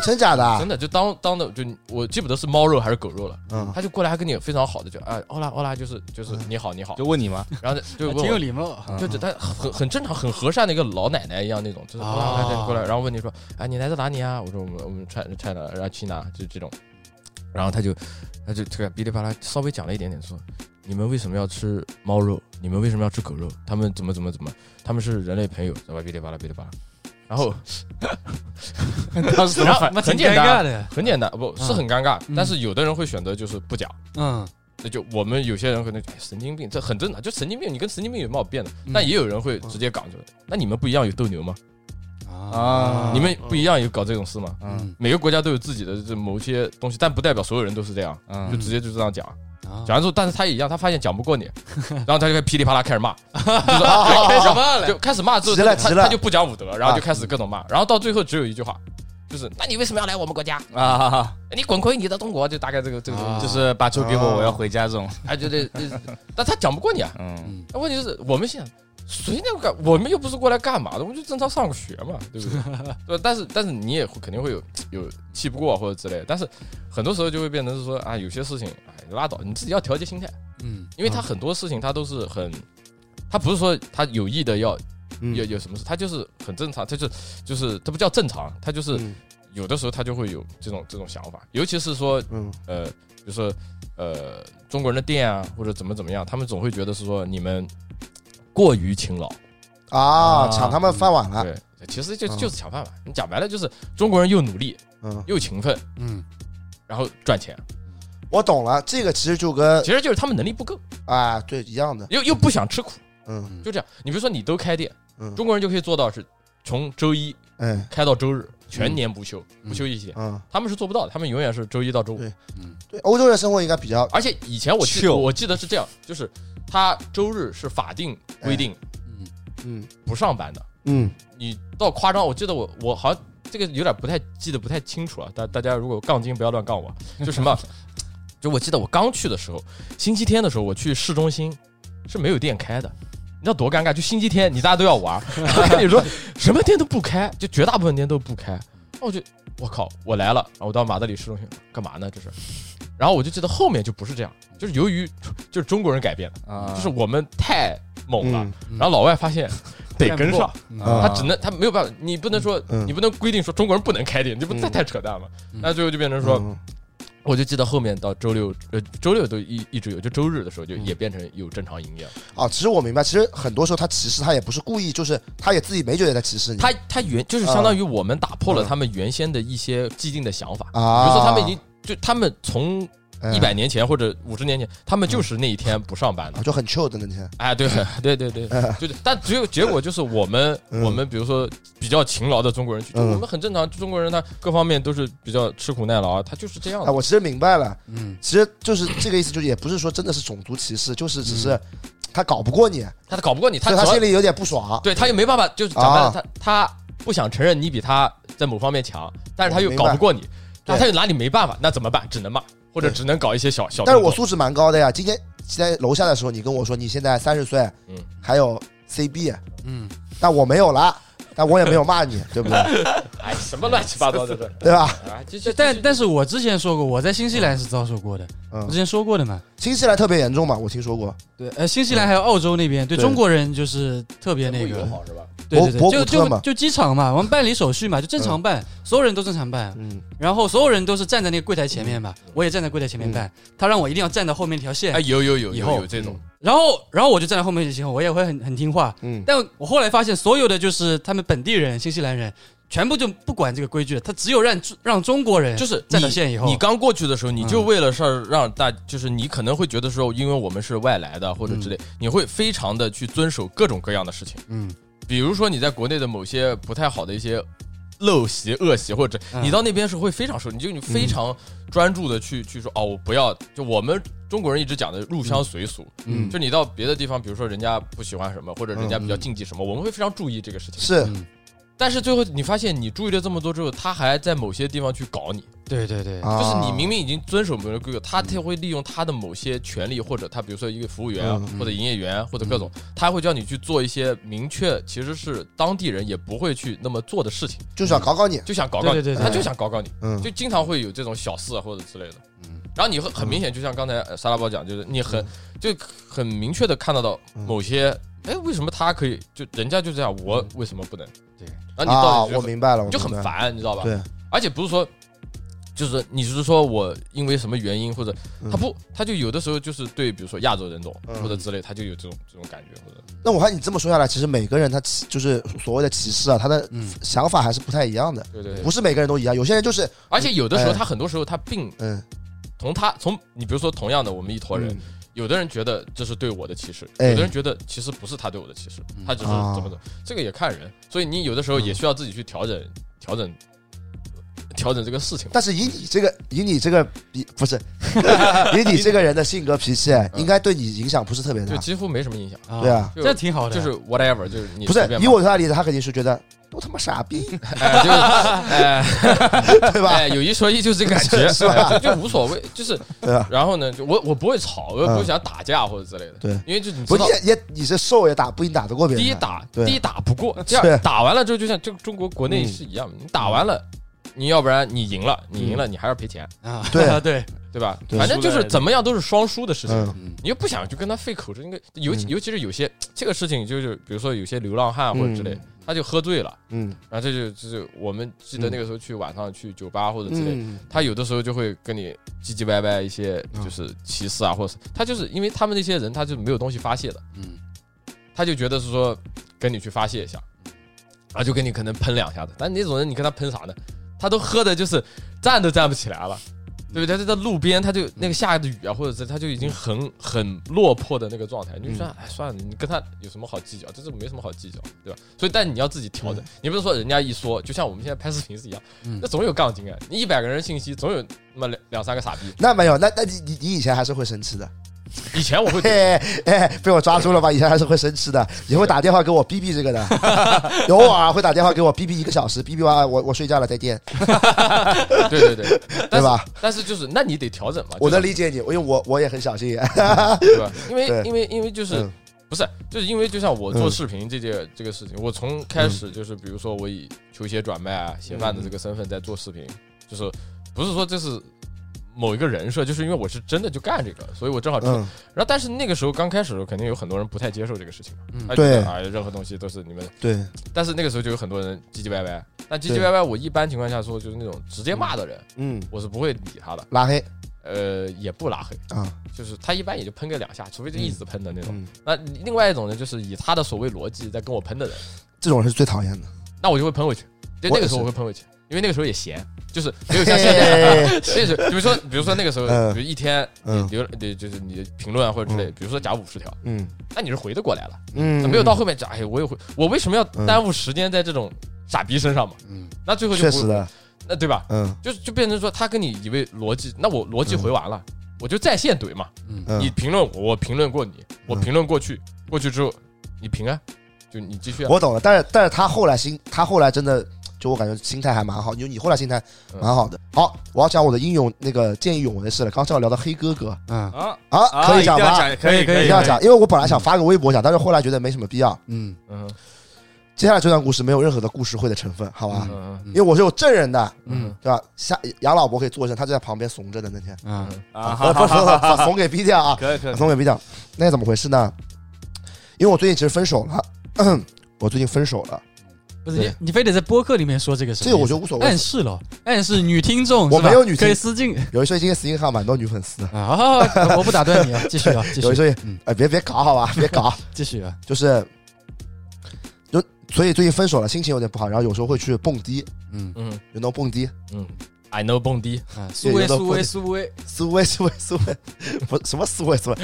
Speaker 1: 真假的啊
Speaker 4: 真，的就当当的就我记不得是猫肉还是狗肉了，
Speaker 1: 嗯
Speaker 4: 他就过来还跟你非常好的就啊，欧拉欧拉，就是就是你好你好
Speaker 3: 嗯就，问你嘛，
Speaker 4: 然后就就
Speaker 2: 挺
Speaker 4: 问
Speaker 2: 有
Speaker 4: 我。
Speaker 2: 礼貌。
Speaker 4: 就就他很很正常很和善的一个老奶奶一样那种，就是
Speaker 2: 啊
Speaker 4: 过来过来过来，然后问你说，哎，你来自哪里啊？我说我们我们 China China，然后 China 就这种，然后他就他就这个哔哩吧啦稍微讲了一点点说，你们为什么要吃猫肉？你们为什么要吃狗肉？他们怎么怎么怎么？他们是人类朋友，对吧？哔哩吧啦哔哩吧啦，然 后
Speaker 3: 当时
Speaker 4: 然后
Speaker 2: 那
Speaker 4: 很
Speaker 2: 挺
Speaker 4: 简
Speaker 2: 尴
Speaker 4: 单
Speaker 2: 尬，的，
Speaker 4: 很简单，不是很尴尬
Speaker 2: 嗯，
Speaker 4: 但是有的人会选择就是不讲。
Speaker 2: 嗯，
Speaker 4: 那就我们有些人可能就哎神经病，这很正常，就神经病，你跟神经病有毛变的
Speaker 2: 嗯。
Speaker 4: 但也有人会直接讲出来，那你们不一样有斗牛吗？
Speaker 2: 嗯
Speaker 3: 啊
Speaker 4: 你们不一样有搞这种事吗？
Speaker 3: 嗯
Speaker 4: 每个国家都有自己的这某些东西，但不代表所有人都是这样，就
Speaker 3: 嗯，
Speaker 4: 直接就这样讲。
Speaker 1: 嗯
Speaker 2: 啊
Speaker 4: 讲完之后，但是他也一样，他发现讲不过你，然后他就开始噼里啪啦开始骂，就说 啊开始骂了，就开始骂之后，
Speaker 1: 急
Speaker 4: 他
Speaker 1: 了
Speaker 4: 就
Speaker 1: 急
Speaker 4: 他
Speaker 1: 了
Speaker 4: 他就不讲武德，然后就
Speaker 1: 啊
Speaker 4: 开始各种骂，然后到最后只有一句话，就就是那你为什么要来我们国家？
Speaker 3: 啊，
Speaker 4: 你滚回你的中国！就大概这个这个东西，
Speaker 3: 就是把球给
Speaker 1: 啊
Speaker 3: 我，我要回家这种。
Speaker 4: 哎，对对对，但他讲不过你啊。
Speaker 3: 嗯，
Speaker 4: 那问题是我们现在谁能干？我们又不是过来干嘛的，我们就正常上个学嘛，对不对？对吧，但是但是你也会肯定会有有气不过啊或者之类的，但是很多时候就会变成是说啊，有些事情哎拉倒，你自己要调节心态，
Speaker 2: 嗯，
Speaker 4: 因为他很多事情他都是很，他不是说他有意的要有
Speaker 1: 嗯
Speaker 4: 有什么事，他就是很正常，他就就是他不叫正常，他就是
Speaker 1: 嗯
Speaker 4: 有的时候他就会有这种这种想法，尤其是说
Speaker 1: 嗯
Speaker 4: 呃，比如说呃中国人的店啊，或者怎么怎么样，他们总会觉得是说你们过于勤劳，
Speaker 1: 啊，抢他们饭碗了，
Speaker 4: 对，其实就
Speaker 1: 嗯
Speaker 4: 就是抢饭碗。你讲白了就是中国人又努力
Speaker 1: 嗯，
Speaker 4: 又勤奋，
Speaker 2: 嗯，
Speaker 4: 然后赚钱，
Speaker 1: 我懂了，这个其实就跟
Speaker 4: 其实就是他们能力不够，
Speaker 1: 啊对一样的，
Speaker 4: 又又不想吃苦，
Speaker 1: 嗯
Speaker 4: 就这样。你比如说你都开店，
Speaker 1: 嗯，
Speaker 4: 中国人就可以做到是从周一
Speaker 1: 哎
Speaker 4: 开到周日，全年不休，不休一天。
Speaker 1: 嗯，
Speaker 4: 他们是做不到的，他们永远是周一到周五
Speaker 1: 对。哦对，欧洲人生活应该比较
Speaker 4: 而且以前我记
Speaker 3: Chill
Speaker 4: 我记得是这样，就是他周日是法定规定
Speaker 2: 嗯
Speaker 1: 嗯
Speaker 4: 不上班的，
Speaker 1: 嗯
Speaker 4: 你到夸张，我记得我我好像这个有点不太记得不太清楚啊，大大家如果杠精不要乱杠我，就什么，就我记得我刚去的时候，星期天的时候我去市中心是没有店开的。你知道多尴尬？就星期天，你大家都要玩，然后跟你说什么店都不开，就绝大部分店都不开。然后我就，我靠，我来了，啊然后我到马德里市中心干嘛呢？这是。然后我就记得后面就不是这样，就是由于就是中国人改变的，
Speaker 3: 啊，
Speaker 4: 就是我们太猛了，
Speaker 1: 嗯
Speaker 4: 然后老外发现得跟上，
Speaker 2: 啊，
Speaker 1: 啊
Speaker 4: 他只能他没有办法，你不能说、
Speaker 1: 嗯
Speaker 4: 你不能规定说中国人不能开店，你不太
Speaker 1: 嗯
Speaker 4: 太扯淡了。
Speaker 2: 嗯
Speaker 4: 那最后就变成说，
Speaker 1: 嗯
Speaker 4: 我就记得后面到周六，呃，周六都一一直有，就周日的时候就
Speaker 1: 嗯
Speaker 4: 也变成有正常营业了。
Speaker 1: 哦，其实我明白，其实很多时候他歧视他也不是故意，就是他也自己没觉得在歧视你，
Speaker 4: 他他原就是相当于我们打破了他们原先的一些既定的想法，比
Speaker 1: 嗯啊，
Speaker 4: 如说他们已经就他们从
Speaker 1: 嗯
Speaker 4: 一百年前或者五十年前，他们就是那一天不上班的
Speaker 1: 啊。就很 chill 的那天，
Speaker 4: 哎，对 对对对， 就是，但只有结果就是我们
Speaker 1: 哎嗯
Speaker 4: 我们比如说比较勤劳的中国人，就就
Speaker 1: 嗯
Speaker 4: 我们很正常，中国人他各方面都是比较吃苦耐劳啊，他就是这样
Speaker 1: 啊，
Speaker 4: 的。
Speaker 1: 我其实明白了，
Speaker 2: 嗯
Speaker 1: 其实就是这个意思，就是也不是说真的是种族歧视，就是只是他搞不过你，
Speaker 4: 他搞不过嗯你，他
Speaker 1: 所以他
Speaker 4: 主要
Speaker 1: 心里有点不爽。
Speaker 4: 对他也没办法，就是讲白了，
Speaker 1: 啊
Speaker 4: 他他不想承认你比他在某方面强，但是他
Speaker 1: 我
Speaker 4: 又
Speaker 1: 明白
Speaker 4: 搞不过你，那
Speaker 1: 对
Speaker 4: 他又拿你没办法，那怎么办？只能骂，或者
Speaker 1: 对
Speaker 4: 只能搞一些小小动作。
Speaker 1: 但是我素质蛮高的呀，今天在楼下的时候，你跟我说你现在三十岁，
Speaker 4: 嗯
Speaker 1: 还有 CB，
Speaker 2: 嗯，
Speaker 1: 但我没有了，但我也没有骂你，对不 对？
Speaker 4: 哎，什么乱七八糟的 事
Speaker 1: 对吧？
Speaker 4: 啊！就就
Speaker 2: 但但是我之前说过，我在新西兰是遭受过的，我之
Speaker 1: 嗯，
Speaker 2: 前说过的嘛。
Speaker 1: 新西兰特别严重嘛，我听说过，
Speaker 2: 对，呃，新西兰还有澳洲那边对
Speaker 1: 对
Speaker 2: 中国人就是特别那个，
Speaker 4: 是吧？
Speaker 2: 对
Speaker 1: 博
Speaker 2: 对对，
Speaker 1: 博
Speaker 2: 就
Speaker 1: 古特嘛
Speaker 2: 就就机场嘛，我们办理手续嘛，就正常办，所有人都正常办，
Speaker 1: 嗯，
Speaker 2: 然后所有人都是站在那个柜台前面嘛，我也站在柜台前面办，
Speaker 1: 嗯
Speaker 2: 他让我一定要站到后面一条线
Speaker 4: 哎，，有有有
Speaker 2: 以
Speaker 4: 有
Speaker 2: 后嗯
Speaker 4: 有这种，
Speaker 2: 然后然后我就站在后面一条线，我也会很很听话，
Speaker 1: 嗯
Speaker 2: 但我后来发现，所有的就是他们本地人、新西兰人，全部就不管这个规矩了，他只有让让中国人
Speaker 4: 就是
Speaker 2: 站到
Speaker 4: 你
Speaker 2: 线以后，
Speaker 4: 你刚过去的时候，你就
Speaker 2: 嗯
Speaker 4: 为了事儿让大，就是你可能会觉得说，因为我们是外来的或者之类，你会非常的去遵守各种各样的事情。
Speaker 2: 嗯
Speaker 4: 比如说你在国内的某些不太好的一些陋习、恶习，或者
Speaker 2: 嗯
Speaker 4: 你到那边是会非常受，你就你非常专注的去去说哦，我不要就我们中国人一直讲的入乡随俗，
Speaker 2: 嗯
Speaker 4: 就你到别的地方，比如说人家不喜欢什么，或者人家比较
Speaker 2: 嗯
Speaker 4: 禁忌什么，我们会非常注意这个事情。
Speaker 1: 是，
Speaker 2: 嗯，
Speaker 4: 但是最后你发现你注意了这么多之后，他还在某些地方去搞你，
Speaker 2: 对对对，
Speaker 1: 啊
Speaker 4: 嗯
Speaker 1: 嗯
Speaker 4: 就是你明明已经遵守某些规矩，他他会利用他的某些权利，或者他比如说一个服务员啊
Speaker 1: 嗯
Speaker 4: 或者营业员或者各种，他会叫你去做一些明确其实是当地人也不会去那么做的事情，
Speaker 1: 就是想搞搞你，
Speaker 4: 就想搞搞你，
Speaker 2: 对对对对
Speaker 4: 他就想搞搞你，
Speaker 1: 嗯
Speaker 4: 就经常会有这种小事啊或者之类的
Speaker 2: 嗯。
Speaker 4: 然后你很很明显，就像刚才呃沙拉包讲，就是你很就很明确的看得到
Speaker 1: 嗯
Speaker 4: 某些，哎，为什么他可以就人家就这样，我为什么不能？
Speaker 2: 对
Speaker 4: 然后你
Speaker 1: 啊，
Speaker 4: 到底
Speaker 1: 我明白了，我
Speaker 4: 就
Speaker 1: 明白
Speaker 4: 很
Speaker 1: 了，
Speaker 4: 烦，你知道吧？
Speaker 1: 对，
Speaker 4: 而且不是说，就是你是说我因为什么原因或者
Speaker 1: 嗯
Speaker 4: 他不，他就有的时候就是对，比如说亚洲人种
Speaker 1: 嗯
Speaker 4: 或者之类，他就有这种这种感觉或者
Speaker 1: 那我看你这么说下来，其实每个人他歧就是所谓的歧视啊，他的
Speaker 2: 嗯
Speaker 1: 想法还是不太一样的，
Speaker 4: 对对对
Speaker 1: 不。是每个人都一样，有些人就是
Speaker 4: 而且有的时候
Speaker 1: 哎
Speaker 4: 他很多时候他并
Speaker 1: 嗯，
Speaker 4: 从他从你比如说同样的我们一坨人
Speaker 1: 嗯，
Speaker 4: 有的人觉得这是对我的歧视，
Speaker 1: 哎
Speaker 4: 有的人觉得其实不是他对我的歧视，他只是
Speaker 1: 啊嗯
Speaker 4: 怎么怎么，这个也看人，所以你有的时候也需要自己去调整调整调整这个事情。
Speaker 1: 但是以你这个，以你这个比不 是，以你这个人的性格脾气，应该对你影响不是特别
Speaker 4: 嗯就
Speaker 1: 大。
Speaker 4: 几乎没什么影响，
Speaker 2: 啊
Speaker 1: 对啊
Speaker 4: 就
Speaker 2: 这挺好的，
Speaker 4: 就是 whatever，就是你
Speaker 1: 不
Speaker 4: 随
Speaker 1: 是
Speaker 4: 便
Speaker 1: 以
Speaker 4: 吧
Speaker 1: 我对他的理解，他肯定是觉得都他妈傻逼，
Speaker 4: 哎，就是哎
Speaker 1: 对吧？
Speaker 4: 哎，有一说一，就是这个感觉，
Speaker 1: 是吧
Speaker 4: 哎就就无所谓，就是
Speaker 1: 对吧？
Speaker 4: 然后呢，就我我不会吵，我也不会想打架或者之类的，
Speaker 1: 嗯对
Speaker 4: 因为就你
Speaker 1: 不
Speaker 4: 知道
Speaker 1: 你，也也你是瘦也打不一定打得过别人
Speaker 4: 第
Speaker 1: 的。
Speaker 4: 一打
Speaker 1: 对
Speaker 4: 第一打不过，第
Speaker 1: 是
Speaker 4: 二打完了之后，就像就中国国内
Speaker 1: 嗯
Speaker 4: 是一样，你打完了，你要不然你赢了，你赢了你还要赔钱，
Speaker 2: 啊，
Speaker 1: 对
Speaker 2: 对，
Speaker 4: 对吧？
Speaker 1: 对
Speaker 4: 反正就是怎么样都是双输的事情。
Speaker 1: 嗯
Speaker 2: 嗯
Speaker 4: 你又不想去跟他费口舌，那个尤其
Speaker 1: 嗯
Speaker 4: 尤其是有些这个事情，就是比如说有些流浪汉或者之类的，他就喝醉了，
Speaker 1: 嗯
Speaker 4: 然后这就就是我们记得那个时候去晚上去酒吧或者之类的，
Speaker 2: 嗯，
Speaker 4: 他有的时候就会跟你唧唧歪歪一些
Speaker 2: 嗯
Speaker 4: 就是歧视啊，或者是他就是因为他们那些人他就没有东西发泄的，
Speaker 2: 嗯，
Speaker 4: 他就觉得是说跟你去发泄一下，啊就跟你可能喷两下子，但那种人你跟他喷啥呢？他都喝的就是站都站不起来了。对不对？他在路边，他就那个下着雨啊，或者是他就已经很很落魄的那个状态，你就算哎算了，你跟他有什么好计较？这是没什么好计较，对吧？所以，但你要自己调整，你不是说人家一说，就像我们现在拍视频是一样，
Speaker 2: 嗯
Speaker 4: 那总有杠精啊，你一百个人信息，总有那么两两三个傻逼。
Speaker 1: 那没有，那那你你你以前还是会生气的，
Speaker 4: 以前我会觉得
Speaker 1: 嘿嘿，被我抓住了吧？以前还是会生气的，也会打电话给我逼逼这个的， 偶尔会打电话给我逼逼一个小时，逼逼完我我睡觉了再见，
Speaker 4: 对对对，但
Speaker 1: 对
Speaker 4: 是
Speaker 1: 吧？
Speaker 4: 但是就是，那你得调整嘛，
Speaker 1: 我
Speaker 4: 的
Speaker 1: 能理解你，因为我我也很小心。
Speaker 4: 对吧？因为
Speaker 1: 对
Speaker 4: 因为因为就是、
Speaker 1: 嗯
Speaker 4: 不是就是因为就像我做
Speaker 1: 嗯
Speaker 4: 视频这件、这个事情，我从开始就是比如说我以球鞋转卖啊、鞋贩的
Speaker 1: 嗯
Speaker 4: 这个身份在做视频，就是不是说这是某一个人设，就是因为我是真的就干这个，所以我正好知道。
Speaker 1: 嗯，
Speaker 4: 然后但是那个时候刚开始的时候，肯定有很多人不太接受这个事情嘛，
Speaker 2: 嗯
Speaker 4: 他觉得
Speaker 1: 对
Speaker 4: 啊，任何东西都是你们
Speaker 1: 对，
Speaker 4: 但是那个时候就有很多人唧唧歪歪。但唧唧
Speaker 1: 对
Speaker 4: 歪歪，我一般情况下说就是那种直接骂的人，
Speaker 1: 嗯，
Speaker 4: 我是不会理他的，
Speaker 1: 拉黑
Speaker 4: 呃，也不拉黑，
Speaker 1: 啊，
Speaker 4: 就是他一般也就喷个两下，除非就一直喷的那种。
Speaker 1: 嗯，
Speaker 4: 那另外一种呢，就是以他的所谓逻辑在跟我喷的人，
Speaker 1: 这种人是最讨厌的。
Speaker 4: 那我就会喷回去。对，
Speaker 1: 我也
Speaker 4: 那个时候
Speaker 1: 是
Speaker 4: 我会喷回去，因为那个时候也闲，就是 没有像现在。
Speaker 1: 嘿
Speaker 4: 那时候，比如说，比如说那个时候，
Speaker 1: 嗯
Speaker 4: 比如一天
Speaker 1: 嗯
Speaker 4: 你留，你就是你的评论啊或者之类，比如说讲五十条，
Speaker 1: 嗯
Speaker 4: 那你是回得过来了，
Speaker 1: 嗯，
Speaker 4: 没有到后面讲，哎，我也会，我为什么要
Speaker 1: 嗯
Speaker 4: 耽误时间在这种傻逼身上嘛？
Speaker 2: 嗯
Speaker 4: 那最后就
Speaker 1: 确
Speaker 4: 不
Speaker 1: 实，的，
Speaker 4: 那对吧？
Speaker 1: 嗯
Speaker 4: 就就变成说他跟你以为逻辑，那我逻辑回完了，我就在线怼嘛。
Speaker 1: 嗯，
Speaker 4: 你评论我，我评论过你，我
Speaker 1: 嗯
Speaker 4: 评论过去，过去之后你评啊，就你继续啊。
Speaker 1: 我懂了，但是但是他后来心，他后来真的，就我感觉心态还蛮好，就你后来心态蛮好的。好，我要讲我的英勇那个见义勇为的事了。刚才我聊到黑哥哥
Speaker 2: 嗯
Speaker 3: 啊
Speaker 1: 啊，可以讲吧？
Speaker 3: 啊一定要可以
Speaker 2: 可
Speaker 3: 可
Speaker 2: 以
Speaker 1: 一
Speaker 3: 以
Speaker 1: 定要讲，因为我本来想发个微博讲，但是后来觉得没什么必要。
Speaker 2: 嗯
Speaker 4: 嗯
Speaker 1: 接下来这段故事没有任何的故事会的成分，好吧
Speaker 4: 嗯？嗯
Speaker 1: 因为我是有证人的，
Speaker 2: 嗯
Speaker 1: 对吧？下杨老伯可以作证，他就在旁边怂着的那天，
Speaker 2: 啊
Speaker 3: 啊，
Speaker 1: 不
Speaker 3: 好
Speaker 1: 不
Speaker 3: 好好好
Speaker 1: 不，怂给逼掉啊！
Speaker 3: 可以可以
Speaker 1: 松尾比较，那怎么回事呢？因为我最近其实分手了， 我最近分手了，
Speaker 2: 不是
Speaker 1: 对
Speaker 2: 你你非得在播客里面说这个什么
Speaker 1: 这
Speaker 2: 意思？哎
Speaker 1: 个我觉得无所谓
Speaker 2: 暗。示了，暗示女听众，
Speaker 1: 我
Speaker 2: 是吧
Speaker 1: 没有女听
Speaker 2: 可以私信
Speaker 1: 有一说一，今天 Skin 还有蛮多女粉丝的。
Speaker 2: 啊， 好好好，我不打断你 啊，继续啊，继
Speaker 1: 有一
Speaker 2: 续，
Speaker 1: 说一，
Speaker 2: 嗯
Speaker 1: 哎，别别搞好 吧，别搞，
Speaker 2: 继续啊，
Speaker 1: 就是，就所以最近分手了，心情有点不好，然后有时候会去蹦迪，
Speaker 2: 嗯
Speaker 4: 嗯
Speaker 1: 有那种蹦迪，
Speaker 4: 嗯，I know 蹦迪，
Speaker 2: 啊，苏威
Speaker 1: 有的
Speaker 2: 苏
Speaker 1: 播
Speaker 2: 威苏威，
Speaker 1: 苏 威苏威苏威，不什么苏威苏威。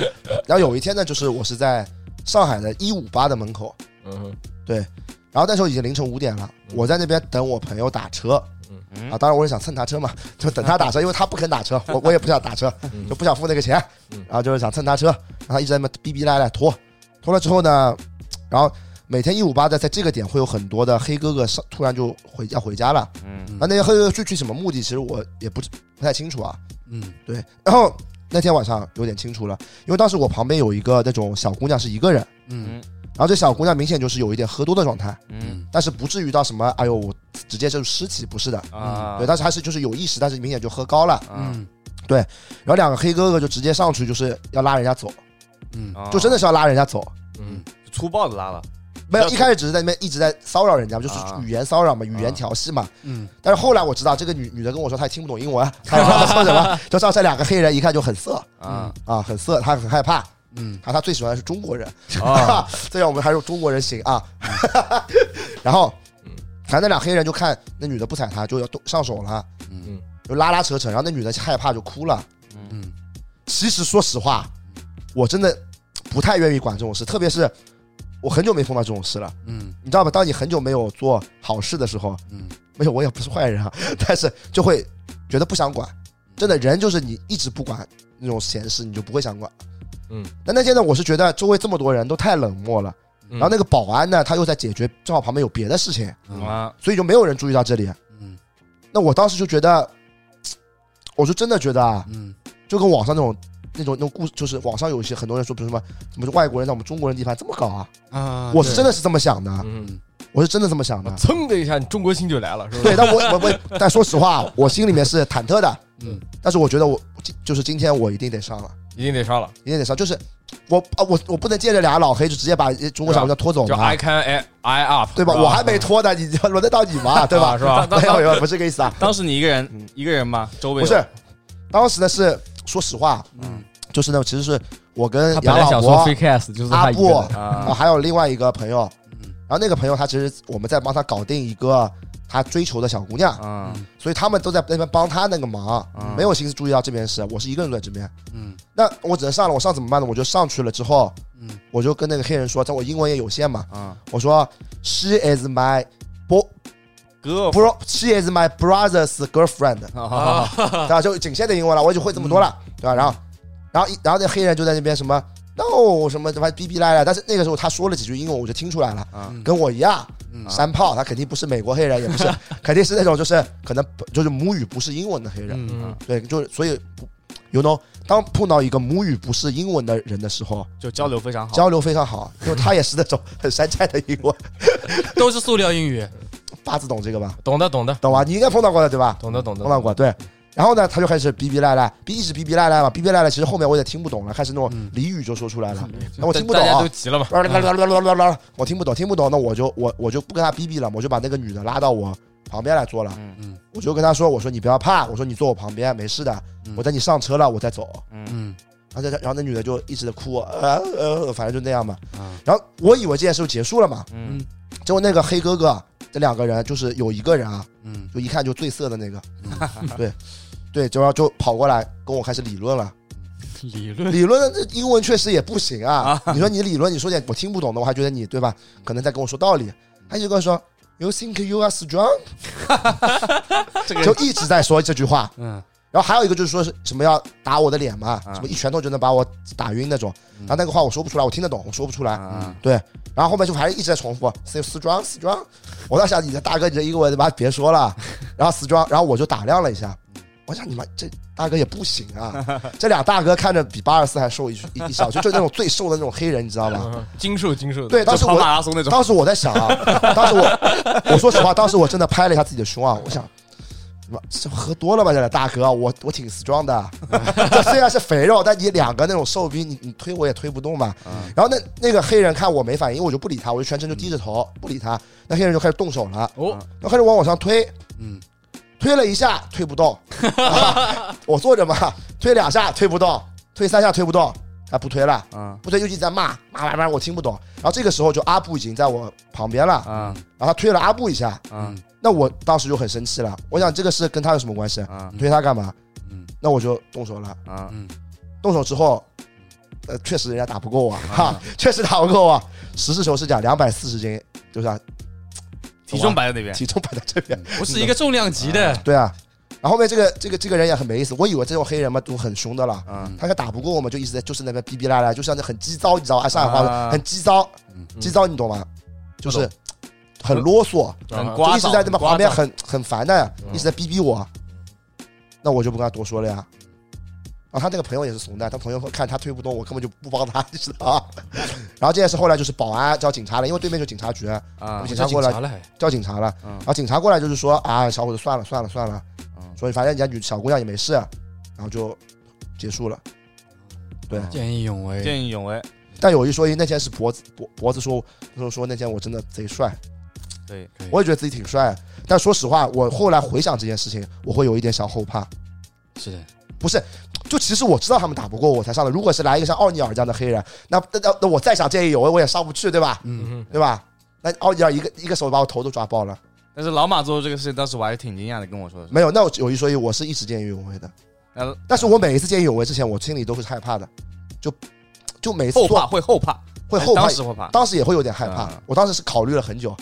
Speaker 1: 然后有一天呢，就是我是在上海的一五八的门口，
Speaker 4: 嗯哼
Speaker 1: 然后那时候已经凌晨五点了，
Speaker 4: 嗯
Speaker 1: 我在那边等我朋友打车，
Speaker 3: 嗯
Speaker 1: 啊，当然我也想蹭他车嘛， 就等他打 车，因为他不肯打车，我我也不想打车，
Speaker 4: 嗯
Speaker 1: 就不想付那个钱，
Speaker 4: 嗯
Speaker 1: 然后就是想蹭他车，然后他一直在那逼逼赖赖拖，拖了之后呢，然后每天一五八的在这个点会有很多的黑哥哥上突然就回要回家了，
Speaker 3: 嗯
Speaker 1: 那那些黑哥哥具体什么目的，其实我也不不太清楚啊，
Speaker 2: 嗯
Speaker 1: 对，然后那天晚上有点清楚了，因为当时我旁边有一个那种小姑娘是一个人，
Speaker 2: 嗯
Speaker 1: 然后这小姑娘明显就是有一点喝多的状态，
Speaker 3: 嗯
Speaker 1: 但是不至于到什么，哎呦，我直接就是尸体，不是的。
Speaker 3: 啊
Speaker 1: 对，但是还是就是嗯有意识，但是明显就喝高了。
Speaker 3: 啊
Speaker 2: 嗯
Speaker 1: 然后两个黑哥哥就直接上去，就是要拉人家走，
Speaker 2: 嗯
Speaker 3: 啊
Speaker 1: 就真的是要拉人家走。
Speaker 4: 嗯
Speaker 3: 粗暴的拉了，
Speaker 1: 没有，
Speaker 3: 要
Speaker 1: 一开始只是在那边一直在骚扰人家，就是
Speaker 3: 啊
Speaker 1: 语言骚扰嘛，语
Speaker 3: 啊
Speaker 1: 言调戏嘛。
Speaker 2: 嗯
Speaker 1: 但是后来我知道，这个女女的跟我说，她也听不懂英 文，啊她也不知道她说什么，就知道这两个黑人一看就很色
Speaker 3: 啊
Speaker 1: 啊，很色，她很害怕。
Speaker 2: 嗯
Speaker 1: 啊，她最喜欢的是中国人，
Speaker 3: 啊
Speaker 1: 这样我们还是中国人行啊。 然后，反正那俩黑人就看那女的不睬她，就要动上手了，
Speaker 2: 嗯
Speaker 1: 就拉拉扯扯，然后那女的害怕就哭了。
Speaker 2: 嗯
Speaker 1: 其实说实话，我真的不太愿意管这种事，特别是我很久没碰到这种事了，
Speaker 2: 嗯
Speaker 1: 你知道吧？当你很久没有做好事的时候，
Speaker 2: 嗯，
Speaker 1: 没有，我也不是坏人啊，但是就会觉得不想管。真的，人就是你一直不管那种闲事，你就不会想管。
Speaker 4: 嗯，
Speaker 1: 但那天呢，我是觉得周围这么多人都太冷漠了，
Speaker 4: 嗯
Speaker 1: 然后那个保安呢，他又在解决，正好旁边有别的事情，
Speaker 2: 嗯
Speaker 3: 啊，
Speaker 1: 所以就没有人注意到这里。
Speaker 2: 嗯
Speaker 1: 那我当时就觉得，我就真的觉得啊，
Speaker 2: 嗯
Speaker 1: 就跟网上那种那种那种故事，就是网上有一些很多人说，比如什么什么外国人在我们中国人地盘这么搞啊，
Speaker 2: 啊，
Speaker 1: 我是
Speaker 2: 对
Speaker 1: 真的是这么想的，
Speaker 4: 嗯，
Speaker 1: 我是真的这么想的。
Speaker 4: 噌啊的一下，你中国心就来了，是不
Speaker 1: 对，
Speaker 4: 是？
Speaker 1: 但我我我，但说实话，我心里面是忐忑的。
Speaker 2: 嗯
Speaker 1: 但是我觉得我就是今天我一定得上了，
Speaker 4: 一定得上了，
Speaker 1: 一定得上。就是我啊，我我不能见着俩老黑就直接把中国小姑娘拖走
Speaker 4: 叫
Speaker 1: 嘛，
Speaker 4: I can I I up，
Speaker 1: 对吧？我还没拖呢，你轮得到你吗？对吧？
Speaker 4: 是 吧？
Speaker 1: 没有没有，不是这个意思啊，
Speaker 3: 当时你一个
Speaker 1: 嗯
Speaker 3: 人一个人吗？周围
Speaker 1: 不
Speaker 3: 有
Speaker 1: 是。当时呢是说实话，
Speaker 2: 嗯
Speaker 1: 就是呢，其实是我跟
Speaker 4: 他本
Speaker 1: 杨
Speaker 4: 来
Speaker 1: 老
Speaker 4: 想
Speaker 1: 伯
Speaker 4: 说 free cast，就是他一个
Speaker 1: 阿
Speaker 4: 人
Speaker 1: 啊，
Speaker 3: 啊，
Speaker 1: 还有另外一个朋友，
Speaker 2: 嗯
Speaker 1: 然后那个朋友他其实我们在帮他搞定一个他追求的小姑娘，
Speaker 3: 嗯
Speaker 1: 所以他们都在那边帮他那个忙，
Speaker 3: 嗯
Speaker 1: 没有心思注意到这边事。我是一个人住在这边，
Speaker 2: 嗯
Speaker 1: 那我只能上了，我上怎么办呢？我就上去了之后，
Speaker 2: 嗯
Speaker 1: 我就跟那个黑人说，但我英文也有限嘛，
Speaker 3: 嗯，
Speaker 1: 我说 She is my bo
Speaker 3: 哥
Speaker 1: bro She is my brother's girlfriend，
Speaker 3: 啊
Speaker 2: 啊，
Speaker 1: 对吧？就仅限的英文了，我就会这么多了，对吧？然后，然后一然后那黑人就在那边什么 no 什么什么逼逼赖赖，但是那个时候他说了几句英文，我就听出来了，
Speaker 2: 嗯
Speaker 1: 跟我一样。
Speaker 2: 嗯
Speaker 1: 山炮，他肯定不是美国黑人，也不是，肯定是那种就是可能就是母语不是英文的黑人，啊
Speaker 2: 嗯
Speaker 4: 嗯
Speaker 1: 对，就是所以不，you know，当碰到一个母语不是英文的人的时候，
Speaker 3: 就交流非常好，
Speaker 1: 交流非常好，因为他也是那种很山寨的英文，
Speaker 2: 都是塑料英语，
Speaker 1: 八字懂这个吧？
Speaker 4: 懂的懂的
Speaker 1: 懂吧？你应该碰到过的对吧？
Speaker 4: 懂的懂
Speaker 1: 碰到
Speaker 4: 的，
Speaker 1: 过，对。然后呢，他就开始逼逼赖赖，逼一直逼逼赖赖嘛，逼逼赖赖。其实后面我也听不懂了，开始那种
Speaker 2: 嗯
Speaker 1: 俚语就说出来了，那
Speaker 4: 我
Speaker 1: 我听不懂
Speaker 4: 大家
Speaker 1: 啊
Speaker 4: 都急了嘛，
Speaker 1: 我听不懂，听不懂，那我就我我就不跟他逼逼了，我就把那个女的拉到我旁边来坐了。
Speaker 3: 嗯
Speaker 2: 嗯
Speaker 1: 我就跟他说：“我说你不要怕，我说你坐我旁边，没事的
Speaker 2: 嗯，
Speaker 1: 我等你上车了，我再走。
Speaker 3: 嗯
Speaker 2: 嗯
Speaker 1: 然后那然后那女的就一直在哭，呃呃，反正就那样嘛。
Speaker 2: 啊
Speaker 1: 然后我以为这件事就结束了嘛，
Speaker 3: 嗯
Speaker 1: 结果那个黑哥哥这两个人就是有一个人啊，
Speaker 2: 嗯
Speaker 1: 就一看就最色的那个，嗯对对，就然后就跑过来跟我开始理论了。
Speaker 2: 理论
Speaker 1: 理论的这英文确实也不行啊，你说你理论，你说点我听不懂的，我还觉得你对吧？可能在跟我说道理。他就跟我说，You think you are strong？
Speaker 3: 这个
Speaker 1: 就一直在说这句话。
Speaker 2: 嗯
Speaker 1: 然后还有一个就是说是什么要打我的脸嘛，
Speaker 3: 啊嗯
Speaker 1: 什么一拳头就能把我打晕那种。然后那个话我说不出来，我听得懂，我说不出来。
Speaker 3: 啊
Speaker 1: 然后后面就还是一直在重复 “say strong strong”。我在想，你的大哥，你的英文他妈别说 了。然后 strong，然后我就打量了一下，我想你妈这大哥也不行 啊。这俩大哥看着比八二四还瘦一一一小，就就那种最瘦的那种黑人，你知道吗？
Speaker 4: 嗯精瘦精瘦的，
Speaker 1: 啊对，当时
Speaker 3: 就跑
Speaker 1: 我
Speaker 3: 马拉松那种，
Speaker 1: 当时我在想啊，当时我我说实话，当时我真的拍了一下自己的胸啊，我想。妈这喝多了吧，这俩大哥，我我挺 strong 的。 这虽然是肥肉，但你两个那种瘦逼，你你推我也推不动嘛。
Speaker 3: 嗯
Speaker 1: 然后那那个黑人看我没反应，我就不理他，我就全程就低着头不理他。那黑人就开始动手了，
Speaker 4: 哦，
Speaker 1: 那开始往我上推，
Speaker 2: 嗯
Speaker 1: 推了一下推不 动、啊我坐着嘛，推两下推不动，推三下推不动，啊不推了，
Speaker 3: 嗯
Speaker 1: 不推又一直在骂骂骂骂，我听不懂。然后这个时候就阿布已经在我旁边了，
Speaker 3: 啊
Speaker 1: 然后他推了阿布一下，
Speaker 3: 啊
Speaker 1: 那我当时就很生气了。我想这个事跟他有什么关系？
Speaker 3: 啊
Speaker 1: 你推他干嘛？
Speaker 2: 嗯
Speaker 1: 那我就动手了。
Speaker 3: 啊
Speaker 2: 嗯
Speaker 1: 动手之后，呃，确实人家打不过
Speaker 3: 啊
Speaker 1: 我，哈， 确实打不过我。实事求是讲，两百四十斤，就是、啊、
Speaker 3: 体重摆在那边，
Speaker 1: 体重摆在这边，
Speaker 2: 不是一个重量级的，
Speaker 1: 对啊。然后后面这个这个这个人也很没意思，我以为这种黑人嘛都很凶的了，
Speaker 3: 嗯
Speaker 1: 他也打不过我们，就一直在就是那边逼逼赖赖，就像那很鸡糟，你知道，按上海话
Speaker 3: 啊
Speaker 1: 说很鸡糟
Speaker 2: 嗯，
Speaker 1: 鸡糟你懂吗？就是很啰嗦，
Speaker 3: 很
Speaker 1: 嗯就
Speaker 3: 刮
Speaker 1: 一直
Speaker 3: 噪
Speaker 1: 在那边旁边
Speaker 3: 刮噪
Speaker 1: 很很烦的，一直在逼逼我，那我就不跟他多说了呀。啊，他那个朋友也是怂的，他朋友看他推不动，我根本就不帮他，你知道啊。 然后这件事后来就是保安叫警察了，因为对面就警察局，
Speaker 3: 啊
Speaker 1: 警
Speaker 2: 警
Speaker 1: 察过来
Speaker 2: 了还
Speaker 1: 叫警察了。
Speaker 3: 嗯
Speaker 1: 然后警察过来就是说啊，小伙子算了算了算了
Speaker 3: 嗯，
Speaker 1: 说反正人家女小姑娘也没事，啊然后就结束了。对，
Speaker 2: 见义勇为，
Speaker 3: 见义勇为，
Speaker 1: 但有一说一，那天是脖子脖脖子说，说说那天我真的贼帅，
Speaker 3: 对，
Speaker 1: 我也觉得自己挺帅。但说实话，我后来回想这件事情，我会有一点小后怕。
Speaker 2: 是的，
Speaker 1: 就其实我知道他们打不过我才上的。如果是来一个像奥尼尔这样的黑人，那那那那我再想见义勇为，我也上不去，对吧？
Speaker 2: 嗯
Speaker 1: 对吧？那奥尼尔一个一个手把我头都抓爆了，
Speaker 3: 但是老马做这个事情，当时我还是挺惊讶的，跟我说的是，
Speaker 1: 没有。那我有一说一，我是一直见义勇为的，嗯
Speaker 3: 呃，
Speaker 1: 但是我每一次见义勇为之前，我心里都是害怕的，就就每一次
Speaker 3: 后
Speaker 1: 做
Speaker 3: 怕会后怕，哎
Speaker 1: 会后怕
Speaker 3: 当，时会怕，
Speaker 1: 当时也会有点害怕
Speaker 3: 嗯。
Speaker 1: 我当时是考虑了很久，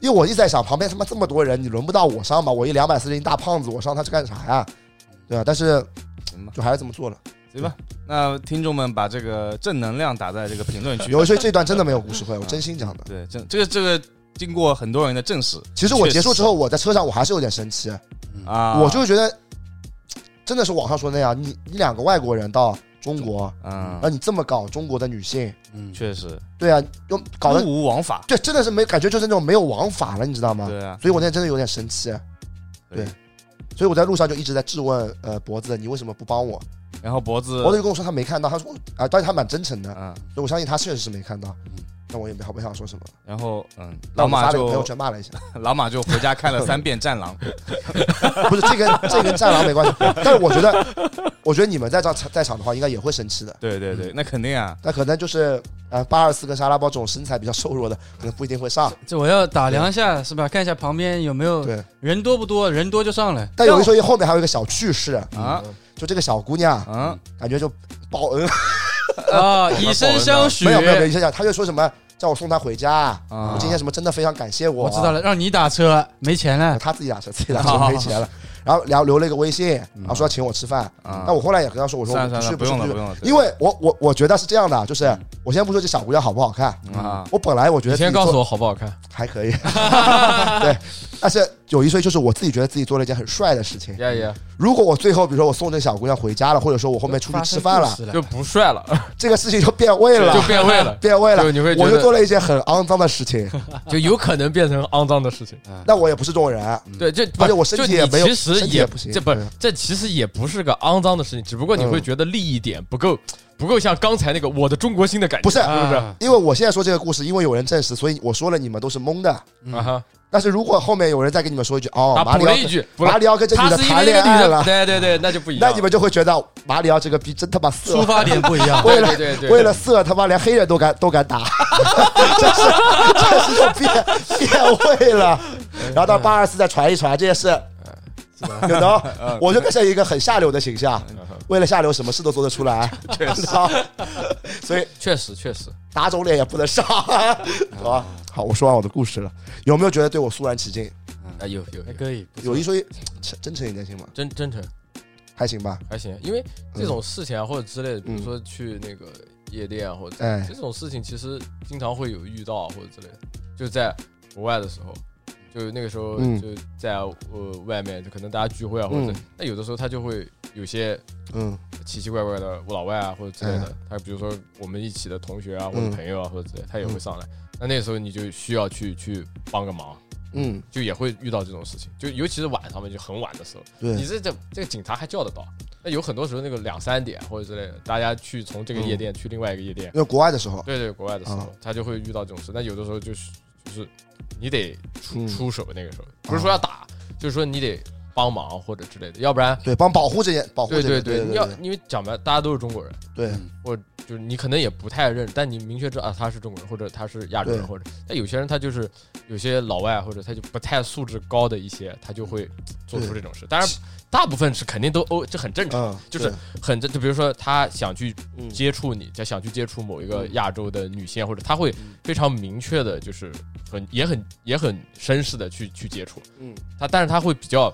Speaker 1: 因为我一直在想，旁边他妈这么多人，你轮不到我上吧？我一两百四十斤大胖子，我上他是干啥呀？对吧？啊但是
Speaker 3: 行吧
Speaker 1: 就还是这么做了。
Speaker 3: 行吧。那听众们把这个正能量打在这个评论区。啊
Speaker 1: 有时候这段真的 没有故事
Speaker 3: 嗯
Speaker 1: 会，我真心讲的。
Speaker 3: 对，这这个这个经过很多人的证实
Speaker 1: 其实我结束之后，我在车上我还是有点生气，
Speaker 3: 啊，
Speaker 1: 我就是觉得真的是网上说那样，你你两个外国人到中国，
Speaker 3: 嗯
Speaker 1: 然后，你这么搞中国的女性，
Speaker 2: 嗯，
Speaker 3: 确实
Speaker 1: 对啊，又搞
Speaker 3: 不
Speaker 1: 得
Speaker 3: 无王法。
Speaker 1: 对，真的是没感觉，就是那种没有王法了，你知道吗？
Speaker 3: 对啊，
Speaker 1: 所以我那天真的有点生气，对
Speaker 3: 对。
Speaker 1: 所以我在路上就一直在质问，呃，脖子，你为什么不帮我？
Speaker 3: 然后脖子
Speaker 1: 脖子就跟我说他没看到，他说啊、当然他蛮真诚的，
Speaker 3: 嗯，
Speaker 1: 所以我相信他确实是没看到
Speaker 2: 嗯。
Speaker 1: 那我也没好没想说什么，
Speaker 3: 然后嗯，
Speaker 1: 但
Speaker 3: 老
Speaker 1: 我
Speaker 3: 马
Speaker 1: 发了个朋友
Speaker 3: 就
Speaker 1: 圈骂了一下，
Speaker 3: 老马就回家看 了三遍《战狼》，
Speaker 1: 不是这跟 这跟战狼没关系，但是我觉得， 我觉得你们在场在场的话，应该也会生气的。
Speaker 3: 对对对，那肯定啊，
Speaker 1: 那可能就是呃八二四跟沙拉包这种身材比较瘦弱的，可能不一定会上。
Speaker 2: 这我要打量一下是吧？看一下旁边有没有
Speaker 1: 对，
Speaker 2: 人多不多，人多就上来。
Speaker 1: 但有一说一，后面还有一个小趣事，嗯
Speaker 3: 啊
Speaker 1: 就这个小姑娘
Speaker 3: 啊，
Speaker 1: 感觉就报恩，
Speaker 2: 啊，以身相许。
Speaker 1: 没有没有没有，现在她就说什么叫我送她回家，
Speaker 3: 啊
Speaker 1: 我今天什么真的非常感谢我，啊
Speaker 2: 我知道了，让你打车，没钱了。
Speaker 1: 他自己打车，自己打车没钱了，然后聊留了一个微信，然后说要请我吃饭。
Speaker 3: 嗯啊
Speaker 1: 那我后来也跟他说，我说
Speaker 3: 算
Speaker 1: 我
Speaker 3: 了算
Speaker 1: 去
Speaker 3: 了，不
Speaker 1: 去
Speaker 3: 用了
Speaker 1: 去
Speaker 3: 不用了，嗯
Speaker 1: 因为我我我觉得是这样的，啊就是我先不说这小姑娘好不好看，
Speaker 3: 啊，
Speaker 1: 我本来我觉
Speaker 4: 你
Speaker 1: 得
Speaker 4: 先
Speaker 1: 自己做
Speaker 4: 告诉我好不好看？
Speaker 1: 还可以， 对，但是有一说一，就是我自己觉得自己做了一件很帅的事情。
Speaker 4: 呀呀，
Speaker 1: 如果我最后比如说我送这小姑娘回家了，或者说我后面出去吃饭
Speaker 2: 发
Speaker 1: 了，
Speaker 2: 生故事
Speaker 4: 就不 帅了，
Speaker 1: 这个事情就变味
Speaker 4: 就
Speaker 1: 了，
Speaker 4: 变味了，
Speaker 1: 变味了
Speaker 4: 就。你会觉
Speaker 1: 我就做
Speaker 4: 得
Speaker 1: 了一件很肮脏的事情，
Speaker 4: 就有可能变成肮脏的事情。
Speaker 1: 那我也不是这种人，
Speaker 4: 对，这
Speaker 1: 嗯而且我身体也没有
Speaker 4: 就你其实
Speaker 1: 身体也不行嗯
Speaker 4: 这不
Speaker 1: 对
Speaker 4: 是这其实也不是个肮脏的事情，只不过你会觉得利益点不够，不够像刚才那个我的中国心的感觉，
Speaker 1: 不是
Speaker 4: 不是？
Speaker 2: 啊
Speaker 1: 因为我现在说这个故事，因为有人证实，所以我说了你们都是蒙的。
Speaker 4: 啊哈，
Speaker 1: 但是如果后面有人再跟你们说一句，哦，
Speaker 4: 他
Speaker 1: 马里
Speaker 4: 补了一
Speaker 1: 奥
Speaker 4: 句，补
Speaker 1: 马
Speaker 4: 了，
Speaker 1: 里奥跟这
Speaker 4: 他
Speaker 1: 女的
Speaker 4: 是因
Speaker 1: 谈
Speaker 4: 为那
Speaker 1: 恋
Speaker 4: 个女
Speaker 1: 爱
Speaker 4: 的，
Speaker 1: 了，
Speaker 4: 对对对，那就不一样。
Speaker 1: 那你们就会觉得马里奥这个逼真他妈色
Speaker 2: 出，发点不一样。
Speaker 1: 为了
Speaker 4: 对对对，
Speaker 1: 为了色他妈连黑人都敢都敢打， 这是这是就变变味了。然
Speaker 4: 嗯
Speaker 1: 后到八二四再传一传这些事。你能，
Speaker 4: 嗯
Speaker 1: 我就变成一个很下流的形象，为了下流，什么事都做得出 来，知道？所以
Speaker 4: 确实确实，
Speaker 1: 打肿脸也不能 上，好吧？好，我说完我的故事了，有没有觉得对我肃然起敬？
Speaker 4: 哎有有
Speaker 2: 还
Speaker 4: 有
Speaker 2: 可以，不错
Speaker 1: 有一说一，真真诚一点行吗？
Speaker 4: 真真诚
Speaker 1: 还行吧，
Speaker 4: 还行，因为这种事情啊或者之类的，比如说去那个夜店啊或者
Speaker 1: 哎
Speaker 4: 这，种事情，其实经常会有遇到啊或者之类的，就在国外的时候。就那个时候，
Speaker 1: 嗯
Speaker 4: 就在呃外面，就可能大家聚会啊，或者
Speaker 1: 嗯
Speaker 4: 那有的时候他就会有些
Speaker 1: 嗯
Speaker 4: 奇奇怪怪的老外啊，或者之类的，他比如说我们一起的同学啊，或者
Speaker 1: 哎嗯
Speaker 4: 朋友啊，或者之类的，他也会上来。那那时候你就需要去去帮个忙，
Speaker 1: 嗯，
Speaker 4: 就也会遇到这种事情，就尤其是晚上嘛，就很晚的时候，你
Speaker 1: 对，
Speaker 4: 这这这个警察还叫得到。那有很多时候那个两三点或者之类的，大家去从这个夜店去另外一个夜店，
Speaker 1: 因为国外的时候，
Speaker 4: 对对，国外的时
Speaker 1: 嗯
Speaker 4: 候
Speaker 1: 啊，
Speaker 4: 他就会遇到这种事。那有的时候就是就是你得出
Speaker 1: 嗯啊
Speaker 4: 出手，那个时候不是说要打，就是说你得帮忙或者之类的，要不然
Speaker 1: 对，帮保护这些，保护
Speaker 4: 对
Speaker 1: 这些，
Speaker 4: 对
Speaker 1: 对
Speaker 4: 你要因为讲白，大家都是中国人。
Speaker 1: 对
Speaker 4: 就是你可能也不太认，但你明确知道啊他是中国人，或者他是亚洲人，
Speaker 1: 对
Speaker 4: 或者但有些人他就是有些老外，或者他就不太素质高的一些，他就会做出这种事。当然，大部分是肯定都哦，这很正常，
Speaker 1: 嗯，
Speaker 4: 就是
Speaker 1: 对
Speaker 4: 很正。就比如说他想去
Speaker 1: 嗯
Speaker 4: 接触你，他想去接触某一个
Speaker 1: 嗯
Speaker 4: 亚洲的女性，或者他会非常明确的，就是很也很也很绅士的去去接触。
Speaker 1: 嗯
Speaker 4: 他但是他会比较，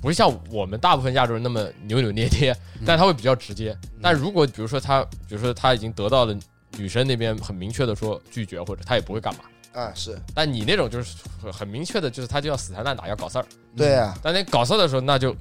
Speaker 4: 不是像我们大部分亚洲人那么扭扭捏捏，
Speaker 1: 嗯
Speaker 4: 但他会比较直接。但如果比如说他，比如说他已经得到了女生那边很明确的说拒绝，或者他也不会干嘛。
Speaker 1: 啊，是
Speaker 4: 但你那种就是很很明确的，就是他就要死缠烂打，要搞事儿。
Speaker 1: 对啊，
Speaker 4: 但那搞事儿的时候，那就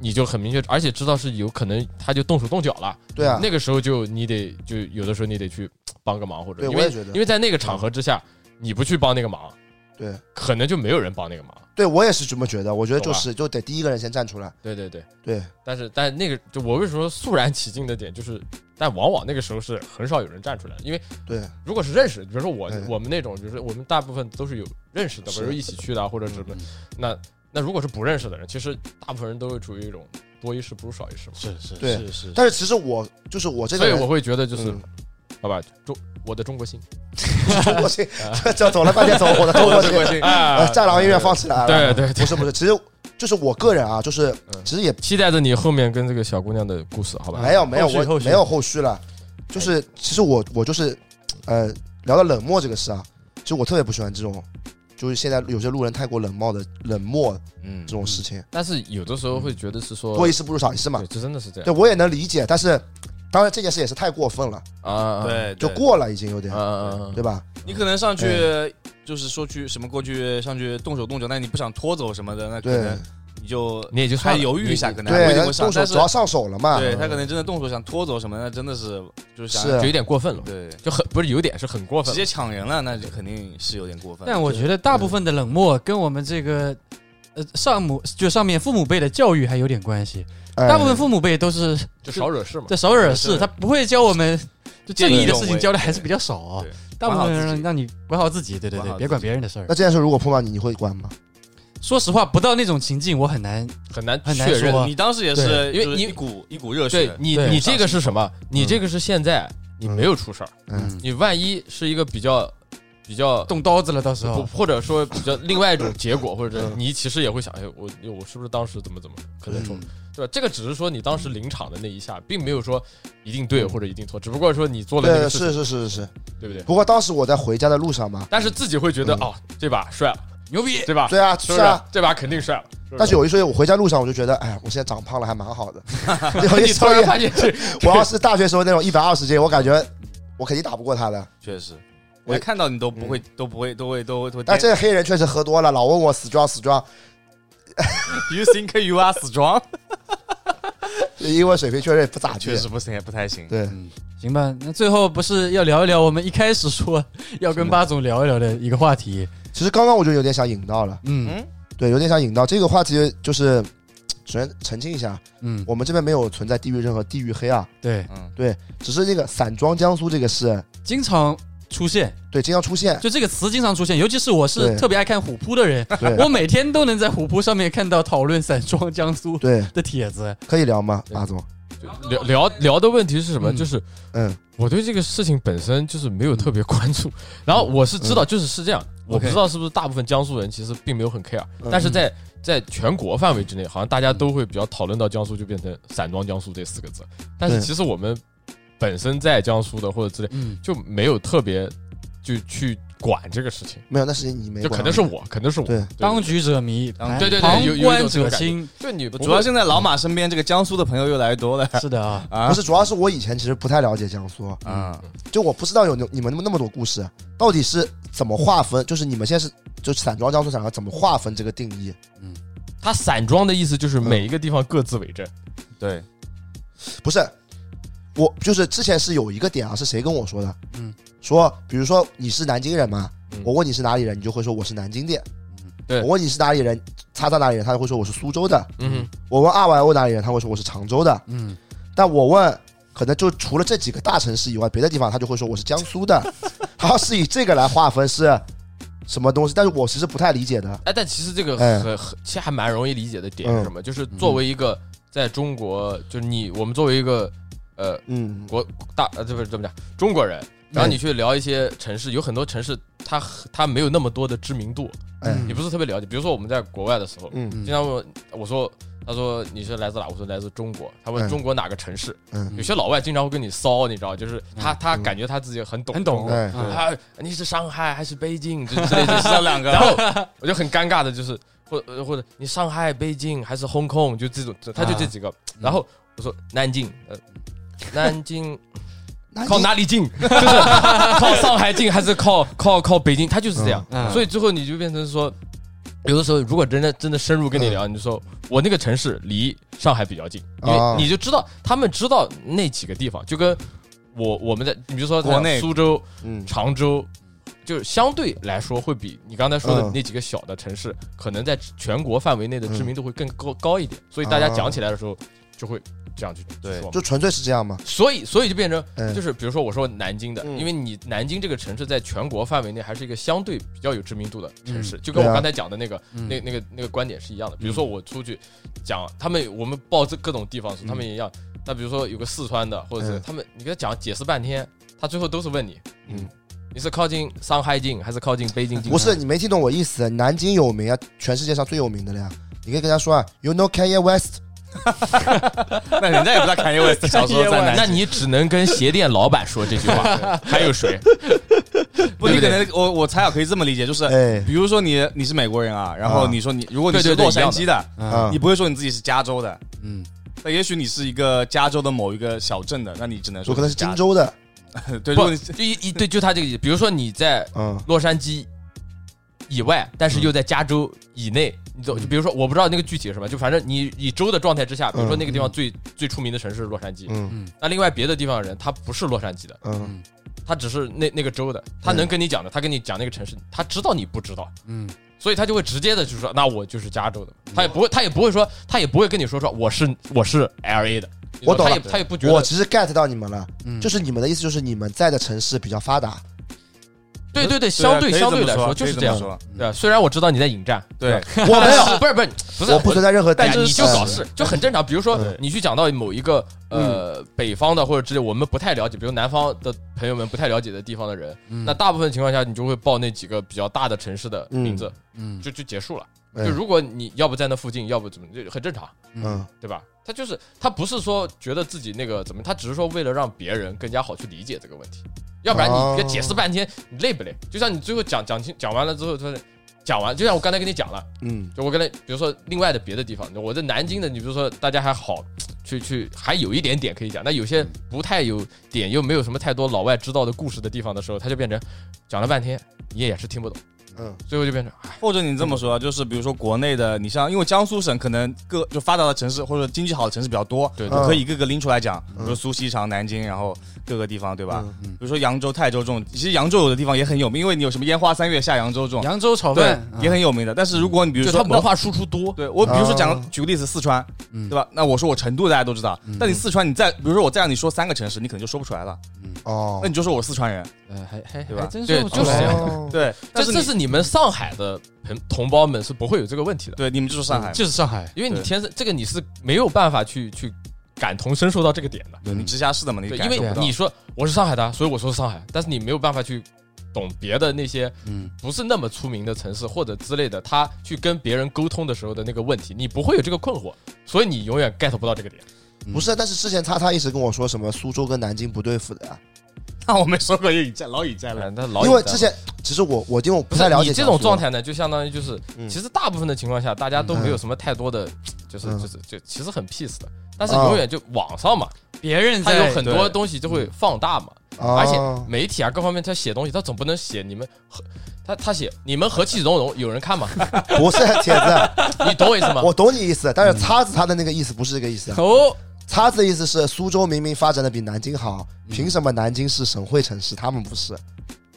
Speaker 4: 你就很明确，而且知道是有可能他就动手动脚了。
Speaker 1: 对啊，
Speaker 4: 那个时候就你得就有的时候你得去帮个忙，或者
Speaker 1: 对
Speaker 4: 因
Speaker 1: 我也
Speaker 4: 为
Speaker 1: 觉得
Speaker 4: 因为在那个场合之下，你不去帮那个忙，
Speaker 1: 对，
Speaker 4: 可能就没有人帮那个忙。
Speaker 1: 对我也是这么觉得，我觉得就
Speaker 4: 懂吧
Speaker 1: 是就得第一个人先站出来，
Speaker 4: 对对对。
Speaker 1: 对，
Speaker 4: 但是，但那个就我为什么说肃然起敬的点，就是，但往往那个时候是很少有人站出来的，因为
Speaker 1: 对，
Speaker 4: 如果是认识，比如说我、
Speaker 1: 嗯
Speaker 4: 我们那种，比如说我们大部分都是有认识的，比
Speaker 1: 是嗯
Speaker 4: 如一起去的啊或者什么，那那如果是不认识的人，其实大部分人都会处于一种多一事不如少一事嘛，
Speaker 2: 是是
Speaker 1: 对
Speaker 2: 是是，
Speaker 1: 但是其实我就是我这个
Speaker 4: 所以
Speaker 1: 人
Speaker 4: 我，会觉得就是，
Speaker 1: 嗯
Speaker 4: 好吧，中我的中国心
Speaker 1: 中国心，这这走了半天走我的中国心，
Speaker 4: 啊
Speaker 1: 呃战狼音乐放起来了，
Speaker 4: 对对对
Speaker 1: 不是不是，其实就是我个人啊，就是
Speaker 4: 嗯
Speaker 1: 其实也
Speaker 4: 期待着你后面跟这个小姑娘的故事，好吧？
Speaker 1: 没有没有
Speaker 2: 后续
Speaker 1: 我
Speaker 2: 后续
Speaker 1: 没有后续了，就是其实我我就是呃聊到冷漠这个事啊，就我特别不喜欢这种，就是现在有些路人太过冷漠的冷漠
Speaker 4: 嗯
Speaker 1: 这，种事情，
Speaker 4: 但是有的时候会觉得是说，
Speaker 1: 多一事不如少一事嘛
Speaker 4: 对，。这真的是这
Speaker 1: 对，
Speaker 4: 样
Speaker 1: 我也能理解，但是当然这件事也是太过分了，
Speaker 4: 啊，
Speaker 3: 对，
Speaker 1: 呃就
Speaker 3: 对
Speaker 1: 过哎了已经有点
Speaker 4: 啊，啊
Speaker 1: 对吧？
Speaker 3: 你可能上去就是说去什么过去上去动手动脚，但你不想拖走什么的，那可
Speaker 1: 对
Speaker 3: 能你就
Speaker 4: 你也就
Speaker 3: 还
Speaker 4: 算了
Speaker 3: 犹豫一下，可能还
Speaker 1: 对，
Speaker 3: 会
Speaker 1: 但
Speaker 3: 会上
Speaker 1: 动，手
Speaker 3: 但
Speaker 1: 只
Speaker 3: 是
Speaker 1: 要上手了嘛，
Speaker 3: 对他可能真的动手想拖走什么，那真的是就是想
Speaker 1: 啊是
Speaker 4: 就有点过分了，
Speaker 3: 对
Speaker 4: 就很不是有点是很过
Speaker 3: 直
Speaker 4: 分
Speaker 3: 接抢人了，那就肯定是有点过分。
Speaker 2: 但我觉得大部分的冷漠跟我们这个呃上母就上面父母辈的教育还有点关系。
Speaker 1: 哎
Speaker 2: 大部分父母辈都是
Speaker 4: 就少惹事嘛。
Speaker 2: 在少惹
Speaker 3: 对
Speaker 2: 事，他不会教我们就正义的事情教的
Speaker 3: 对
Speaker 2: 还是比较少啊
Speaker 3: 对。
Speaker 2: 大部分人
Speaker 3: 管好自
Speaker 2: 让
Speaker 3: 己
Speaker 2: 让你管好自己，对对
Speaker 3: 管
Speaker 2: 对
Speaker 3: 好，
Speaker 2: 别管别人的事儿
Speaker 1: 那。这件事如果碰到你，你会管吗？
Speaker 2: 说实话，不到那种情境，我很难
Speaker 4: 很难
Speaker 2: 很难
Speaker 4: 确认
Speaker 2: 说。
Speaker 3: 你当时也是，
Speaker 4: 对因为
Speaker 3: 就是
Speaker 4: 你
Speaker 3: 一股一股热血
Speaker 4: 对，嗯你，
Speaker 2: 对
Speaker 4: 你这个是什么？你这个是现在你没有出事儿，
Speaker 1: 嗯，
Speaker 4: 你万一是一个比较比较
Speaker 2: 动刀子了，到时
Speaker 4: 不
Speaker 2: 候
Speaker 4: 或者说比较另外一种结果，或者是
Speaker 1: 哦嗯
Speaker 4: 你其实也会想，哎，我我是不是当时怎么怎么可能冲
Speaker 1: 嗯？
Speaker 4: 对吧？这个只是说你当时临场的那一下，并没有说一定对或者一定错，只不过说你做了
Speaker 1: 嗯
Speaker 4: 那
Speaker 1: 对，
Speaker 4: 个事
Speaker 1: 是
Speaker 4: 情，
Speaker 1: 是是是是。
Speaker 4: 对不对？
Speaker 1: 不过当时我在回家的路上嘛，
Speaker 4: 但是自己会觉得，
Speaker 1: 嗯
Speaker 4: 哦，这把帅了，
Speaker 3: 牛逼，
Speaker 4: 对吧？
Speaker 1: 对啊，
Speaker 4: 是
Speaker 1: 是
Speaker 4: 不是
Speaker 1: 啊。？
Speaker 4: 这把肯定帅了。是不是
Speaker 1: 但是有一说一，我回家路上我就觉得，哎，我现在长胖了还蛮 好的。有一
Speaker 4: 你突
Speaker 1: 说一啊
Speaker 4: 然，发现这
Speaker 1: 我要是大学时候那种一百二十斤，我感觉我肯定打不过他的。
Speaker 3: 确实，
Speaker 1: 我
Speaker 3: 我看到你都不会，都不会，都会，都会，都会。
Speaker 1: 但这
Speaker 4: 哎
Speaker 1: 个黑人确实喝多了，老问我死装死装，
Speaker 3: You think you are strong？
Speaker 1: 英文水平确实也不咋
Speaker 3: 确
Speaker 1: 地。
Speaker 3: 实不行，不太行。
Speaker 1: 对，
Speaker 2: 嗯行吧。那最后不是要聊一聊我们一开始说要跟巴总聊一聊的一个话题？
Speaker 1: 其实刚刚我就有点想引到了，
Speaker 2: 嗯
Speaker 1: 对，有点想引到这个话题，就是首先澄清一下，
Speaker 2: 嗯，
Speaker 1: 我们这边没有存在地域任何地域黑啊，
Speaker 2: 对，
Speaker 3: 嗯，
Speaker 1: 只是那个散装江苏这个是
Speaker 2: 经常出现，
Speaker 1: 对经常出现，
Speaker 2: 就这个词经常出现，尤其是我是
Speaker 1: 对
Speaker 2: 特别爱看虎扑的
Speaker 3: 嗯
Speaker 2: 人，
Speaker 1: 对
Speaker 2: 我每天都能在虎扑上面看到讨论散装江苏
Speaker 1: 对，
Speaker 2: 的帖子。
Speaker 1: 可以聊吗，
Speaker 4: 对
Speaker 1: 马总？
Speaker 4: 聊聊聊的问题是什么？
Speaker 2: 嗯
Speaker 4: 就是
Speaker 1: 嗯
Speaker 4: 我对这个事情本身就是没有特别关注，然后我是知道，就是是这样，我不知道是不是大部分江苏人其实并没有很 care，
Speaker 1: 嗯
Speaker 4: 但是在在全国范围之内，好像大家都会比较讨论到江苏，就变成“散装江苏”这四个字。但是
Speaker 1: 对
Speaker 4: 其实我们本身在江苏的或者之类，
Speaker 2: 嗯，
Speaker 4: 就没有特别就去管这个事情，
Speaker 1: 没有，那是你没
Speaker 4: 就
Speaker 1: 管
Speaker 4: 肯定是我，肯定是我。
Speaker 1: 对
Speaker 2: 当局者迷，
Speaker 3: 当
Speaker 4: 对对对
Speaker 2: 旁
Speaker 4: 有有一种
Speaker 2: 观
Speaker 4: 这种
Speaker 2: 者
Speaker 4: 感觉
Speaker 2: 清，
Speaker 4: 就你不 会
Speaker 3: 主要现在老马身边这个江苏的朋友越来越多了
Speaker 1: 哎
Speaker 2: 是的啊。
Speaker 3: 啊
Speaker 1: 不。是，主要是我以前其实不太了解江苏，
Speaker 3: 啊，
Speaker 1: 就我不知道有你们那么多故事，到底是怎么划分？就是你们现在是就散装江苏散装怎么划分这个定义？
Speaker 4: 它散装的意思就是每一个地方各自为政，
Speaker 3: 对，
Speaker 1: 不是，我就是之前是有一个点啊，是谁跟我说的？
Speaker 2: 嗯，
Speaker 1: 说比如说你是南京人嘛，
Speaker 4: 嗯
Speaker 1: 我问你是哪里人，你就会说我是南京的。
Speaker 4: 对
Speaker 1: 我问你是哪里人，他在哪里人，他就会说我是苏州的。
Speaker 4: 嗯，
Speaker 1: 我问 RYO 哪里人，他会说我是常州的。
Speaker 2: 嗯，
Speaker 1: 但我问，可能就除了这几个大城市以外，别的地方他就会说我是江苏的，他要是以这个来划分是什么东西，但是我其实不太理解的。
Speaker 4: 哎，但其实这个
Speaker 1: 哎嗯
Speaker 4: 很很，其实还蛮容易理解的点是什么？就是作为一个在中国，就是你我们作为一个呃
Speaker 1: 嗯，
Speaker 4: 国大呃，这不是怎么讲，中国人。然后你去聊一些城市，有很多城市它它没有那么多的知名度，
Speaker 1: 哎，
Speaker 4: 你不是特别了解。比如说我们在国外的时候，
Speaker 1: 嗯
Speaker 4: 经常问我说，他说你是来自哪？我说来自中国。他问
Speaker 1: 嗯
Speaker 4: 中国哪个城市？
Speaker 1: 嗯
Speaker 4: 有些老外经常会跟你骚，你知道，就是他他感觉他自己很懂
Speaker 2: 很懂
Speaker 4: 中国
Speaker 1: 哎，
Speaker 2: 嗯
Speaker 4: 啊，你是上海还是北京？这之类的。
Speaker 3: 这两个，
Speaker 4: 然后我就很尴尬的，就是或呃或者你上海、北京还是 Hong Kong，就这种，他就这几个。然后我说南京，呃， 南京
Speaker 1: 南
Speaker 4: 靠
Speaker 1: 京
Speaker 4: 哪里近？就是靠上海近还是靠靠靠北京？他就是这样。
Speaker 2: 嗯
Speaker 4: 所以最后你就变成说，有的时候如果真的真的深入跟你聊，你就说我那个城市离上海比较近，因
Speaker 1: 啊
Speaker 4: 为你就知道他们知道那几个地方，就跟我我们在你比如说在
Speaker 3: 国内
Speaker 4: 苏州、
Speaker 1: 嗯
Speaker 4: 常州，就是相对来说会比你刚才说的
Speaker 1: 嗯
Speaker 4: 那几个小的城市，可能在全国范围内的知名度会更高高一点，所以大家讲起来的时候就会这样去
Speaker 3: 对
Speaker 4: 说嘛
Speaker 1: 嗯就纯粹是这样嘛。
Speaker 4: 所以所以就变成
Speaker 1: 嗯
Speaker 4: 就是比如说我说南京的，
Speaker 1: 嗯
Speaker 4: 因为你南京这个城市在全国范围内还是一个相对比较有知名度的城市，就跟
Speaker 1: 对嗯
Speaker 4: 我
Speaker 1: 啊
Speaker 4: 刚才讲的那个
Speaker 2: 嗯
Speaker 4: 那那个那个观点是一样的。比如说我出去讲他们，我们报这各种地方的时候，他们也一样。那比如说有个四川的，或者是
Speaker 1: 嗯
Speaker 4: 他们，你给他讲解释半天，他最后都是问你，
Speaker 1: 嗯
Speaker 4: 嗯，你是靠近上海近还是靠近北京近？
Speaker 1: 不是你没听懂我意思，南京有名啊，全世界上最有名的了呀。你可以跟他说啊，You know Kanye West，
Speaker 3: 那人家也不知道侃爷 West 小时候在
Speaker 4: 那
Speaker 3: 南 京，
Speaker 4: 你只能跟鞋店老板说这句话，还有谁？
Speaker 3: 不，你可能我我猜啊，可以这么理解，就是
Speaker 1: 哎
Speaker 3: 比如说你你是美国人啊，然后
Speaker 1: 啊
Speaker 3: 你说你如果你
Speaker 4: 对
Speaker 3: 是
Speaker 4: 对对
Speaker 3: 洛杉矶的，
Speaker 1: 啊
Speaker 3: 你不会说你自己是加州的，
Speaker 2: 嗯，
Speaker 3: 那也许你是一个加州的某一个小镇的，那你只能说
Speaker 1: 我可能是
Speaker 3: 加
Speaker 1: 荆。州的，
Speaker 3: 对，如
Speaker 4: 不
Speaker 3: 果你是
Speaker 4: 就一一对，就他这个意思。比如说你在
Speaker 1: 嗯
Speaker 4: 洛杉矶以外，但是又在加州以内，你
Speaker 1: 嗯
Speaker 4: 走就比如说我不知道那个具体是什么，就反正你以州的状态之下，比如说那个地方最最出名的城市是洛杉矶，
Speaker 1: 嗯
Speaker 4: 那另外别的地方的人他不是洛杉矶的，
Speaker 1: 嗯
Speaker 4: 他只是那那个州的，他能跟你讲的，他跟你讲那个城市，他知道你不知道，
Speaker 2: 嗯，
Speaker 4: 所以他就会直接的就说，那我就是加州的，
Speaker 1: 嗯
Speaker 4: 他也不会，他也不会说，他也不会跟你说说我是我是 L A 的，你知道
Speaker 1: 我懂了
Speaker 4: 他也他也不觉
Speaker 1: 我
Speaker 4: 得，
Speaker 1: 其实 get 到你们了，
Speaker 2: 嗯
Speaker 1: 就是你们的意思就是你们在的城市比较发达，
Speaker 4: 对
Speaker 1: 嗯
Speaker 4: 对对，相对
Speaker 3: 对
Speaker 4: 相对来说就是这样，
Speaker 3: 说，
Speaker 4: 对，虽然我知道你在引战，
Speaker 3: 对，
Speaker 1: 我没 有，
Speaker 4: 不是不是不是，
Speaker 1: 我不存在任何敌
Speaker 4: 但
Speaker 1: 意，
Speaker 4: 哎是你就搞事
Speaker 1: 嗯，
Speaker 4: 就很正常。比如说
Speaker 1: 嗯，
Speaker 4: 你去讲到某一个呃
Speaker 2: 嗯
Speaker 4: 北方的或者之类我们不太了解，比如南方的朋友们不太了解的地方的人，那大部分情况下你就会报那几个比较大的城市的名字，
Speaker 2: 嗯嗯哎
Speaker 4: 就就结束了。
Speaker 1: 嗯
Speaker 4: 就如果你要不在那附近，要不怎么，就很正常，
Speaker 1: 嗯
Speaker 4: 对吧？他就是他不是说觉得自己那个怎么，他只是说为了让别人更加好去理解这个问题，要不然
Speaker 1: 哦
Speaker 4: 你别解释半天，你累不累？就像你最后讲讲清讲完了之后，他讲完，就像我刚才跟你讲了。
Speaker 1: 嗯
Speaker 4: 就我刚才，比如说另外的别的地方，我在南京的，你比如说大家还好，去去还有一点点可以讲，那有些不太有点又没有什么太多老外知道的故事的地方的时候，他就变成讲了半天你也是听不懂，
Speaker 1: 嗯
Speaker 4: 最后就变成哎
Speaker 3: 或者你这么说啊，就是比如说国内的，你像因为江苏省可能各就发达的城市或者经济好的城市比较多，
Speaker 4: 对
Speaker 1: 对
Speaker 3: 我可以一个个拎出来讲，
Speaker 1: 嗯
Speaker 3: 比如苏锡常、南京，然后各个地方，对吧？
Speaker 1: 嗯
Speaker 3: 比如说扬州、泰州这种，其实扬州有的地方也很有名，因为你有什么烟花三月下扬州这种，
Speaker 2: 扬州炒
Speaker 3: 对
Speaker 2: 饭，
Speaker 3: 也很有名的。但是如果你比如
Speaker 4: 嗯就
Speaker 3: 说
Speaker 4: 他文化输出多，
Speaker 3: 对我，比如说讲、
Speaker 1: 啊
Speaker 3: 举个例子，四川，
Speaker 2: 嗯
Speaker 3: 对吧？那我说我成都大家都知道，但你四川，你再比如说我再让你说三个城市，你可能就说不出来了，
Speaker 1: 哦
Speaker 3: 那，你就说我是四川人，
Speaker 2: 呃，还还
Speaker 3: 对吧
Speaker 2: 还真
Speaker 4: 哎对
Speaker 2: 说不出
Speaker 4: 就是这
Speaker 2: 来
Speaker 4: 样
Speaker 1: 哦
Speaker 3: 对。但是
Speaker 4: 这这
Speaker 3: 你
Speaker 4: 是你们上海的朋同胞们是不会有这个问题的，
Speaker 3: 对你们就是上海，
Speaker 4: 嗯
Speaker 2: 就是上海，
Speaker 4: 因为你
Speaker 3: 对
Speaker 4: 天生这个你是没有办法去去感同身受到这个点的，
Speaker 3: 对
Speaker 1: 嗯
Speaker 3: 你直辖市的嘛，你
Speaker 4: 对，
Speaker 3: 感
Speaker 4: 因
Speaker 3: 受
Speaker 4: 为
Speaker 3: 不到
Speaker 4: 你说我是上海的，所以我说是上海，但是你没有办法去懂别的那些。
Speaker 2: 嗯
Speaker 4: 不是那么出名的城市或者之类的，他去跟别人沟通的时候的那个问题，你不会有这个困惑，所以你永远 get 不到这个点。嗯
Speaker 1: 不是，但是之前叉叉一直跟我说什么苏州跟南京不对付的啊，
Speaker 3: 那我没说过引战，老引战了。
Speaker 4: 哎那老
Speaker 1: 因为
Speaker 4: 引战
Speaker 1: 之前其实我我因为我
Speaker 4: 不
Speaker 1: 不
Speaker 4: 是
Speaker 1: 太了
Speaker 4: 你
Speaker 1: 解
Speaker 4: 这种
Speaker 1: 江苏
Speaker 4: 状，态呢，就相当于就是，
Speaker 1: 嗯
Speaker 4: 其实大部分的情况下，大家都没有什么太多的，就是
Speaker 1: 嗯
Speaker 4: 就是就其实很 peace 的，但是
Speaker 1: 啊
Speaker 4: 永远就网上嘛，
Speaker 2: 别人
Speaker 4: 它
Speaker 2: 在
Speaker 4: 有很多东西就会放大嘛，
Speaker 1: 哦
Speaker 4: 而且媒体啊各方面，他写东西，他总不能写你们和他他写你们和气融融，有人 看吗？
Speaker 1: 不是铁 子，
Speaker 4: 你懂我意思吗？
Speaker 1: 我懂你意思，但
Speaker 4: 嗯
Speaker 1: 是叉子他的那个意思不是这个意思 啊，
Speaker 4: 哦，
Speaker 1: 叉子的意思是苏州明明发展的比南京好，
Speaker 4: 嗯
Speaker 1: 凭什么南京是省会城市，他们不是？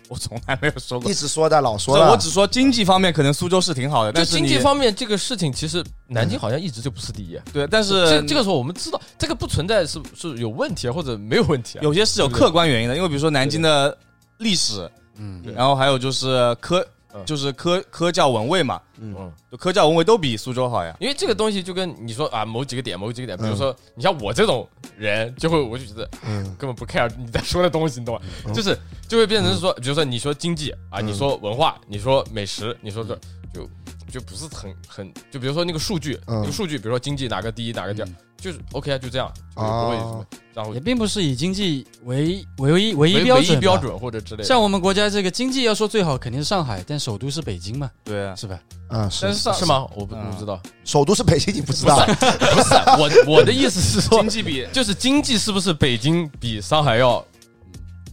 Speaker 3: 我从来没有说过
Speaker 1: 一。直说的老说
Speaker 3: 所以
Speaker 1: 了，
Speaker 3: 我只说经济方面，可能苏州是挺好的，
Speaker 4: 就
Speaker 3: 但是
Speaker 4: 经
Speaker 3: 你
Speaker 4: 济方面这个事情，其实南京好像一直就不是第一。啊
Speaker 3: 对，但
Speaker 4: 这
Speaker 3: 是
Speaker 4: 这个时候我们知道这个不存在是是有问题啊，或者没有问题啊。
Speaker 3: 有些是有客观原因的，因为比如说南京的历史，
Speaker 2: 嗯
Speaker 3: 然后还有就是科
Speaker 4: 嗯
Speaker 3: 就是科科教文卫嘛，
Speaker 4: 嗯，
Speaker 3: 就科教文卫都比苏州好呀。
Speaker 4: 因为这个东西就跟你说啊，某几个点，某几个点，比如说你像我这种人，就会我就觉得啊
Speaker 1: 嗯
Speaker 4: 根本不 care 你在说的东西，你懂吧？就是就会变成说，比如说你说经济啊，你说文化，你说美食，你说这就就不是很很，就比如说那个数据，
Speaker 1: 嗯
Speaker 4: 那个数据，比如说经济哪个第一哪个第二
Speaker 2: 嗯，
Speaker 4: 就是 OK 啊，就这样，就是不会什么
Speaker 1: 哦，
Speaker 4: 然后
Speaker 2: 也并不是以经济为唯一唯一
Speaker 4: 唯
Speaker 2: 标
Speaker 4: 唯
Speaker 2: 准
Speaker 4: 一
Speaker 2: 吧
Speaker 4: 标。准或者之类的。
Speaker 2: 像我们国家这个经济要说最好，肯定是上海，但首都是北京嘛，
Speaker 3: 对啊，
Speaker 2: 是吧？
Speaker 1: 嗯是
Speaker 3: 但是上
Speaker 4: 是？吗？我不
Speaker 3: 嗯
Speaker 4: 不知道，
Speaker 1: 首都是北京，你不知道？
Speaker 4: 不是我我的意思是说
Speaker 3: 经，济比
Speaker 4: 就是经济是不是北京比上海要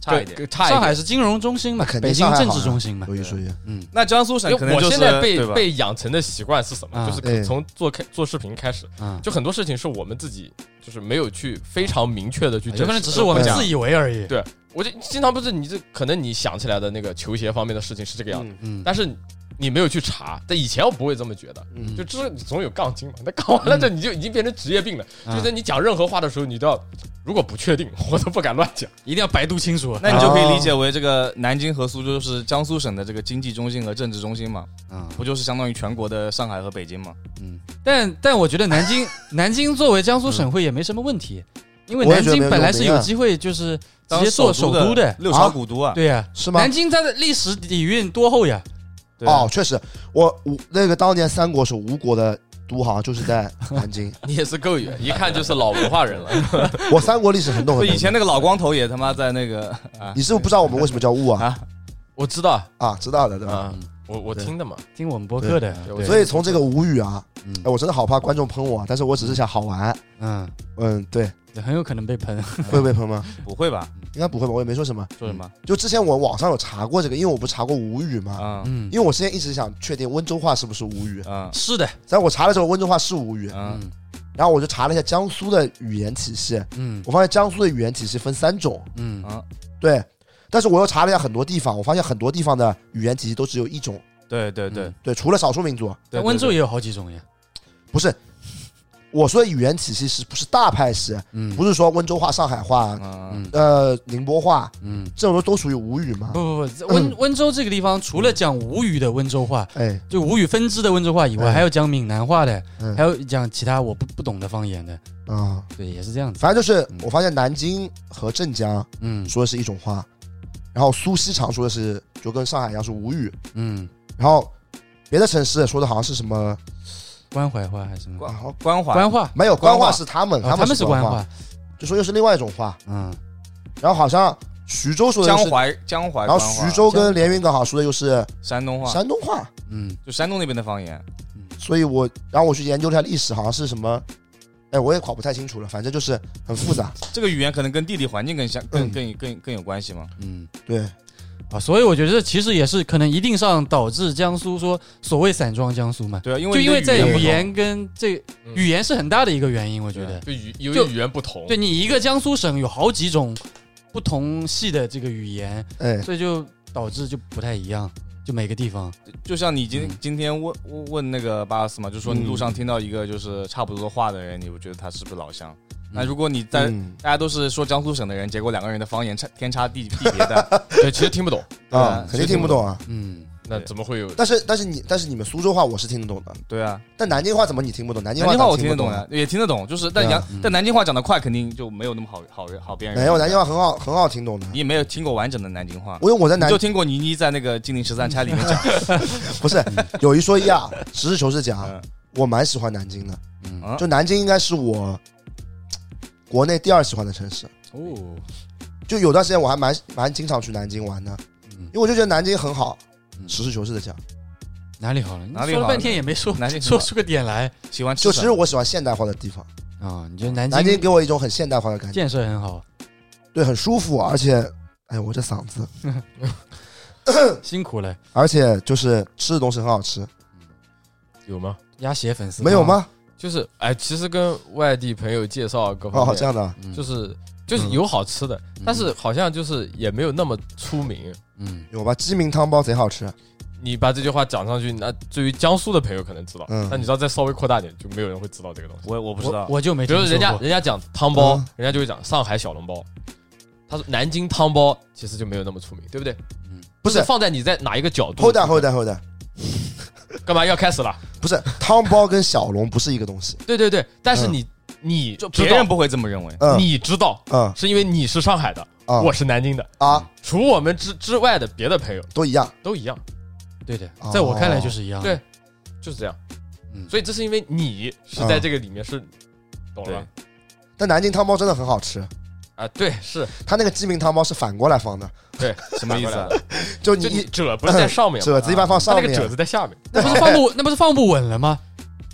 Speaker 3: 差一点。
Speaker 4: 更差一
Speaker 2: 上
Speaker 4: 点？
Speaker 2: 海是金融中心嘛
Speaker 1: 那，肯定
Speaker 2: 北京
Speaker 1: 上海
Speaker 2: 政
Speaker 1: 好啊
Speaker 2: 治
Speaker 1: 呀
Speaker 2: 中心嘛，
Speaker 1: 有一说一，
Speaker 2: 嗯，
Speaker 3: 那江苏省可
Speaker 4: 因为
Speaker 3: 能
Speaker 4: 我
Speaker 3: 就是
Speaker 4: 现在被
Speaker 3: 对吧
Speaker 4: 被养成的习惯是什么？
Speaker 2: 啊
Speaker 4: 就是
Speaker 1: 哎
Speaker 4: 可从做开做视频开始，
Speaker 2: 啊，
Speaker 1: 嗯
Speaker 4: 就很多事情是我们自己就是没有去非常明确的去证实，
Speaker 2: 哎有可能只是我们
Speaker 1: 对啊
Speaker 2: 自以为而已。
Speaker 4: 对。我就经常不是你这可能你想起来的那个球鞋方面的事情是这个样子，
Speaker 2: 嗯，
Speaker 4: 但是你没有去查。但以前我不会这么觉得，
Speaker 1: 嗯
Speaker 4: 就这总有杠精嘛。那杠完了这你就已经变成职业病了，
Speaker 2: 啊
Speaker 4: 就是在你讲任何话的时候，你都要如果不确定，我都不敢乱讲。
Speaker 2: 一定要百度清
Speaker 4: 啊
Speaker 2: 楚。
Speaker 3: 那你就可以理
Speaker 1: 哦
Speaker 3: 解为这个南京和苏州是江苏省的这个经济中心和政治中心嘛，
Speaker 1: 嗯
Speaker 2: 啊，
Speaker 3: 不就是相当于全国的上海和北京嘛？
Speaker 2: 嗯，但但我觉得南京南京作为江苏省会也没什么问题，因为南京本来是有机会就是直接做首都的，
Speaker 3: 六朝古都啊，
Speaker 2: 对呀、
Speaker 1: 是吗
Speaker 2: 南？京它的历史底蕴多厚呀，
Speaker 3: 对啊
Speaker 1: 哦，确实，我我那个当年三国时候，吴国的都好像就是在南京。
Speaker 4: 你也是够远，一看就是老文化人了。
Speaker 1: 我三国历史很懂
Speaker 3: 所
Speaker 1: 很
Speaker 3: 以
Speaker 1: 懂。
Speaker 3: 以前那个老光头也他妈在那个啊
Speaker 1: 你是不是不知道我们为什么叫雾啊？
Speaker 3: 啊，
Speaker 4: 我知道
Speaker 1: 啊，知道的对吧？
Speaker 4: 啊，
Speaker 6: 我我
Speaker 2: 对
Speaker 6: 听的嘛，
Speaker 2: 听我们播客的，
Speaker 4: 对
Speaker 1: 所以从这个无语啊，
Speaker 2: 嗯
Speaker 1: 哎，我真的好怕观众喷我啊，但是我只是想好玩。
Speaker 2: 嗯，
Speaker 1: 嗯，对，
Speaker 2: 对很有可能被喷。啊
Speaker 1: 会被喷吗？
Speaker 3: 不会吧？
Speaker 1: 应该不会吧，我也没说什么。
Speaker 3: 说什么？
Speaker 1: 就之前我网上有查过这个，因为我不查过吴语嘛，
Speaker 3: 啊
Speaker 2: 嗯，
Speaker 1: 因为我之前一直想确定温州话是不是吴语，
Speaker 3: 啊
Speaker 2: 是的，
Speaker 1: 但我查了之后温州话是吴语，
Speaker 3: 啊！
Speaker 2: 嗯
Speaker 1: 然后我就查了一下江苏的语言体系，
Speaker 2: 嗯
Speaker 1: 我发现江苏的语言体系分三种，
Speaker 2: 嗯
Speaker 1: 对，但是我又查了一下很多地方，我发现很多地方的语言体系都只有一种，
Speaker 3: 对对对，
Speaker 1: 对，除了少数民族，
Speaker 3: 对
Speaker 2: 但温州
Speaker 3: 对
Speaker 2: 也有好几种呀。
Speaker 1: 不是。我说的语言体系是不是大派系？
Speaker 2: 嗯，
Speaker 1: 不是说温州话、上海话
Speaker 3: 对、啊
Speaker 2: 嗯
Speaker 1: 呃宁波话
Speaker 2: 嗯，
Speaker 1: 这种都属于吴语嘛？
Speaker 2: 不不不，温温州这个地方除了讲吴语的温州话，
Speaker 1: 哎，
Speaker 2: 就吴语分支的温州话以外，
Speaker 1: 嗯
Speaker 2: 还有讲闽南话的，
Speaker 1: 嗯
Speaker 2: 还有讲其他我不不懂的方言的。
Speaker 1: 啊、
Speaker 2: 对，也是这样子。
Speaker 1: 反正就是
Speaker 2: 嗯
Speaker 1: 我发现南京和镇江
Speaker 2: 嗯
Speaker 1: 说的是一种话，然后苏锡常说的是就跟上海一样是吴语，
Speaker 2: 嗯，
Speaker 1: 然后别的城市说的好像是什么啊
Speaker 2: 关怀话还是什么？
Speaker 3: 关关怀
Speaker 2: 官话，
Speaker 1: 没有
Speaker 3: 官
Speaker 1: 官
Speaker 3: 话
Speaker 1: 话是他们，
Speaker 2: 哦他
Speaker 1: 们
Speaker 2: 是
Speaker 1: 官
Speaker 2: 官
Speaker 1: 话，，就说又是另外一种话，
Speaker 2: 嗯
Speaker 1: 然后好像徐州说的
Speaker 3: 江
Speaker 1: 又是，
Speaker 3: 淮江淮
Speaker 1: 然后
Speaker 3: 官话，
Speaker 1: 徐州跟连云港好像说的又是
Speaker 3: 山东话，
Speaker 1: 山东话，
Speaker 2: 嗯
Speaker 3: 就山东那边的方言。
Speaker 1: 所以我然后我去研究了一下历史，好像是什么。哎，我也搞不太清楚了，反正就是很复杂。
Speaker 3: 这个语言可能跟地理环境更相更
Speaker 1: 嗯
Speaker 3: 更更更有关系嘛。
Speaker 2: 嗯
Speaker 1: 对，
Speaker 2: 啊，所以我觉得这其实也是可能一定上导致江苏说所谓散装江苏嘛，
Speaker 3: 对啊，因为
Speaker 2: 就
Speaker 3: 你
Speaker 2: 因
Speaker 3: 的
Speaker 2: 为在
Speaker 3: 不
Speaker 2: 语
Speaker 3: 同
Speaker 2: 言跟这
Speaker 6: 嗯
Speaker 2: 语言是很大的一个原因，我觉得，
Speaker 6: 就语因
Speaker 2: 就
Speaker 6: 为语言不同，
Speaker 2: 对你一个江苏省有好几种不同系的这个语言，
Speaker 1: 哎，
Speaker 2: 所以就导致就不太一样，就每个地方，
Speaker 3: 就像你今
Speaker 2: 嗯
Speaker 3: 今天问问问那个巴尔斯嘛，就说你路上听到一个就是差不多话的人，你会觉得他是不是老乡？那如果你在
Speaker 1: 嗯
Speaker 3: 大家都是说江苏省的人，结果两个人的方言差天差地地别的，
Speaker 4: 对，其实听不懂，
Speaker 3: 呃
Speaker 1: 啊，肯定
Speaker 3: 谁
Speaker 1: 听不懂啊。
Speaker 2: 嗯，
Speaker 4: 那怎么会有？
Speaker 1: 但是但是你但是你们苏州话我是听得懂的，
Speaker 3: 对啊，
Speaker 1: 但南京话怎么你听不懂？南京
Speaker 3: 南京话
Speaker 1: 咱
Speaker 3: 我
Speaker 1: 听
Speaker 3: 听得
Speaker 1: 不
Speaker 3: 懂
Speaker 1: 啊
Speaker 3: 呀，也听得懂，就是但
Speaker 1: 对啊
Speaker 3: 南但南京话讲得快，肯定就没有那么好好好辨认。
Speaker 1: 没有南京，话很好，很好听懂的。
Speaker 3: 你也没有听过完整的南京话，
Speaker 1: 我因为我在
Speaker 3: 你
Speaker 1: 南
Speaker 3: 就听过倪妮在那个《金陵十三钗》里面讲，
Speaker 1: 不是有一说一 啊，实事求是讲
Speaker 3: 嗯，
Speaker 1: 我蛮喜欢南京的。
Speaker 2: 嗯
Speaker 3: 啊
Speaker 1: 就南京应该是我国内第二喜欢的城市。
Speaker 2: 哦，
Speaker 1: 就有段时间我还蛮蛮经常去南京玩的，
Speaker 2: 嗯
Speaker 1: 因为我就觉得南京很好。
Speaker 2: 嗯
Speaker 1: 实事求是的讲，
Speaker 2: 哪里好了？
Speaker 3: 哪里
Speaker 2: 说了
Speaker 3: 好
Speaker 2: 半
Speaker 3: 了
Speaker 2: 天也没说
Speaker 3: 南京
Speaker 2: 说出个点来
Speaker 3: 喜欢
Speaker 1: 就
Speaker 3: 吃
Speaker 1: 其
Speaker 3: 什
Speaker 1: 实
Speaker 3: 么？
Speaker 1: 我喜欢现代化的地方，
Speaker 2: 啊，你觉得南
Speaker 1: 南京
Speaker 2: 京
Speaker 1: 给我一种很现代化的感觉，
Speaker 2: 建设很好，
Speaker 1: 对，很舒服，而且，哎，我这嗓子，
Speaker 2: 辛苦了，
Speaker 1: 而且就是吃的东西很好吃，
Speaker 4: 有吗？
Speaker 2: 鸭血粉丝
Speaker 1: 没有？吗？
Speaker 4: 就是哎，其实跟外地朋友介绍各方
Speaker 1: 哦，
Speaker 4: 面，
Speaker 1: 这样的啊，
Speaker 2: 嗯
Speaker 4: 就是就是有好吃的，但是好像就是也没有那么出名。
Speaker 2: 嗯
Speaker 1: 有吧？鸡鸣汤包贼好吃，
Speaker 4: 你把这句话讲上去，那对于江苏的朋友可能知道，
Speaker 1: 嗯
Speaker 4: 那你知道再稍微扩大点，就没有人会知道这个东西。
Speaker 3: 我我不知
Speaker 2: 我
Speaker 3: 道，
Speaker 2: 我就没
Speaker 4: 比
Speaker 2: 哎听
Speaker 4: 如
Speaker 2: 说
Speaker 4: 人家
Speaker 2: 过
Speaker 4: 人家讲汤包
Speaker 1: 嗯，
Speaker 4: 人家就会讲上海小笼包。他说南京汤包其实就没有那么出名，对不对？
Speaker 1: 不是
Speaker 4: 放在你在哪一个角度
Speaker 1: ，hold on hold on hold on，
Speaker 4: 干嘛要开始了？
Speaker 1: 不是汤包跟小笼不是一个东 西，
Speaker 4: 对对对，但是
Speaker 1: 嗯
Speaker 4: 你你就
Speaker 3: 别
Speaker 4: 知道
Speaker 3: 人不会这么认为。
Speaker 1: 嗯
Speaker 4: 你知道，
Speaker 1: 嗯
Speaker 4: 是因为你是上海的，
Speaker 1: 啊
Speaker 4: 我是南京的，
Speaker 1: 啊，
Speaker 4: 除我们之之外的别的朋友
Speaker 1: 都一样，
Speaker 4: 都一样，
Speaker 2: 对的
Speaker 1: 哦，
Speaker 2: 在我看来就是一样的。
Speaker 4: 对就是这样。
Speaker 2: 嗯
Speaker 4: 所以这是因为你是在这个里面是，懂了吧
Speaker 1: 但南京汤包真的很好吃，
Speaker 4: 啊？对，是
Speaker 1: 它那个鸡鸣汤包是反过来放的，
Speaker 3: 什么意思啊？
Speaker 1: 就你
Speaker 4: 就你
Speaker 1: 一
Speaker 4: 褶不是在上面吗，
Speaker 1: 褶子一般放
Speaker 4: 它
Speaker 1: 上
Speaker 4: 那个褶
Speaker 1: 面，啊
Speaker 4: 子在 下面，
Speaker 2: 那不是放不那不是放不稳了吗？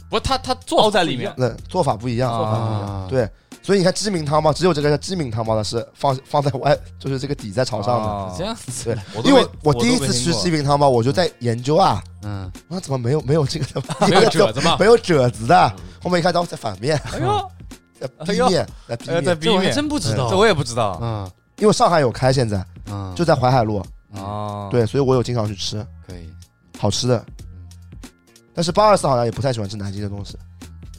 Speaker 4: 不，它它做
Speaker 3: 包在里面
Speaker 4: 法不一样
Speaker 1: 那做法不一样。
Speaker 3: 啊
Speaker 2: 啊，
Speaker 1: 对所以你看鸡鸣汤包，只有这个叫鸡鸣汤包的是放 放在外，就是这个底在朝上的。
Speaker 3: 哦
Speaker 2: 这样子，
Speaker 1: 对
Speaker 3: 我都
Speaker 1: 因为
Speaker 3: 没
Speaker 1: 我
Speaker 3: 我
Speaker 1: 第一次吃鸡鸣汤包，我就在研究啊，
Speaker 2: 嗯，
Speaker 1: 我说怎么没有没有这个的，。
Speaker 4: 没有褶子嘛
Speaker 1: 没有褶子的。后面一看，到在反面，
Speaker 3: 哎呦，
Speaker 1: 在 B 面，在 B
Speaker 3: 呃，在
Speaker 1: 面，
Speaker 2: 这
Speaker 3: 冰
Speaker 2: 我还
Speaker 3: 面，
Speaker 2: 真不知道
Speaker 3: 这。我也不知道
Speaker 2: 嗯
Speaker 1: 因为上海有开，现在
Speaker 2: 嗯，
Speaker 1: 就在淮海路，
Speaker 3: 啊。
Speaker 1: 对，所以我有经常去吃。
Speaker 2: 可以。
Speaker 1: 好吃的。但是八二四好像也不太喜欢吃南京的东西。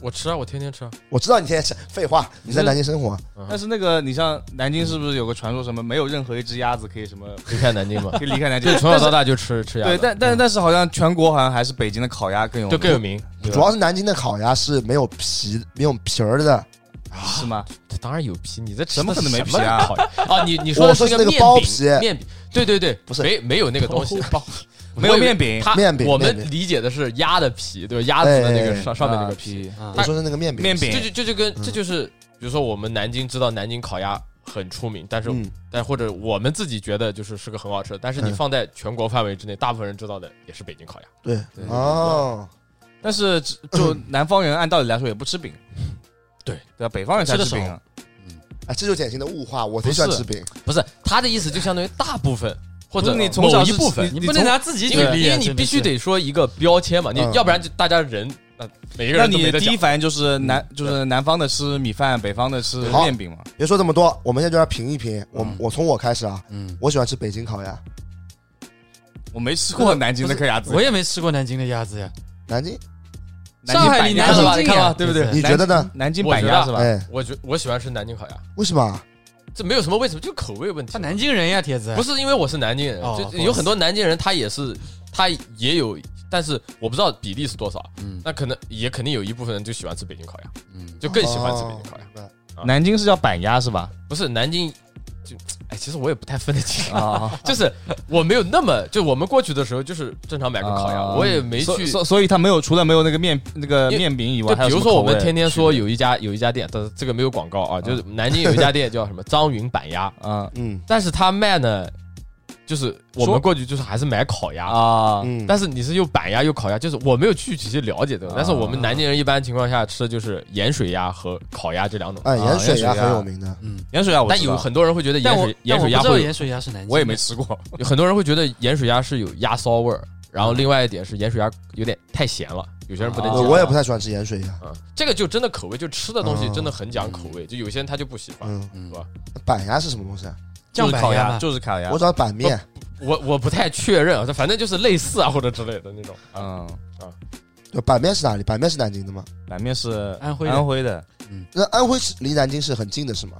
Speaker 4: 我吃啊，我天天 吃啊。
Speaker 1: 我知道你天天吃，废话，你在南京生活，
Speaker 3: 但是那个，你像南京是不是有个传说，什么没有任何一只鸭子可以什么
Speaker 4: 离开南京嘛，
Speaker 3: 可以 离开 南京
Speaker 4: 就？从小到大就吃吃鸭
Speaker 3: 对，
Speaker 4: 子，
Speaker 3: 但但但是好像全国好像还是北京的烤嗯鸭更有
Speaker 4: 就更有名。对啊吧
Speaker 1: 主要是南京的烤鸭是没有皮、没有皮儿的。
Speaker 3: 是吗？
Speaker 4: 当然有皮，你这吃
Speaker 3: 怎么
Speaker 4: 的
Speaker 3: 可能没
Speaker 4: 什
Speaker 3: 皮
Speaker 4: 么
Speaker 3: 啊
Speaker 4: 烤鸭？ 啊，你你说
Speaker 1: 我
Speaker 4: 的
Speaker 1: 说是
Speaker 4: 是
Speaker 1: 那个
Speaker 4: 面
Speaker 1: 包
Speaker 4: 饼
Speaker 1: 皮
Speaker 4: 面饼，对对对，
Speaker 1: 不是
Speaker 4: 没没有那个东西，
Speaker 3: 没有面饼，
Speaker 4: 它
Speaker 1: 面饼
Speaker 4: 我
Speaker 1: 面
Speaker 4: 们
Speaker 1: 饼
Speaker 4: 理解的是鸭的皮，对吧？鸭子的那
Speaker 1: 哎
Speaker 4: 个上上面那个
Speaker 3: 啊
Speaker 4: 皮，
Speaker 2: 啊
Speaker 1: 我说是那个面饼，
Speaker 3: 面饼
Speaker 4: 这就这就跟这就是，比如说我们南京知道南京烤鸭很出名，但是、
Speaker 1: 嗯
Speaker 4: 但或者我们自己觉得就是是个很好吃的，但是你
Speaker 1: 嗯
Speaker 4: 放在全国范围之内，大部分人知道的也是北京烤鸭。
Speaker 1: 对
Speaker 3: 对
Speaker 1: 哦，
Speaker 3: 但是只 就南方人按道理来说也不吃饼，
Speaker 4: 对
Speaker 3: 对吧？北方人才
Speaker 2: 吃得
Speaker 3: 吃饼
Speaker 2: 少
Speaker 3: 啊，
Speaker 1: 哎，这就是典型的物化，我贼喜欢
Speaker 4: 不
Speaker 1: 吃
Speaker 4: 是
Speaker 1: 饼，
Speaker 4: 不是他的意思，就相当于大部分或者
Speaker 3: 不是你从
Speaker 4: 某
Speaker 3: 小
Speaker 4: 一
Speaker 3: 是
Speaker 4: 部分，
Speaker 3: 你
Speaker 2: 不能
Speaker 3: 从
Speaker 2: 拿自己举
Speaker 4: 因为
Speaker 2: 例
Speaker 4: 因
Speaker 2: 啊，
Speaker 4: 为你
Speaker 2: 真的
Speaker 4: 必须
Speaker 2: 是
Speaker 4: 得说一个标签嘛，你
Speaker 1: 嗯
Speaker 4: 要不然就大家人那每个
Speaker 3: 那
Speaker 4: 人都
Speaker 3: 你
Speaker 4: 没得
Speaker 3: 第
Speaker 4: 讲
Speaker 3: 一。反应就是南就是南方的吃米饭，北方的吃
Speaker 1: 好
Speaker 3: 面饼嘛？
Speaker 1: 别说这么多，我们现在就来评一评。我我从我开始啊，
Speaker 2: 嗯，
Speaker 1: 我喜欢吃北京烤鸭，
Speaker 3: 我没吃过南京的烤鸭子
Speaker 2: 我，也没吃过南京的鸭子呀。
Speaker 1: 南京，
Speaker 3: 南京
Speaker 2: 上海
Speaker 3: 板
Speaker 2: 离
Speaker 3: 鸭是
Speaker 2: 南京
Speaker 3: 吧？
Speaker 2: 近
Speaker 3: 你看
Speaker 2: 呀
Speaker 3: 吧，对不对？
Speaker 2: 对
Speaker 1: 你觉得呢？
Speaker 3: 南京
Speaker 4: 我
Speaker 3: 板
Speaker 4: 觉
Speaker 3: 鸭
Speaker 4: 得
Speaker 3: 是吧？
Speaker 1: 哎，
Speaker 4: 我觉我喜欢吃南京烤鸭，
Speaker 1: 为什么啊？
Speaker 4: 这没有什么为什么，就是口味问题
Speaker 2: 他。南京人呀，铁子
Speaker 4: 不是因为我是南京人，
Speaker 2: 哦
Speaker 4: 就有很多南京人他也是他也有，但是我不知道比例是多少。
Speaker 2: 嗯
Speaker 4: 那可能也肯定有一部分人就喜欢吃北京烤鸭，
Speaker 2: 嗯，
Speaker 4: 就更喜欢
Speaker 1: 哦
Speaker 4: 吃北京烤鸭。
Speaker 1: 鸭。
Speaker 3: 南京是叫板鸭是 吧？
Speaker 4: 不是南京，就哎，其实我也不太分得清。
Speaker 3: 啊，
Speaker 4: 就是我没有那么，就我们过去的时候，就是正常买个烤鸭，
Speaker 3: 啊
Speaker 4: 我也没
Speaker 3: 所
Speaker 4: 去。
Speaker 3: 所所以它没有除了没有那个面那个
Speaker 4: 因为
Speaker 3: 面饼以外，
Speaker 4: 就
Speaker 3: 还有
Speaker 4: 比如
Speaker 3: 什么
Speaker 4: 说我
Speaker 3: 口
Speaker 4: 们
Speaker 3: 味
Speaker 4: 天天说
Speaker 3: 区
Speaker 4: 有一家有一家店，但是这个没有广告啊，就是南京有一家店叫 什么张云板鸭，
Speaker 3: 别啊
Speaker 1: 嗯
Speaker 4: 但是他卖呢，就是我
Speaker 3: 说
Speaker 4: 们过去就是还是买烤鸭
Speaker 3: 啊
Speaker 1: 嗯，
Speaker 4: 但是你是又板鸭又烤鸭，就是我没有去仔细了解这个
Speaker 3: 啊，
Speaker 4: 但是我们南京人一般情况下吃的就是盐水鸭和烤鸭这两种，
Speaker 1: 哎，
Speaker 3: 啊
Speaker 1: 盐水鸭
Speaker 3: 盐水鸭
Speaker 1: 很有名的，
Speaker 3: 盐水鸭我
Speaker 4: 但
Speaker 3: 知
Speaker 4: 有
Speaker 3: 道
Speaker 4: 很多人会觉得
Speaker 2: 但
Speaker 4: 盐
Speaker 2: 我
Speaker 4: 水
Speaker 2: 但
Speaker 4: 盐
Speaker 2: 我
Speaker 4: 水
Speaker 2: 不
Speaker 4: 鸭
Speaker 2: 知道
Speaker 4: 会有，
Speaker 2: 盐水鸭是南京，
Speaker 3: 我也没。吃过，
Speaker 4: 有很多人会觉得盐水鸭是有鸭骚味儿，然后另外一点是盐水鸭有点太咸了，有些人不能
Speaker 3: 啊
Speaker 4: 接
Speaker 1: 我
Speaker 4: 受。
Speaker 1: 呃我也不太喜欢吃盐水鸭。
Speaker 4: 嗯，这个就真的口味，就吃的
Speaker 3: 啊
Speaker 4: 东西
Speaker 1: 嗯
Speaker 4: 真的很讲口味，就有些人他就不喜欢。
Speaker 1: 嗯，
Speaker 2: 嗯
Speaker 4: 是吧，
Speaker 1: 板鸭是什么东西？啊？
Speaker 3: 就
Speaker 2: 酱
Speaker 3: 是
Speaker 2: 板
Speaker 3: 烤
Speaker 2: 鸭
Speaker 3: 鸭，
Speaker 2: 嘛
Speaker 3: 就是烤鸭
Speaker 1: 我。找板面。
Speaker 4: 我我不太确认啊，反正就是类似啊或者之类的那种。
Speaker 3: 嗯，
Speaker 1: 就板面是哪里？板面是南京的吗？
Speaker 3: 板面是
Speaker 2: 安徽的
Speaker 3: 安徽的，
Speaker 1: 那安徽是离南京是很近的，是吗？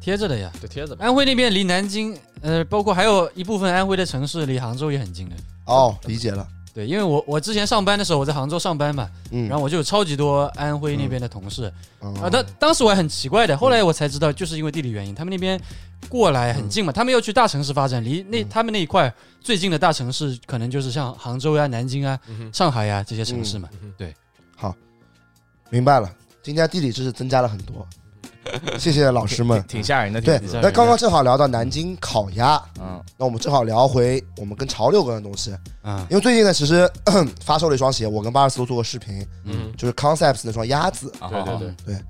Speaker 2: 贴着的呀。
Speaker 4: 就贴着呗。
Speaker 2: 安徽那边离南京，呃，包括还有一部分安徽的城市离杭州也很近的。
Speaker 1: 哦，理解了。
Speaker 2: 对，因为我我之前上班的时候我在杭州上班嘛，
Speaker 1: 嗯，
Speaker 2: 然后我就有超级多安徽那边的同事、
Speaker 1: 嗯
Speaker 2: 啊，
Speaker 4: 哦
Speaker 2: 当当时我还很奇
Speaker 4: 嗯
Speaker 2: 怪的，后来我才知道，就是因为地理原因，他们那边过来很
Speaker 4: 嗯
Speaker 2: 近嘛，他们要去大城市发展，离那、他们那一块最近的大城市可能就是像杭州呀、南京啊、
Speaker 4: 嗯哼
Speaker 2: 上海呀这些城市嘛。
Speaker 1: 明白了。今天地理知识增加了很多，谢谢老师们
Speaker 3: 挺。挺吓人的。
Speaker 1: 对
Speaker 3: 挺，
Speaker 1: 那刚刚正好聊到南京烤鸭，
Speaker 3: 嗯
Speaker 1: 那我们正好聊回我们跟潮流有关的东西。
Speaker 4: 嗯
Speaker 2: 啊，
Speaker 1: 因为最近呢，其实 咳发售了一双鞋，我跟巴尔斯都做过视频，
Speaker 4: 嗯，
Speaker 1: 就是 Concepts 那双鸭子，
Speaker 3: 啊
Speaker 4: 对对对，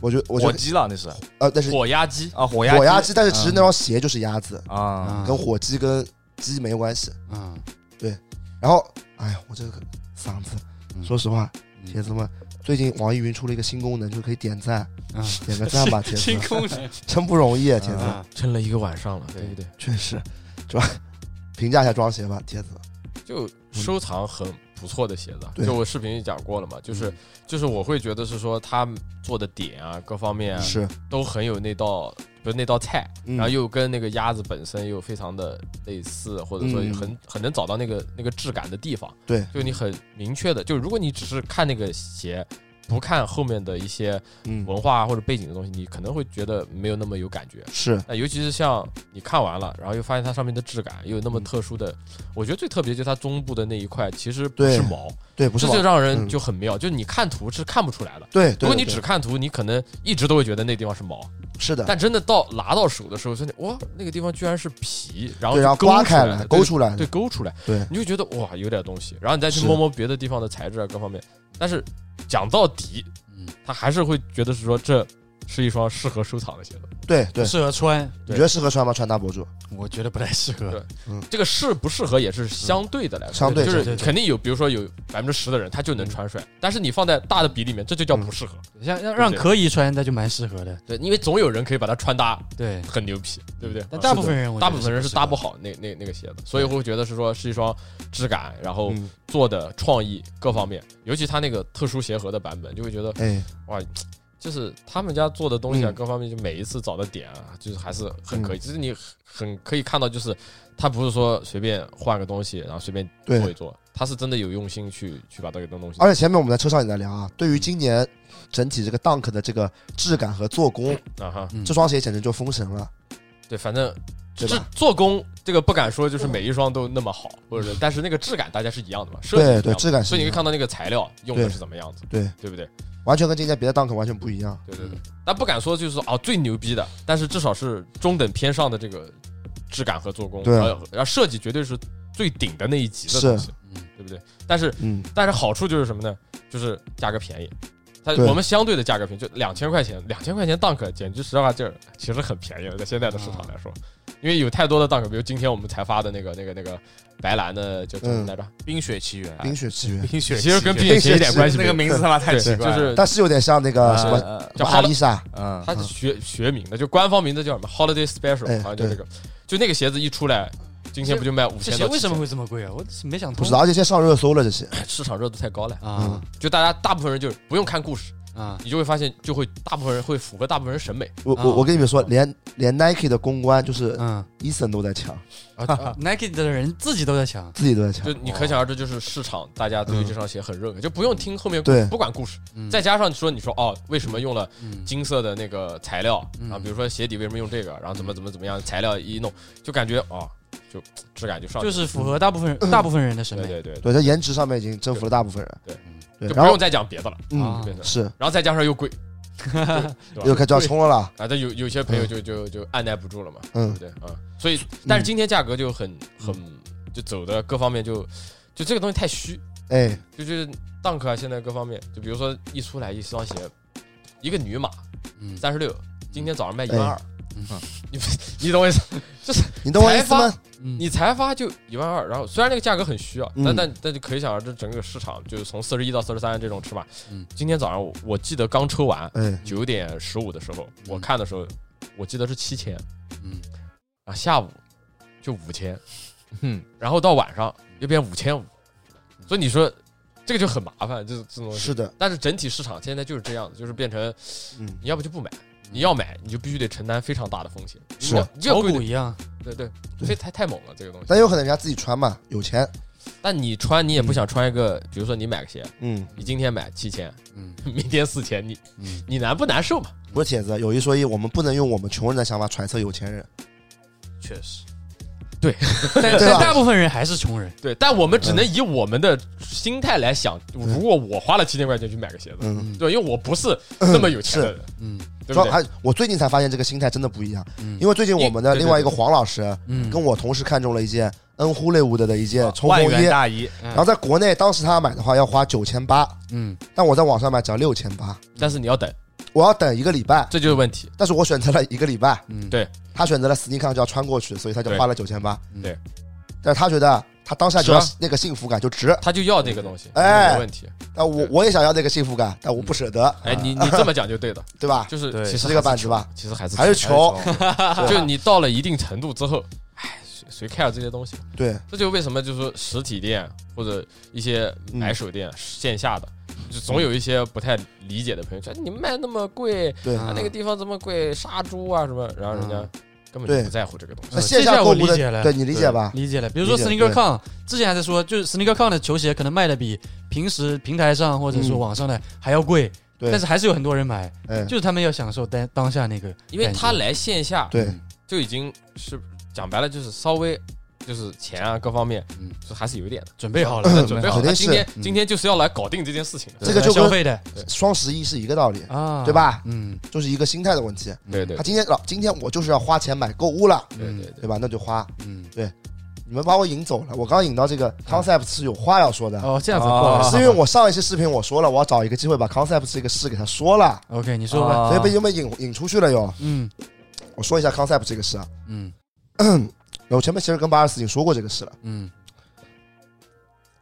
Speaker 1: 我觉得我觉
Speaker 3: 火
Speaker 1: 得
Speaker 3: 鸡了那是
Speaker 1: 呃，但是
Speaker 4: 嗯火鸭鸡
Speaker 3: 啊，火鸭
Speaker 1: 火鸭
Speaker 3: 鸡
Speaker 1: 鸡，但是其实
Speaker 3: 嗯
Speaker 1: 那双鞋就是鸭子，
Speaker 3: 啊，
Speaker 2: 嗯
Speaker 1: 跟火鸡跟鸡没有关系。
Speaker 2: 嗯，
Speaker 1: 然后，哎呀，我这个嗓子，
Speaker 2: 嗯
Speaker 1: 说实话，
Speaker 2: 嗯
Speaker 1: 铁子们，最近网易云出了一个新功能，就可以点赞，
Speaker 2: 嗯
Speaker 1: 点个赞吧，铁子，
Speaker 4: 空
Speaker 1: 真不容易，铁子，
Speaker 2: 啊
Speaker 4: 撑了一个晚上了，对不对？
Speaker 1: 确实，主要评价一下这双鞋吧，铁子，
Speaker 4: 就收藏很不错的鞋子啊，
Speaker 1: 对
Speaker 4: 就我视频也讲过了嘛，就是就是我会觉得是说他做的点啊，各方面啊
Speaker 1: 是，
Speaker 4: 都很有那道，不是那道菜，
Speaker 1: 嗯
Speaker 4: 然后又跟那个鸭子本身又非常的类似，或者说
Speaker 1: 嗯
Speaker 4: 很很能找到那个那个质感的地方。
Speaker 1: 对，
Speaker 4: 就你很明确的，就如果你只是看那个鞋，不看后面的一些
Speaker 1: 嗯，
Speaker 4: 文化啊或者背景的东西，你可能会觉得没有那么有感觉。
Speaker 1: 是，
Speaker 4: 那尤其是像你看完了，然后又发现它上面的质感又有那么
Speaker 1: 嗯
Speaker 4: 特殊的，我觉得最特别就是它中部的那一块其实不
Speaker 1: 对
Speaker 4: 是毛，
Speaker 1: 对，不
Speaker 4: 这
Speaker 1: 是
Speaker 4: 就
Speaker 1: 网，
Speaker 4: 让人
Speaker 1: 嗯
Speaker 4: 就很妙，就是你看图是看不出来的。
Speaker 1: 对，
Speaker 4: 如
Speaker 1: 对
Speaker 4: 果你
Speaker 1: 对嗯
Speaker 4: 只看图，你可能一直都会觉得那地方是毛，
Speaker 1: 是的，
Speaker 4: 但真的到拿到手的时候，真的哇，那个地方居然是皮，然后
Speaker 1: 对，然后
Speaker 4: 就勾
Speaker 1: 刮
Speaker 4: 出
Speaker 1: 开
Speaker 4: 来
Speaker 1: 了，
Speaker 4: 的
Speaker 1: 勾出来
Speaker 4: 对
Speaker 1: 了
Speaker 4: 对，勾出来，
Speaker 1: 对，
Speaker 4: 你就觉得哇有点东西，然后你再去
Speaker 1: 是
Speaker 4: 摸摸别的地方的材质啊各方面，但是讲到底
Speaker 2: 嗯，
Speaker 4: 他还是会觉得是说这是一双适合收藏的鞋子。
Speaker 1: 对对，
Speaker 2: 适合穿，
Speaker 1: 你觉得适合穿吗？穿搭博主，
Speaker 2: 我觉得不太适合
Speaker 4: 对。这个适不适合也是相对的来说，
Speaker 1: 相对
Speaker 4: 就
Speaker 2: 相对嗯
Speaker 4: 是
Speaker 2: 对
Speaker 4: 肯定有，比如说有百分之十的人他就能穿帅，但是你放在大的比里面，这就
Speaker 2: 嗯
Speaker 4: 叫不适合。
Speaker 2: 像让让可以穿，那就蛮适合的。
Speaker 4: 对，因为总有人可以把它穿搭
Speaker 2: 对，
Speaker 4: 很牛皮，对不对？
Speaker 2: 但
Speaker 4: 嗯
Speaker 2: 大部分人我觉得
Speaker 4: 大部啊分人是搭不
Speaker 2: 适
Speaker 4: 好那那那个鞋子，所以会觉得是说是一双质感，然后
Speaker 1: 嗯，
Speaker 4: 做的创意各方面，尤其它那个特殊鞋盒的版本，就会觉得
Speaker 1: 哎，
Speaker 4: 就是他们家做的东西啊，
Speaker 1: 嗯
Speaker 4: 各方面就每一次找的点啊，就是还是很可以，就是你很可以看到，就是他不是说随便换个东西，然后随便做
Speaker 1: 对
Speaker 4: 一做，他是真的有用心去去把这个东西。
Speaker 1: 而且前面我们在车上也在聊啊，对于今年整体这个 Dunk 的这个质感和做工，
Speaker 4: 啊哈，
Speaker 2: 嗯
Speaker 1: 这双鞋简直就封神了。
Speaker 4: 对，反正
Speaker 1: 对
Speaker 4: 是
Speaker 1: 吧？
Speaker 4: 做工这个不敢说就是每一双都那么好，或者是但是那个质感大家是一样的嘛，设计是一样的
Speaker 1: 对质感是
Speaker 4: 所以你
Speaker 1: 一样
Speaker 4: 可以看到那个材料用的
Speaker 1: 对
Speaker 4: 是怎么样子，
Speaker 1: 对，
Speaker 4: 对不对？
Speaker 1: 完全跟今天别的 Dunk 完全不一样。
Speaker 2: 嗯
Speaker 4: 对对对，但不敢说就是说哦最牛逼的，但是至少是中等偏上的这个质感和做工，
Speaker 1: 对啊
Speaker 4: 还有然后设计绝对是最顶的那一级的
Speaker 1: 是
Speaker 4: 东西，
Speaker 2: 嗯
Speaker 4: 对不对？但是
Speaker 1: 嗯，
Speaker 4: 但是好处就是什么呢？就是价格便宜。它
Speaker 1: 对
Speaker 4: 我们相对的价格便宜，就两千块钱，两千块钱 Dunk 简直实话这其实很便宜了，在现在的市
Speaker 1: 啊
Speaker 4: 场来说，因为有太多的 Dunk，比如今天我们才发的那个那个那个白蓝的叫什么
Speaker 1: 嗯
Speaker 4: 来着？
Speaker 3: 冰雪奇缘，
Speaker 1: 冰雪奇缘，
Speaker 3: 冰雪
Speaker 4: 其实跟冰
Speaker 1: 冰雪
Speaker 4: 雪奇缘一点
Speaker 1: 奇
Speaker 4: 关系
Speaker 3: 那
Speaker 4: 没
Speaker 3: 个
Speaker 4: 有，
Speaker 3: 名字他妈太奇
Speaker 4: 对，
Speaker 3: 怪了，
Speaker 4: 就是啊
Speaker 1: 但是有点像那个什么
Speaker 3: 呃
Speaker 4: 哎叫
Speaker 1: 玛
Speaker 4: Hol-
Speaker 1: 丽莎，
Speaker 3: 嗯，
Speaker 4: 它的学学名的，就官方名字叫什么 Holiday Special，
Speaker 1: 哎
Speaker 4: 好像就这个，就那个鞋子一出来，今天不就卖五
Speaker 2: 这
Speaker 4: 千
Speaker 2: 鞋
Speaker 4: 多？
Speaker 2: 为什么会这么贵啊？我没想
Speaker 1: 不
Speaker 2: 通
Speaker 1: 知道，而且现在上热搜了这些。
Speaker 4: 市场热度太高了？
Speaker 2: 啊
Speaker 4: 就大家大部分人就是不用看故事，
Speaker 2: 啊！
Speaker 4: 你就会发现，就会大部分人会符合大部分人审美。
Speaker 1: 我我我跟你们说，连连 Nike 的公关就是
Speaker 2: 嗯
Speaker 1: Eason 都在抢，
Speaker 2: 啊，Nike 的人自己都在抢，
Speaker 1: 自己都在抢
Speaker 4: 就。你可想而知，就是市场大家对于这双鞋很热，就不用听后面
Speaker 1: 对
Speaker 4: 不管故事，
Speaker 2: 嗯
Speaker 4: 再加上说你说哦，为什么用了
Speaker 2: 嗯
Speaker 4: 金色的那个材料
Speaker 2: 嗯
Speaker 4: 啊？比如说鞋底为什么用这个，然后怎么怎么怎么样，材料一弄就感觉哦，就质感就上
Speaker 2: 就
Speaker 4: 去了，
Speaker 2: 是符合大部分人大部分人的审
Speaker 4: 对
Speaker 2: 美。
Speaker 4: 对对，
Speaker 1: 嗯对，在颜值上面已经征服了大部分
Speaker 4: 对嗯
Speaker 1: 人。对，
Speaker 4: 就不
Speaker 1: 然
Speaker 4: 用
Speaker 1: 后
Speaker 4: 再讲别的了，
Speaker 1: 嗯
Speaker 2: 啊
Speaker 4: 变成
Speaker 1: 是
Speaker 4: 然后再加上又贵，对吧
Speaker 1: 又开嗯始要冲了啦。
Speaker 4: 啊，但有有些朋友就就就按耐不住了嘛，对
Speaker 1: 嗯
Speaker 4: 不，对啊？所以，但是今天价格就很很就走的各方面就就这个东西太虚，
Speaker 1: 哎，
Speaker 4: 就就是 Dunk 啊，现在各方面，就比如说一出来一双鞋，一个女码
Speaker 2: 嗯，
Speaker 4: 三十六，今天早上卖一
Speaker 1: 哎
Speaker 4: 万二啊
Speaker 2: 嗯，
Speaker 4: 你 你懂我意思？
Speaker 1: 你懂我意思
Speaker 4: 财
Speaker 1: 吗？
Speaker 2: 嗯
Speaker 4: 你才发就一万二，然后虽然那个价格很虚啊，
Speaker 1: 嗯
Speaker 4: 但但但就可以想而知，整个市场就是从四十一到四十三这种尺码
Speaker 2: 嗯，
Speaker 4: 今天早上我我记得刚抽完
Speaker 1: 哎，
Speaker 4: 九点十五的时候，我
Speaker 2: 嗯
Speaker 4: 看的时候，我记得是七千，
Speaker 2: 嗯
Speaker 4: 啊，下午就五千，
Speaker 3: 嗯，
Speaker 4: 然后到晚上又变五千五，所以你说这个就很麻烦，这这种东西
Speaker 1: 是的，
Speaker 4: 但是整体市场现在就是这样子，就是变成
Speaker 1: 嗯，
Speaker 4: 你要不就不买，你要买你就必须得承担非常大的风险。
Speaker 1: 是
Speaker 4: 你要你这
Speaker 2: 啊炒
Speaker 4: 个贵
Speaker 2: 股
Speaker 4: 的，
Speaker 2: 一样，
Speaker 4: 对对，
Speaker 1: 对
Speaker 4: 这太太猛了这个东西。
Speaker 1: 但有可能人家自己穿嘛，有钱。
Speaker 4: 但你穿你也
Speaker 2: 嗯
Speaker 4: 不想穿一个，比如说你买个鞋，
Speaker 1: 嗯，
Speaker 4: 你今天买七千，
Speaker 2: 嗯
Speaker 4: 明天四千，你
Speaker 2: 嗯，
Speaker 4: 你难不难受 嘛？
Speaker 1: 不是铁子，有一说一，我们不能用我们穷人的想法揣测有钱人。
Speaker 3: 确实，
Speaker 1: 对
Speaker 2: 但
Speaker 1: 吧
Speaker 2: 但大部分人还是穷人。
Speaker 4: 对，但我们只
Speaker 1: 嗯
Speaker 4: 能以我们的心态来想，如果我花了七千块钱去买个鞋子，
Speaker 1: 嗯，
Speaker 4: 对，因为我不是那么有钱的人，
Speaker 2: 嗯
Speaker 4: 对不
Speaker 1: 说
Speaker 4: 对？
Speaker 1: 还，我最近才发现这个心态真的不一样，
Speaker 2: 嗯
Speaker 1: 因为最近我们的
Speaker 4: 因
Speaker 1: 另外一个黄老师
Speaker 2: 嗯
Speaker 1: 跟我同时看中了一件恩呼类伍德的一
Speaker 4: 啊
Speaker 1: 件冲锋
Speaker 3: 万元
Speaker 1: 衣，
Speaker 3: 大衣，
Speaker 1: 然后在国内当时他买的话要花九千八，
Speaker 2: 嗯
Speaker 1: 但我在网上买只要六千八，
Speaker 4: 但是你要等，
Speaker 1: 我要等一个礼拜，
Speaker 4: 这就是问题。
Speaker 1: 但是我选择了一个礼拜，
Speaker 2: 嗯，
Speaker 4: 对
Speaker 1: 他选择了 sneaker 就要穿过去，所以他就花了九千八，
Speaker 4: 对，
Speaker 1: 但是他觉得他当下就要
Speaker 4: 值
Speaker 1: 那个幸福感就值，
Speaker 4: 他就要这个东西，
Speaker 1: 哎
Speaker 4: 没问题。
Speaker 1: 但我我也想要那个幸福感，但我不舍得，
Speaker 4: 哎， 你你这么讲就对的，
Speaker 1: 对吧？
Speaker 4: 就是
Speaker 3: 对
Speaker 4: 其
Speaker 1: 是
Speaker 4: 实
Speaker 1: 这个
Speaker 4: 还
Speaker 1: 板
Speaker 4: 是
Speaker 1: 子吧，
Speaker 4: 其实还是
Speaker 1: 还是啊穷，
Speaker 4: 哎就你到了一定程度之后，哎，谁谁 care 这些东西？
Speaker 1: 对，
Speaker 4: 这就是为什么就是说实体店或者一些
Speaker 1: 嗯
Speaker 4: 买手店、线下的，就总有一些不太理解的朋友说，哎你卖那么贵，
Speaker 1: 对
Speaker 4: 啊那个地方这么贵，杀猪啊什么，然后人家根本
Speaker 1: 对
Speaker 4: 就不在乎这个东西。
Speaker 1: 那
Speaker 2: 嗯
Speaker 1: 线
Speaker 2: 这下
Speaker 1: 下购
Speaker 2: 我
Speaker 1: 物
Speaker 2: 理解
Speaker 1: 的，
Speaker 2: 了
Speaker 1: 对你理解吧？
Speaker 2: 理解了。比如说
Speaker 1: 理解
Speaker 2: Sneaker Con，之前还在说，就是 Sneaker Con 的球鞋可能卖的比平时平台上或者说
Speaker 1: 嗯
Speaker 2: 网上的还要贵，
Speaker 1: 对
Speaker 2: 但是还是有很多人买，
Speaker 1: 哎，
Speaker 2: 就是他们要享受当当下那个感嗯觉，
Speaker 4: 因为他来线下
Speaker 1: 对，
Speaker 4: 就已经是讲白了，就是稍微就是钱啊各方面，
Speaker 2: 嗯
Speaker 4: 就还是有一点的。
Speaker 2: 准备好
Speaker 4: 那
Speaker 2: 了，
Speaker 4: 准备好
Speaker 1: 肯定
Speaker 4: 了，
Speaker 1: 是
Speaker 4: 今天
Speaker 2: 嗯
Speaker 4: 今天就是要来搞定这件事情的。
Speaker 1: 这个就
Speaker 2: 消
Speaker 1: 跟
Speaker 2: 费的
Speaker 1: 双十一是一个道理，
Speaker 2: 啊，
Speaker 1: 对？吧？嗯
Speaker 2: 嗯，
Speaker 1: 就是一个心态的问题。
Speaker 4: 对对
Speaker 1: 他今天老今天我就是要花钱买购物了，
Speaker 4: 对
Speaker 2: 嗯
Speaker 4: 对对
Speaker 1: 对吧？那就花。
Speaker 2: 嗯，
Speaker 1: 你们把我引走了，我刚引到这个 concept 是有话要说的，
Speaker 2: 哦，这样子，
Speaker 3: 啊
Speaker 2: 不好意
Speaker 1: 是
Speaker 2: 思
Speaker 1: 因为我上一期视频我说了，我要找一个机会把 concept 这个事给他说了，
Speaker 2: OK，你说吧，
Speaker 3: 啊
Speaker 1: 所以被又被引引出去了哟。
Speaker 2: 嗯
Speaker 1: 我说一下 concept 这个事啊，
Speaker 2: 嗯
Speaker 1: 我前面其实跟八二四已经说过这个事了
Speaker 2: 嗯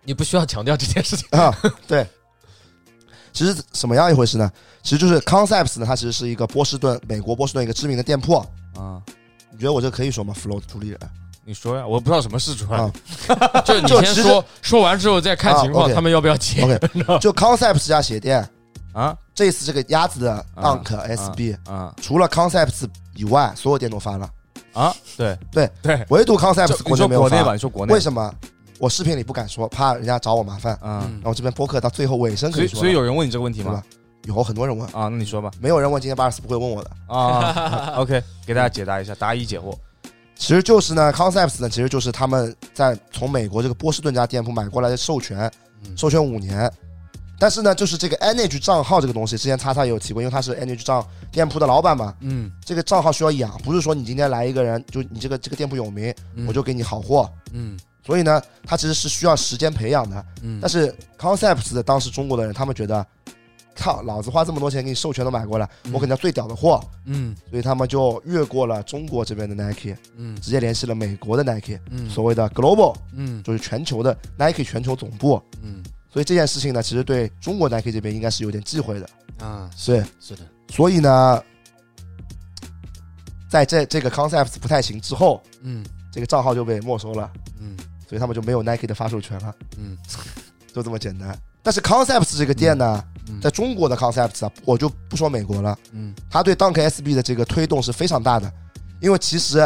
Speaker 4: 你不需要强调这件事情。
Speaker 1: 啊，对。其实什么样一回事呢？其实就是 concepts 呢，它其实是一个波士顿，美国波士顿一个知名的店铺。
Speaker 3: 啊，
Speaker 1: 你觉得我这可以说吗？Flow 主 理人
Speaker 3: 你说呀，我不知道什么是出来
Speaker 1: 啊
Speaker 3: 的，
Speaker 4: 就你
Speaker 1: 就
Speaker 4: 先
Speaker 1: 其实
Speaker 4: 说，说完之后再看情
Speaker 1: 啊
Speaker 4: 况，
Speaker 1: ，OK
Speaker 4: 他们要不要接？
Speaker 1: ，OK，就 concept 这家鞋店，
Speaker 3: 啊
Speaker 1: 这一次这个鸭子的
Speaker 3: 啊
Speaker 1: Dunk SB，、
Speaker 3: 啊
Speaker 1: 除了 Concepts 以外，所有店都发了，
Speaker 3: 啊！对
Speaker 1: 唯独
Speaker 3: 就
Speaker 1: Concepts
Speaker 3: 你
Speaker 1: 内
Speaker 3: 说
Speaker 1: 没有
Speaker 3: 国内
Speaker 1: 发
Speaker 3: 吧，。你说国内
Speaker 1: 为，什么？我视频里不敢说，怕人家找我麻烦。
Speaker 3: 嗯，
Speaker 2: 嗯
Speaker 1: 然后这边播客到最后尾声可
Speaker 3: 所以
Speaker 1: 说了，
Speaker 3: 所以有人问你这个问题
Speaker 1: 对
Speaker 3: 吗
Speaker 1: 吧？？有很多人问，
Speaker 3: 啊，那你说吧。
Speaker 1: 没有人问今天八二四不会问我的。
Speaker 3: 啊，OK，给大家解答一下，答疑解惑。
Speaker 1: 其实就是呢，Concepts 呢，其实就是他们在从美国这个波士顿家店铺买过来的授权，
Speaker 2: 嗯
Speaker 1: 授权五年。但是呢，就是这个 Energy 账号这个东西，之前叉叉也有提过，因为他是 Energy 账店铺的老板嘛，
Speaker 2: 嗯
Speaker 1: 这个账号需要养，不是说你今天来一个人，就你这个这个店铺有名，
Speaker 2: 嗯
Speaker 1: 我就给你好货。
Speaker 2: 嗯
Speaker 1: 所以呢，它其实是需要时间培养的。
Speaker 2: 嗯，
Speaker 1: 但是 Concepts 的当时中国的人，他们觉得，靠，老子花这么多钱给你授权都买过来，我给你要最屌的货，
Speaker 2: 嗯
Speaker 1: 所以他们就越过了中国这边的 Nike，
Speaker 2: 嗯
Speaker 1: 直接联系了美国的 Nike，
Speaker 2: 嗯
Speaker 1: 所谓的 Global
Speaker 2: 嗯
Speaker 1: 就是全球的 Nike 全球总部。
Speaker 2: 嗯
Speaker 1: 所以这件事情呢，其实对中国 Nike 这边应该是有点忌讳的。
Speaker 2: 啊，
Speaker 1: 是，
Speaker 2: 是的，
Speaker 1: 所以呢，在这这个 Concepts 不太行之后，
Speaker 2: 嗯
Speaker 1: 这个账号就被没收了，
Speaker 2: 嗯
Speaker 1: 所以他们就没有 Nike 的发售权了。
Speaker 2: 嗯
Speaker 1: 就这么简单。但是 Concepts 这个店呢，
Speaker 2: 嗯
Speaker 1: 在中国的 Concepts 啊，我就不说美国了，
Speaker 2: 嗯
Speaker 1: 它对 Dunk SB 的这个推动是非常大的，因为其实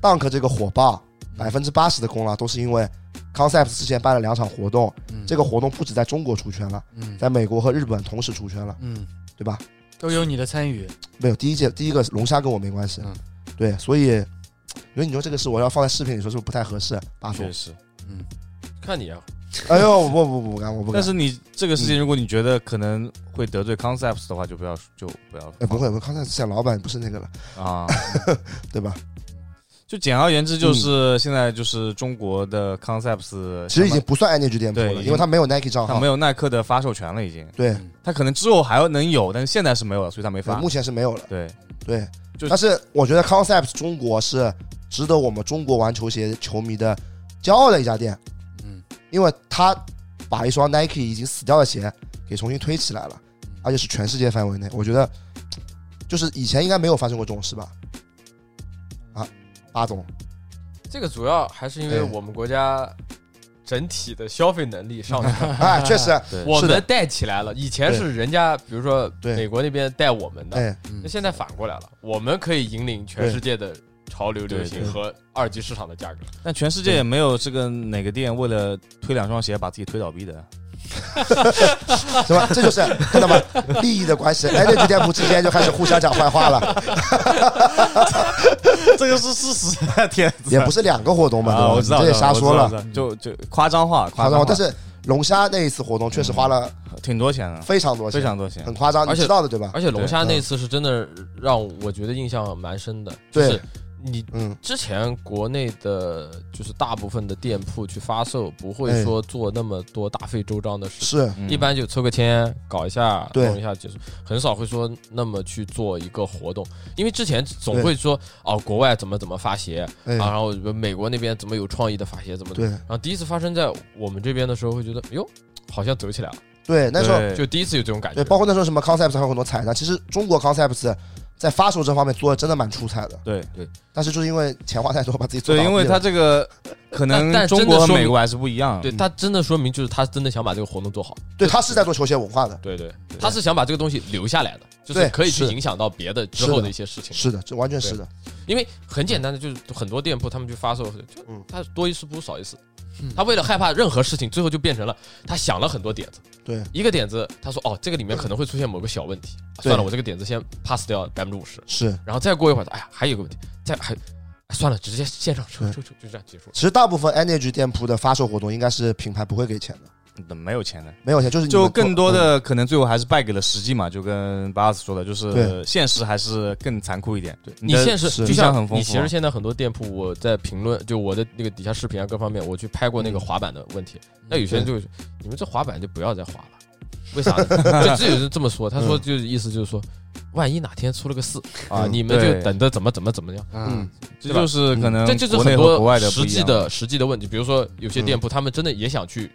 Speaker 1: Dunk 这个火爆，
Speaker 3: 嗯
Speaker 1: 百分之八十的功劳都是因为 Concepts 之前办了两场活动，
Speaker 2: 嗯，
Speaker 1: 这个活动不止在中国出圈了，
Speaker 2: 嗯
Speaker 1: 在美国和日本同时出圈了，
Speaker 2: 嗯
Speaker 1: 对吧？
Speaker 2: 都有你的参与，
Speaker 1: 没有第一届第一个龙虾跟我没关系
Speaker 2: 嗯，
Speaker 1: 对，所以。因为你说这个事，我要放在视频里说，是不是不太合适？八总，
Speaker 3: 实。
Speaker 2: 嗯
Speaker 6: 看你啊，
Speaker 1: 哎呦，我不不不敢，我不敢。嗯
Speaker 3: 但是你这个事情，如果你觉得可能会得罪 concepts 的话，就不要就不要
Speaker 1: 哎，不会，我 Concepts 现在老板不是那个了，
Speaker 3: 啊。
Speaker 1: 对吧？
Speaker 3: 就简而言之，
Speaker 1: 嗯
Speaker 3: 就是现在就是中国的 concepts，
Speaker 1: 其实已经不算 Energy 店铺
Speaker 3: 对
Speaker 1: 了，因为它没有 Nike 账
Speaker 3: 它
Speaker 1: 号
Speaker 3: 没，有耐克的发售权了，已经。
Speaker 1: 对，
Speaker 3: 它可能之后还能有，但是现在是没有了，所以它没
Speaker 1: 对
Speaker 3: 发
Speaker 1: 目。前是没有了。
Speaker 3: 对，
Speaker 1: 对，
Speaker 3: 就
Speaker 1: 但是我觉得 Concepts 中国是值得我们中国玩球鞋球迷的骄傲的一家店，
Speaker 2: 嗯
Speaker 1: 因为它把一双 Nike 已经死掉的鞋给重新推起来了，
Speaker 3: 嗯
Speaker 1: 而且是全世界范围内。我觉得就是以前应该没有发生过这种事吧？啊，八 总，
Speaker 4: 这个主要还是因为
Speaker 1: 哎
Speaker 4: 我们国家整体的消费能力上去 了，
Speaker 1: 哎，确实，
Speaker 4: 我
Speaker 1: 是的
Speaker 4: 们带起来了。以前是人家，比如说
Speaker 1: 对
Speaker 4: 美国那边带我们嗯的，
Speaker 1: 哎，
Speaker 4: 那现在反过来了，我们可以引领全世界的潮流流行和二级市场的价格。
Speaker 3: 但全世界也没有这个哪个店为了推两双鞋把自己推倒闭的。
Speaker 1: 什么？这就是看到吗？ 利益的关系，Energy 哎店铺之间就开始互相讲坏话
Speaker 3: 啊
Speaker 1: 了，
Speaker 3: 这个是事实，啊天子
Speaker 1: 也不是两个活动嘛，对
Speaker 3: 啊，
Speaker 1: 吧？
Speaker 3: 我知道，
Speaker 1: 你这也瞎说了
Speaker 3: 我知。道，我知道就就夸张化，
Speaker 1: 夸张
Speaker 3: 张
Speaker 1: 化，
Speaker 3: 化，
Speaker 1: 但是龙虾那一次活动确实花了
Speaker 3: 挺多钱的，
Speaker 1: 非常多钱，
Speaker 3: 非常多钱
Speaker 1: 很。夸张，
Speaker 4: 而
Speaker 1: 你
Speaker 4: 且
Speaker 1: 知道的对吧？
Speaker 4: 而且龙虾
Speaker 1: 对
Speaker 4: 那次是真的让我觉得印象蛮深的，就
Speaker 1: 对
Speaker 4: 是你
Speaker 1: 嗯，
Speaker 4: 之前国内的，就是大部分的店铺去发售，不
Speaker 1: 哎
Speaker 4: 会说做那么多大费周章的事情，
Speaker 1: 是
Speaker 3: 嗯
Speaker 4: 一般就抽个签，搞一下，
Speaker 1: 对
Speaker 4: 弄一下结束，很少会说那么去做一个活动，因为之前总会说哦，国外怎么怎么发鞋啊，
Speaker 1: 哎，
Speaker 4: 然后美国那边怎么有创意的发鞋，怎么怎么，
Speaker 1: 对
Speaker 4: 然后第一次发生在我们这边的时候，会觉得哟，好像走起来了，
Speaker 1: 对，那时候
Speaker 4: 就第一次有这种感觉
Speaker 1: 对，，包括那时候什么 concepts 还有很多彩蛋，其实中国 concepts 在发售这方面做的真的蛮出彩的，
Speaker 3: 对
Speaker 1: 但是就是因为钱花太多，把自己做
Speaker 3: 对，因为它
Speaker 1: 他
Speaker 3: 这个可能
Speaker 4: 但但
Speaker 3: 中
Speaker 4: 真的
Speaker 3: 国和
Speaker 4: 说
Speaker 3: 美
Speaker 4: 明
Speaker 3: 国还是不一样。
Speaker 4: 对
Speaker 3: 嗯
Speaker 4: 他真的说明就是他真的想把这个活动做好，
Speaker 1: 对他是在做球鞋文化的，
Speaker 4: 对对，他是想把这个东西留下来的，就是
Speaker 1: 对
Speaker 4: 可以去
Speaker 1: 是
Speaker 4: 影响到别的之
Speaker 1: 是
Speaker 4: 后
Speaker 1: 的
Speaker 4: 的一些事情。
Speaker 1: 是的，这完全是的，
Speaker 4: 因为很简单的，就是很多店铺他们去发售，就
Speaker 1: 嗯
Speaker 4: 他多一事不如少一事
Speaker 2: 嗯。
Speaker 4: 他为了害怕任何事情，最后就变成了他想了很多点子。
Speaker 1: 对，
Speaker 4: 一个点子，他说哦，这个里面可能会出现某个小问题，啊
Speaker 1: 对
Speaker 4: 算了，我这个点子先 pass 掉百分之五十，
Speaker 1: 是。
Speaker 4: 然后再过一会儿，哎呀，还有一个问题，再还哎算了，直接线上抽
Speaker 1: 对
Speaker 4: 抽抽，就这样结束了。
Speaker 1: 其实大部分 energy 店铺的发售活动应该是品牌不会给钱的，
Speaker 3: 嗯没有钱的，
Speaker 1: 没有钱就是你们
Speaker 3: 就
Speaker 1: 做
Speaker 3: 更多
Speaker 1: 嗯
Speaker 3: 的可能最后还是败给了实际嘛，就跟巴斯说的，就
Speaker 1: 对
Speaker 3: 是现实还是更残酷一点。对
Speaker 4: 你现实
Speaker 1: 是
Speaker 4: 就
Speaker 3: 印象
Speaker 4: 像
Speaker 3: 很丰
Speaker 4: 你
Speaker 3: 富
Speaker 4: 其
Speaker 3: 啊
Speaker 4: 实现在很多店铺，我在评论，就我的那个底下视频啊各方面，我去拍过
Speaker 3: 嗯
Speaker 4: 那个滑板的问题。那有些人就你们这滑板就不要再滑了，为啥呢？ 就这有人这么说，他
Speaker 3: 嗯
Speaker 4: 说就是意思就是说，万一哪天出了个事啊，
Speaker 1: 嗯
Speaker 4: 你们就
Speaker 3: 对嗯
Speaker 4: 等着怎么怎么怎么样。
Speaker 2: 嗯
Speaker 3: 这就是可能
Speaker 4: 这就是
Speaker 3: 国
Speaker 4: 很
Speaker 3: 内和国
Speaker 4: 多
Speaker 3: 外的不
Speaker 4: 实
Speaker 3: 一
Speaker 4: 际
Speaker 3: 样啊嗯
Speaker 4: 的实际的问题，比如说有些店铺他们真的也想去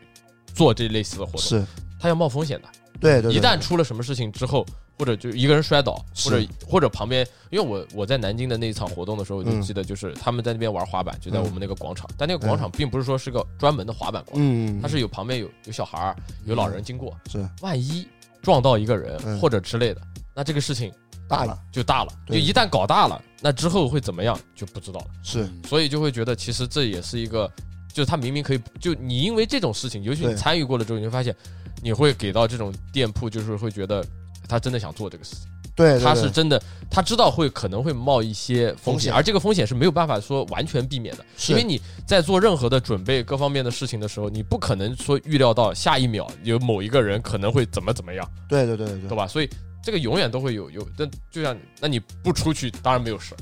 Speaker 4: 做这类似的活动，
Speaker 1: 嗯是，
Speaker 4: 他要冒风险的。
Speaker 1: 对对，
Speaker 4: 一
Speaker 1: 对
Speaker 4: 旦出了什么事情之后，或者就一个人摔倒，
Speaker 1: 是
Speaker 4: 或者或者旁边，因为我我在南京的那一场活动的时候，我就
Speaker 1: 嗯
Speaker 4: 记得就是他们在那边玩滑板，就在
Speaker 1: 嗯
Speaker 4: 我们那个广场，但那个广场并不是说是个专门的滑板广场，
Speaker 1: 嗯，
Speaker 4: 它是有旁边有有小孩儿、有老人经过，
Speaker 1: 是
Speaker 4: 万一撞到一个人、
Speaker 1: 嗯
Speaker 4: 或者之类的，那这个事情
Speaker 1: 大了，
Speaker 4: 就大了，就
Speaker 1: 对
Speaker 4: 一旦搞大了，那之后会怎么样就不知道了，
Speaker 1: 是
Speaker 4: 所以就会觉得其实这也是一个。就是他明明可以，就你因为这种事情，尤其
Speaker 1: 对
Speaker 4: 你参与过了之后，你会发现，你会给到这种店铺，就是会觉得他真的想做这个事情。
Speaker 1: 对，对
Speaker 4: 他是
Speaker 1: 对
Speaker 4: 真的，他知道会可能会冒一些
Speaker 1: 风
Speaker 4: 风
Speaker 1: 险
Speaker 4: 险，而这个风险是没有办法说完全避免的，
Speaker 1: 是
Speaker 4: 因为你在做任何的准备各方面的事情的时候，你不可能说预料到下一秒有某一个人可能会怎么怎么样，
Speaker 1: 对对对对
Speaker 4: 对
Speaker 1: 对，
Speaker 4: 吧？所以这个永远都会有有，但就像那你不出去，当然没有事。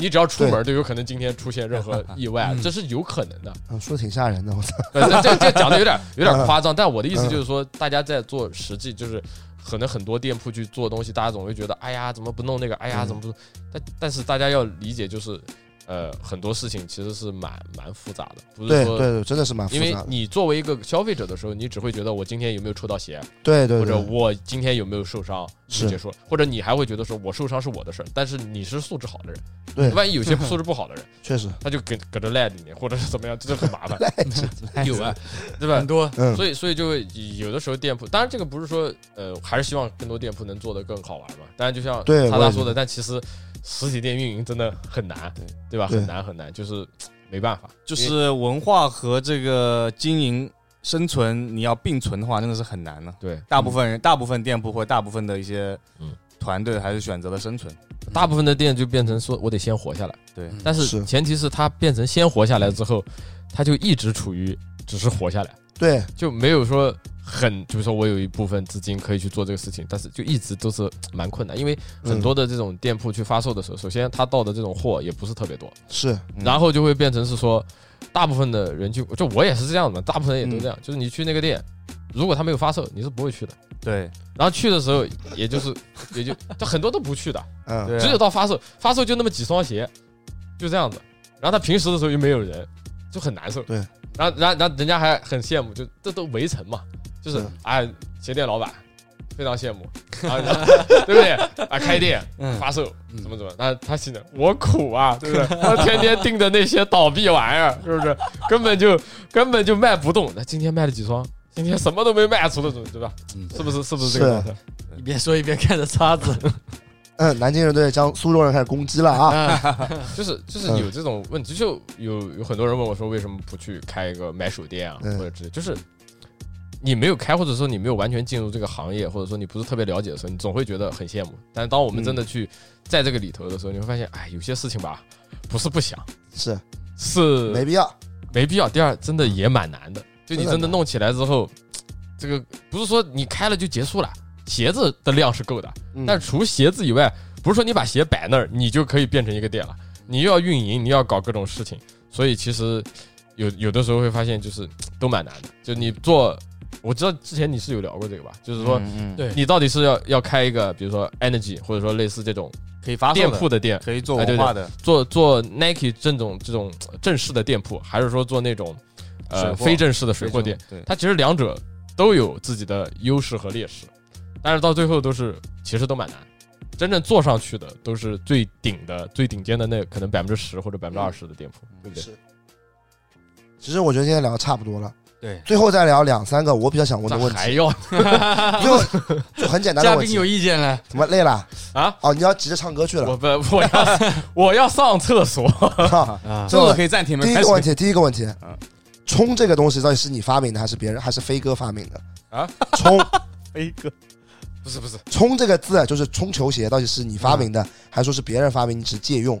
Speaker 4: 你只要出门，就有可能今天出现任何意外，啊这是有可能的。
Speaker 1: 嗯，说的挺吓人的，我操，
Speaker 4: 呃这这这讲的有点有
Speaker 1: 嗯
Speaker 4: 点夸张，但我的意思就是说，大家在做实际，就是可能很多店铺去做东西，大家总会觉得，哎呀，怎么不弄那个？哎呀，
Speaker 1: 嗯
Speaker 4: 怎么不？但但是大家要理解，就是呃，很多事情其实是蛮蛮复杂的，不
Speaker 1: 对
Speaker 4: 是
Speaker 1: 对
Speaker 4: 说。
Speaker 1: 对，真的是蛮复
Speaker 4: 因为
Speaker 1: 杂的，
Speaker 4: 你作为一个消费者的时候，你只会觉得我今天有没有抽到鞋，啊
Speaker 1: 对对
Speaker 4: 或者
Speaker 1: 对，
Speaker 4: 我今天有没有受伤，
Speaker 1: 是
Speaker 4: 就结束了。或者你还会觉得说我受伤是我的事儿，但是你是素质好的人，
Speaker 1: 对
Speaker 4: 万一有些素质不好的人，
Speaker 1: 确实，
Speaker 4: 他就搁搁这赖着你，或者是怎么样，这就很麻烦，
Speaker 2: 有啊，
Speaker 4: 对吧
Speaker 2: 很？多
Speaker 1: 嗯，
Speaker 4: 所以，所以就会有的时候店铺，当然这个不是说，呃，还是希望更多店铺能做得更好玩嘛。当然，就像
Speaker 1: 对
Speaker 4: 他
Speaker 1: 我也
Speaker 4: 大
Speaker 1: 觉
Speaker 4: 说
Speaker 1: 得
Speaker 4: 的，但其实实体店运营真的很难，对吧？
Speaker 1: 对
Speaker 4: 很难很难，就是没办法，
Speaker 3: 就是文化和这个经营生存，你要并存的话，真的是很难的。
Speaker 4: 对
Speaker 3: 大部分人、大部分店铺或大部分的一些
Speaker 4: 嗯
Speaker 3: 团队还是选择了生存。
Speaker 4: 大部分的店就变成说我得先活下来，
Speaker 3: 对，
Speaker 4: 但
Speaker 1: 是
Speaker 4: 是前提是他变成先活下来之后，他就一直处于只是活下来，
Speaker 1: 对
Speaker 4: 就没有说很，就是说我有一部分资金可以去做这个事情，但是就一直都是蛮困难，因为很多的这种店铺去发售的时候，首先他到的这种货也不是特别多，
Speaker 1: 是，
Speaker 3: 嗯
Speaker 4: 然后就会变成是说，大部分的人去，就我也是这样的嘛，大部分人也都这样，就是你去那个店，如果他没有发售，你是不会去的。
Speaker 3: 对
Speaker 4: 然后去的时候，也就是也就就很多都不去的，
Speaker 1: 嗯，
Speaker 3: 对啊
Speaker 4: 只有到发售，发售就那么几双鞋，就这样子。然后他平时的时候又没有人，就很难受。
Speaker 1: 对，
Speaker 4: 然后然后然后人家还很羡慕，就这都围城嘛，就是
Speaker 1: 嗯
Speaker 4: 哎，鞋店老板非常羡慕，啊，然后对不对？啊，开店
Speaker 2: 嗯
Speaker 4: 发售
Speaker 2: 嗯
Speaker 4: 怎么怎么，那他心想我苦啊，对不对？他天天盯着那些倒闭玩意儿，是不是？根本就根本就卖不动。那今天卖了几双？今天什么都没卖，除了这对吧？
Speaker 2: 嗯
Speaker 4: 是不是？是不是这个状态？
Speaker 2: 一边说一边看着叉子，
Speaker 1: 嗯，南京人对江苏州人开始攻击了啊，
Speaker 4: 就是就是
Speaker 1: 嗯
Speaker 4: 有这种问题，就有有很多人问我说，为什么不去开一个买手店啊，
Speaker 1: 嗯
Speaker 4: 或者之类，就是你没有开，或者说你没有完全进入这个行业，或者说你不是特别了解的时候，你总会觉得很羡慕。但是当我们
Speaker 1: 嗯
Speaker 4: 真的去在这个里头的时候，你会发现，哎，有些事情吧，不是不想，
Speaker 1: 是
Speaker 4: 是
Speaker 1: 没必要，
Speaker 4: 没必要。第二，真的也蛮难的，就你
Speaker 1: 真的
Speaker 4: 真的
Speaker 1: 难
Speaker 4: 弄起来之后，这个不是说你开了就结束了，鞋子的量是够的，
Speaker 1: 嗯
Speaker 4: 但除鞋子以外，不是说你把鞋摆那儿，你就可以变成一个店了。你又要运营，你又要搞各种事情，所以其实有有的时候会发现，就是都蛮难的。就你做，我知道之前你是有聊过这个吧，就是说
Speaker 3: 嗯嗯
Speaker 2: 对
Speaker 4: 你到底是要要开一个，比如说 Energy 或者说类似这种
Speaker 3: 可以发售
Speaker 4: 店
Speaker 3: 的
Speaker 4: 铺的店，
Speaker 3: 可以做
Speaker 4: 哎对
Speaker 3: 文
Speaker 4: 对
Speaker 3: 化的，
Speaker 4: 做做 Nike 这种这种呃正式的店铺，还是说做那种
Speaker 3: 水
Speaker 4: 呃
Speaker 3: 货
Speaker 4: 非正式的水货
Speaker 3: 对
Speaker 4: 店？
Speaker 3: 对
Speaker 4: 它其实两者都有自己的优势和劣势，但是到最后都是其实都蛮难。真正做上去的都是最顶的、最顶尖的那可能百分之十或者百分之二十的店铺，嗯对不对？
Speaker 1: 是。其实我觉得今天聊的差不多了，
Speaker 2: 对，
Speaker 1: 最后再聊两三个我比较想问的
Speaker 4: 这
Speaker 1: 问
Speaker 4: 还
Speaker 1: 题，
Speaker 4: 要
Speaker 1: 最后就很简单的
Speaker 2: 嘉
Speaker 1: 问
Speaker 2: 宾
Speaker 1: 题
Speaker 2: 有，意见了，
Speaker 1: 怎么累了
Speaker 4: 啊？
Speaker 1: 哦，你要急着唱歌去
Speaker 4: 我
Speaker 1: 了。
Speaker 4: 不我要 我要上厕所，
Speaker 1: 哈
Speaker 2: 啊，
Speaker 1: 最
Speaker 3: 这
Speaker 1: 后
Speaker 3: 个可以暂停吗？
Speaker 1: 第一
Speaker 3: 开
Speaker 1: 个
Speaker 3: 始
Speaker 1: 问题，第一个问题
Speaker 3: 嗯，
Speaker 1: 冲这个东西到底是你发明的，还是别人，还是飞哥发明的？
Speaker 4: 啊，
Speaker 1: 冲
Speaker 3: 飞哥，
Speaker 4: 不是不是，
Speaker 1: 冲这个字啊就是冲球鞋，到底是你发明的，还是说是别人发明，你只借用？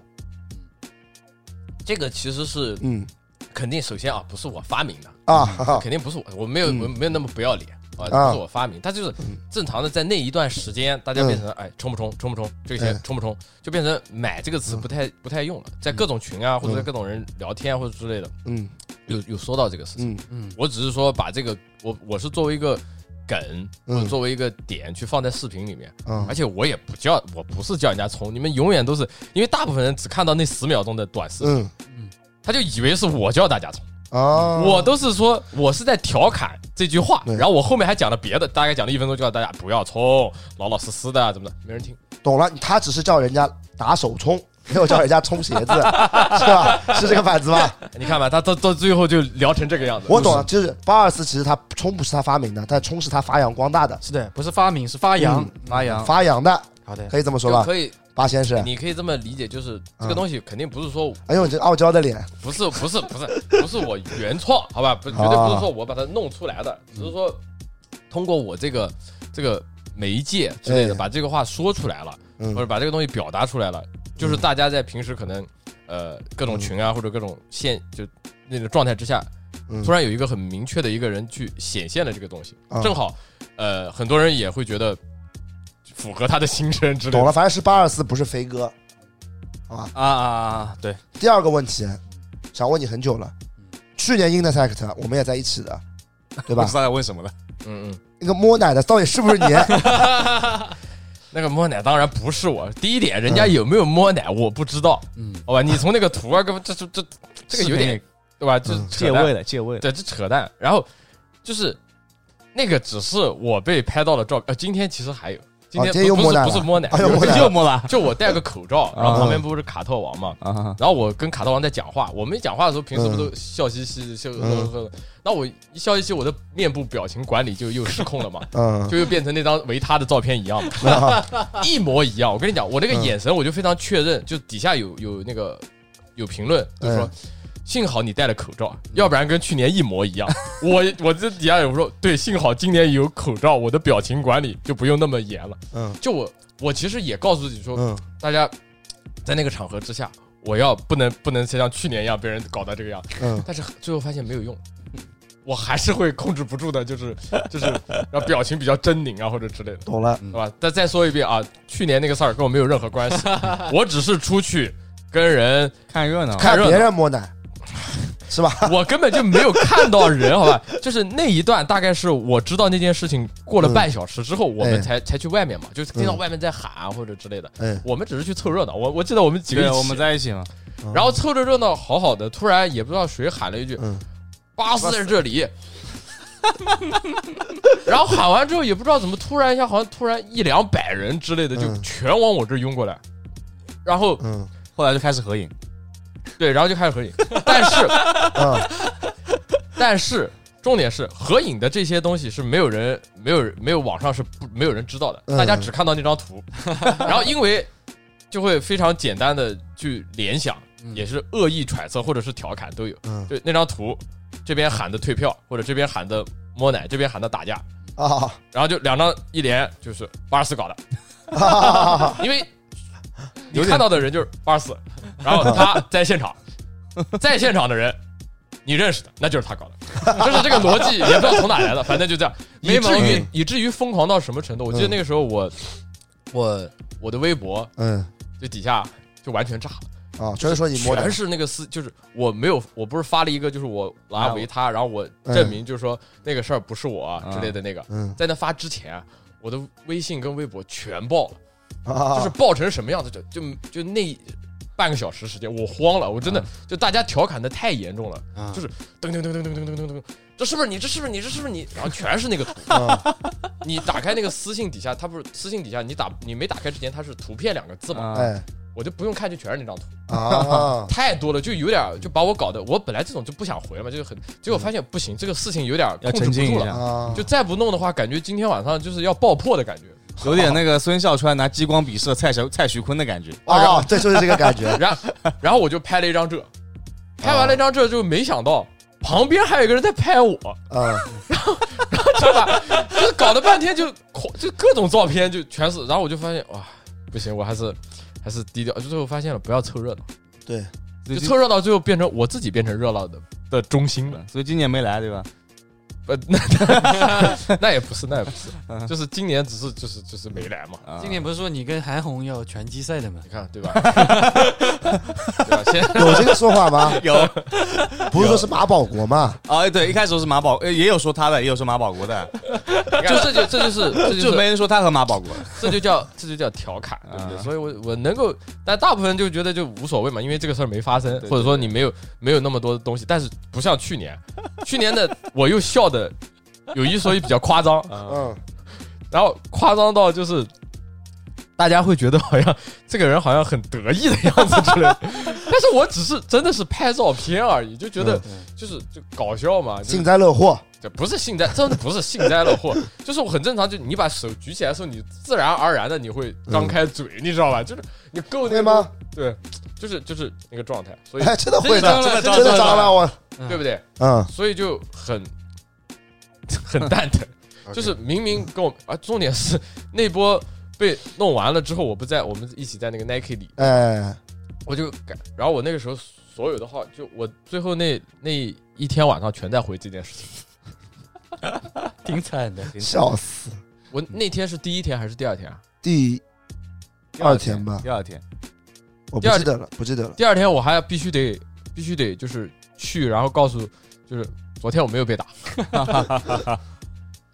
Speaker 4: 这个其实是
Speaker 1: 嗯
Speaker 4: 肯定首先啊不是我发明的，
Speaker 1: 啊，哈哈
Speaker 4: 肯定不是我，我没有
Speaker 1: 嗯
Speaker 4: 我没有那么不要脸啊，
Speaker 1: 啊嗯
Speaker 4: 不是我发明，它就是正常的在那一段时间，大家变成哎冲不冲冲不冲，这个钱
Speaker 1: 嗯
Speaker 4: 冲不冲，就变成买这个词不太不太用了，在各种群啊或者在各种人聊天啊或者之类的，
Speaker 1: 嗯
Speaker 4: 有有说到这个事情。
Speaker 1: 嗯
Speaker 2: 嗯，
Speaker 4: 我只是说把这个我我是作为一个梗，
Speaker 1: 嗯
Speaker 4: 或者作为一个点去放在视频里面，而
Speaker 1: 嗯，
Speaker 4: 且我也不叫我不是叫人家冲，你们永远都是因为大部分人只看到那十秒钟的短视频，
Speaker 1: 嗯
Speaker 4: 他就以为是我叫大家冲。
Speaker 1: 啊，
Speaker 4: 我都是说我是在调侃这句话，
Speaker 1: 对
Speaker 4: 然后我后面还讲了别的，大概讲了一分钟，就告诉大家不要冲，老老实实的，怎么的，没人听。
Speaker 1: 懂了，他只是叫人家打手冲，没有叫人家冲鞋子，是吧？是这个板子吧？
Speaker 4: 你看吧，他到到最后就聊成这个样子。
Speaker 1: 我懂了，就是八二四，其实他冲不是他发明的，但冲是他发扬光大的，
Speaker 2: 是的，不是发明，是发扬，嗯
Speaker 3: 发
Speaker 2: 啊
Speaker 3: 扬
Speaker 1: 发扬的，
Speaker 2: 好的，
Speaker 1: 可以这么说
Speaker 4: 就
Speaker 1: 吧？
Speaker 4: 可以，
Speaker 1: 八先生，
Speaker 4: 你可以这么理解，就是这个
Speaker 1: 嗯
Speaker 4: 东西肯定不是说
Speaker 1: 哎呦，你这傲娇的脸，
Speaker 4: 不是不是不是不是我原创，好吧，不绝对不是说我把它弄出来的，只是说通过我这个这个媒介之类的
Speaker 1: 哎
Speaker 4: 把这个话说出来了，
Speaker 1: 嗯
Speaker 4: 或者把这个东西表达出来了，就是大家在平时可能呃各种群啊或者各种现就那种状态之下，
Speaker 1: 嗯
Speaker 4: 突然有一个很明确的一个人去显现了这个东西
Speaker 1: 啊，
Speaker 4: 正好呃很多人也会觉得符合他的心声之类的。
Speaker 1: 懂了，反正是八二四，不是飞哥。
Speaker 3: 啊啊啊！对，
Speaker 1: 第二个问题，想问你很久了，去年 Intersect 我们也在一起的，对
Speaker 3: 不
Speaker 1: 吧
Speaker 3: 知？道在问什么了。
Speaker 4: 嗯嗯，
Speaker 1: 那个摸奶的到底是不是你？
Speaker 4: 那个摸奶当然不是我。第一点，人
Speaker 1: 嗯
Speaker 4: 家有没有摸奶我不知道，
Speaker 2: 嗯，
Speaker 4: 好吧？你从那个图啊，跟这这这这个有点对吧？这
Speaker 1: 嗯
Speaker 4: 扯淡
Speaker 3: 了，借位了。
Speaker 4: 对，这扯淡。然后就是那个只是我被拍到的照片，呃，今天其实还有，今
Speaker 1: 哦今天又
Speaker 4: 不
Speaker 1: 摸
Speaker 4: 不是
Speaker 1: 奶
Speaker 4: 不是
Speaker 1: 了
Speaker 4: 摸奶，
Speaker 1: 哎呦摸奶
Speaker 3: 又摸了
Speaker 4: 就我戴个口罩，然
Speaker 1: 啊
Speaker 4: 后旁边不是卡特王嘛，
Speaker 3: 啊！
Speaker 4: 然后我跟卡特王在讲话，我们讲话的时候，平时不
Speaker 1: 嗯
Speaker 4: 都笑嘻嘻、笑呵呵呵的，那我一笑嘻嘻，我的面部表情管理就又失控 了嘛。
Speaker 1: 嗯，
Speaker 4: 就又变成那张维他的照片一样嘛， 一模一样。我跟你讲，我那
Speaker 1: 嗯
Speaker 4: 个眼神我就非常确认，就底下有有那个有评论就说
Speaker 1: 嗯，
Speaker 4: 幸好你戴了口罩，要不然跟去年一模一 样。我我这底下有说，对，幸好今年有口罩，我的表情管理就不用那么严了。
Speaker 1: 嗯
Speaker 4: 就我我其实也告诉自己说，
Speaker 1: 嗯，
Speaker 4: 大家在那个场合之下，我要不能不能像去年一样被人搞到这个样子。
Speaker 1: 嗯，
Speaker 4: 但是最后发现没有用，我还是会控制不住的，就是 就是让表情比较狰狞啊或者之类的，
Speaker 1: 懂了。
Speaker 4: 对吧？再再说一遍啊，去年那个事儿跟我没有任何关系， 我只是出去跟人，
Speaker 3: 看热闹，
Speaker 4: 看
Speaker 1: 看
Speaker 4: 热闹
Speaker 1: 别人摸奶，是吧？
Speaker 4: 我根本就没有看到人，好吧？就是那一段大概是我知道那件事情过了半小时之后，我
Speaker 1: 嗯哎嗯
Speaker 4: 们才才去外面嘛，就是听到外面在喊啊或者之类的。
Speaker 1: 哎，
Speaker 4: 我们只是去凑热闹，我我记得我们几个
Speaker 3: 对，
Speaker 4: 人
Speaker 3: 我们在一起嘛。
Speaker 4: 然后凑着热闹好好的，突然也不知道谁喊了一句
Speaker 1: 嗯，
Speaker 4: 巴斯在这里。 然后喊完之后也不知道怎么，突然一下好像突然一两百人之类的就
Speaker 1: 嗯
Speaker 4: 全往我这儿拥过来，然后
Speaker 1: 嗯
Speaker 3: 后来就开始合影，
Speaker 4: 对，然后就开始合影。但是
Speaker 1: 嗯，
Speaker 4: 但是重点是合影的这些东西是没有人没有人没有网上是不没有人知道的，
Speaker 1: 嗯
Speaker 4: 大家只看到那 张图，然后因为就会非常简单的去联想，
Speaker 2: 嗯
Speaker 4: 也是恶意揣测或者是调侃都有。
Speaker 1: 嗯
Speaker 4: 对，那张图，这边喊的退票，或者这边喊的摸奶，这边喊的打架，
Speaker 1: 啊
Speaker 4: 然后就两张一连就是八十四搞的，
Speaker 1: 啊，
Speaker 4: 因为你看到的人就是八十四，然后他在现场，在现场的人你认识的，那就是他搞 的，就是这个逻辑也不知道从哪来的，反正就这样，以
Speaker 3: 没毛
Speaker 4: 至
Speaker 3: 病嗯
Speaker 4: 于以至于疯狂到什么程度？我记得那个时候我我我的微博
Speaker 1: 嗯
Speaker 4: 就底下就完全炸了。
Speaker 1: 啊，全是说你摸奶
Speaker 4: 全，是那个私，就是我没有，我不是发了一个，就是我拉维他，然后我
Speaker 1: 嗯
Speaker 4: 证明就是说那个事儿不是我啊
Speaker 3: 嗯
Speaker 4: 之类的那个，
Speaker 1: 嗯
Speaker 4: 在那发之前，啊我的微信跟微博全爆了，
Speaker 1: 啊，
Speaker 4: 就是爆成什么样子，就就就那半个小时时间，我慌了，我真的就大家调侃的太严重了，
Speaker 2: 啊
Speaker 4: 就是噔噔噔噔噔噔噔噔噔。这是不是你？这是不是你？这是不是你？然后全是那个图，
Speaker 1: 嗯
Speaker 4: 你打开那个私信底下，它不是私信底下，你打你没打开之前，它是图片两个字嘛，
Speaker 3: 啊，
Speaker 1: 哎
Speaker 4: 我就不用看，就全是那张图。
Speaker 1: 啊，
Speaker 4: 太多了，就有点就把我搞得，我本来这种就不想回嘛，就是很，结果发现不行，这个事情有点控
Speaker 3: 要
Speaker 4: 制不
Speaker 3: 沉浸
Speaker 4: 住
Speaker 3: 一
Speaker 4: 了，
Speaker 3: 下，
Speaker 1: 啊，
Speaker 4: 就再不弄的话，感觉今天晚上就是要爆破的 感觉。
Speaker 3: 有点那个孙笑川拿激光笔射蔡徐蔡徐坤的感觉。
Speaker 1: 啊，对，就是这个感 觉。
Speaker 4: 然然后我就拍了一张这，拍完了一张这就没想到旁边还有一个人在拍我，
Speaker 1: 嗯
Speaker 4: 知道吧？ 就是搞了半天就狂就各种照片就全是，然后我就发现哇，不行，我还是还是低调，就最后发现了不要凑热闹，，
Speaker 1: 对，
Speaker 3: 所
Speaker 4: 就
Speaker 3: 以
Speaker 4: 凑热闹最后变成我自己变成热闹的的中心了。
Speaker 3: 今所以今年没来对吧？
Speaker 4: 呃， 那那也不是，那也不是，就是今年只是就是就是没来嘛，
Speaker 3: 啊
Speaker 2: 今年不是说你跟韩红要拳击赛的 吗？
Speaker 4: 你看对吧？对吧？ 先
Speaker 1: 有这个说法吗？
Speaker 3: 有
Speaker 1: 不是说是马保国吗？
Speaker 3: 啊，对，一开始我是马保，呃也有说他的，也有说马保国的，
Speaker 4: 就这就这就是这 就
Speaker 3: 就是没人说他和马保国。
Speaker 4: 这就叫这就叫调侃，对不对？
Speaker 3: 啊
Speaker 4: 所以我我能够，但大部分人就觉得就无所谓嘛，因为这个事儿没发生，
Speaker 3: 对
Speaker 4: 或者说你没有没有那么多的东西，但是不像去年，去年的我又笑的有一说一比较夸张，
Speaker 1: 嗯，
Speaker 4: 然后夸张到就是大家会觉得好像这个人好像很得意的样子之类的，但是我只是真的是拍照片而已，就觉得就是就搞笑嘛，就
Speaker 1: 幸灾乐祸。
Speaker 4: 这不是幸灾，真的不是幸灾乐祸，就是我很正常，就你把手举起来的时候，你自然而然的你会张开嘴，你知道吧？就是你够那
Speaker 1: 会
Speaker 4: 个
Speaker 1: 吗？
Speaker 4: 对，就是就是那个状态，所以
Speaker 1: 哎，真的会
Speaker 4: 真
Speaker 1: 的，
Speaker 4: 的
Speaker 1: 真的张了我。
Speaker 4: 对不对？
Speaker 1: 嗯，
Speaker 4: 所以就很 很蛋疼。就是明明跟我啊，重点是那波被弄完了之后，我不在，我们一起在那个 Nike 里，
Speaker 1: 哎，
Speaker 4: 我就感，然后我那个时候所有的号，就我最后那那一天晚上全在回这件事情。
Speaker 2: 挺惨的。
Speaker 1: 笑死！
Speaker 4: 我那天是第一天还是第二天啊？
Speaker 1: 第
Speaker 3: 第
Speaker 1: 二
Speaker 3: 二
Speaker 1: 天吧，
Speaker 3: 第二天，
Speaker 1: 我
Speaker 4: 第
Speaker 1: 不
Speaker 4: 二
Speaker 1: 记得了，不记得了。
Speaker 4: 第二天我还要必须得必须得就是去，然后告诉就是昨天我没有被打，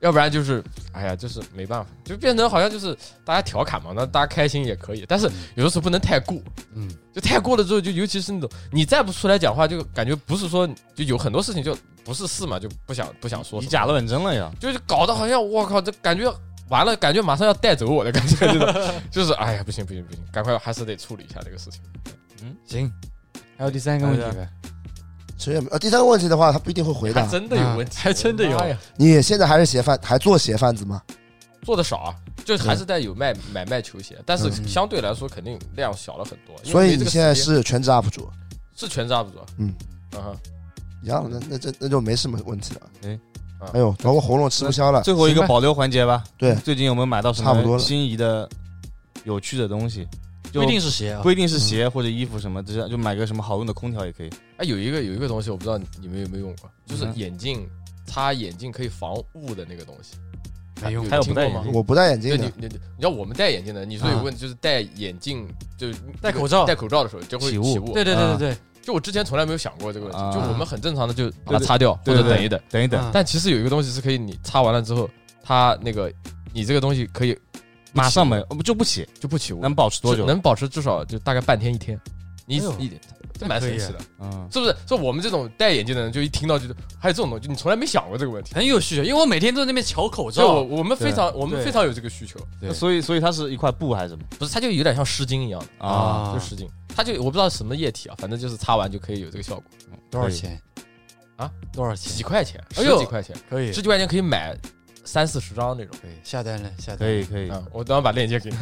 Speaker 4: 要不然就是哎呀，就是没办法，就变成好像就是大家调侃嘛，那大家开心也可以，但是有的时候不能太过，
Speaker 2: 嗯，
Speaker 4: 就太过了之后，就尤其是那种你再不出来讲话，就感觉不是说就有很多事情就不是事嘛，就不想不想说
Speaker 3: 以
Speaker 4: 什么，
Speaker 3: 假乱真了
Speaker 1: 啊
Speaker 3: 呀。
Speaker 4: 就是搞得好像我靠，这感觉完了，感觉马上要带走我的感觉，这种就是哎呀，不行不行不行，赶快还是得处理一下这个事情。
Speaker 2: 行，还有第三个问题呗？
Speaker 1: 谁也没呃，第三个问题的话，他不一定会回
Speaker 4: 还
Speaker 1: 答。
Speaker 4: 真的有问题，
Speaker 2: 啊还真的有
Speaker 4: 妈呀，
Speaker 1: 你现在还是鞋贩，还做鞋贩子吗？
Speaker 4: 做的少啊，就还是在有卖买卖球鞋，但是
Speaker 1: 嗯
Speaker 4: 相对来说肯定量小了很多。因为
Speaker 1: 所以
Speaker 4: 没这
Speaker 1: 你
Speaker 4: 个啊
Speaker 1: 现在
Speaker 4: 时间
Speaker 1: 是全职 UP 主，
Speaker 4: 是全职 UP 主啊，
Speaker 1: 嗯
Speaker 4: 嗯哼，
Speaker 1: 一样的，那那这那就没什么问题了。
Speaker 3: 哎
Speaker 4: 啊
Speaker 1: 哎呦，主要我喉咙吃不消了。
Speaker 3: 最后一个
Speaker 4: 行吧
Speaker 3: 保留环节吧。
Speaker 1: 对
Speaker 3: 最近有没有买到什
Speaker 1: 差不多
Speaker 3: 么
Speaker 1: 了
Speaker 3: 心仪的、有趣的东西？就
Speaker 2: 不一定是鞋啊
Speaker 3: 不，一定是鞋或者衣服什么，只要就买个什么好用的空调也可以。
Speaker 4: 哎，有一个有一个东西我不知道你们有没有用过，就是
Speaker 3: 嗯
Speaker 4: 眼镜擦眼镜可以防雾的那个东西，
Speaker 2: 没用
Speaker 3: 还有
Speaker 4: 听
Speaker 3: 不戴
Speaker 4: 过
Speaker 3: 眼
Speaker 4: 吗
Speaker 3: 镜？
Speaker 1: 我不戴眼镜
Speaker 4: 就你
Speaker 1: 的，
Speaker 4: 你你你知道我们戴眼镜的，你说有问题就是戴眼镜就是
Speaker 2: 戴口罩
Speaker 4: 戴口罩的时候就会
Speaker 3: 起
Speaker 4: 起
Speaker 3: 雾
Speaker 4: 雾，
Speaker 2: 对对对对对，
Speaker 4: 就我之前从来没有想过这个问题
Speaker 3: 啊，
Speaker 4: 就我们很正常的就把
Speaker 3: 对
Speaker 4: 它
Speaker 3: 对
Speaker 4: 擦掉或
Speaker 3: 对
Speaker 4: 者
Speaker 3: 对对
Speaker 4: 等一等，
Speaker 3: 等一等，
Speaker 2: 嗯
Speaker 4: 但其实有一个东西是可以你擦完了之后，它那个你这个东西可以
Speaker 3: 马上没我们就不起，
Speaker 4: 就不起雾，
Speaker 3: 能保持多
Speaker 4: 是
Speaker 3: 久？
Speaker 4: 能保持至少就大概半天一天。你
Speaker 2: 哎呦
Speaker 4: 你这啊蛮
Speaker 2: 可
Speaker 4: 神
Speaker 2: 以
Speaker 4: 奇的，
Speaker 3: 嗯，
Speaker 4: 是不是？就我们这种戴眼镜的人，就一听到就是还有这种东西，你从来没想过这个问题。
Speaker 2: 很有趣的，因为我每天都在那边瞧口
Speaker 4: 所以我
Speaker 2: 罩，
Speaker 4: 我们非常我们非常有这个需求，
Speaker 3: 那所以所以它是一块布还是什么
Speaker 4: 不是它就有点像湿巾一样的
Speaker 2: 啊
Speaker 4: 就湿巾，它就我不知道什么液体啊，反正就是擦完就可以有这个效果，
Speaker 2: 多少钱
Speaker 4: 啊？
Speaker 2: 多少
Speaker 4: 几
Speaker 2: 钱？
Speaker 4: 块钱，
Speaker 2: 哎
Speaker 4: 十
Speaker 2: 呦
Speaker 4: 几块钱，
Speaker 2: 可以
Speaker 4: 十，几块钱可以买三四十张那种。
Speaker 2: 可以下单了，下单
Speaker 3: 可。以可以，
Speaker 4: 嗯，我等会把链 接给你。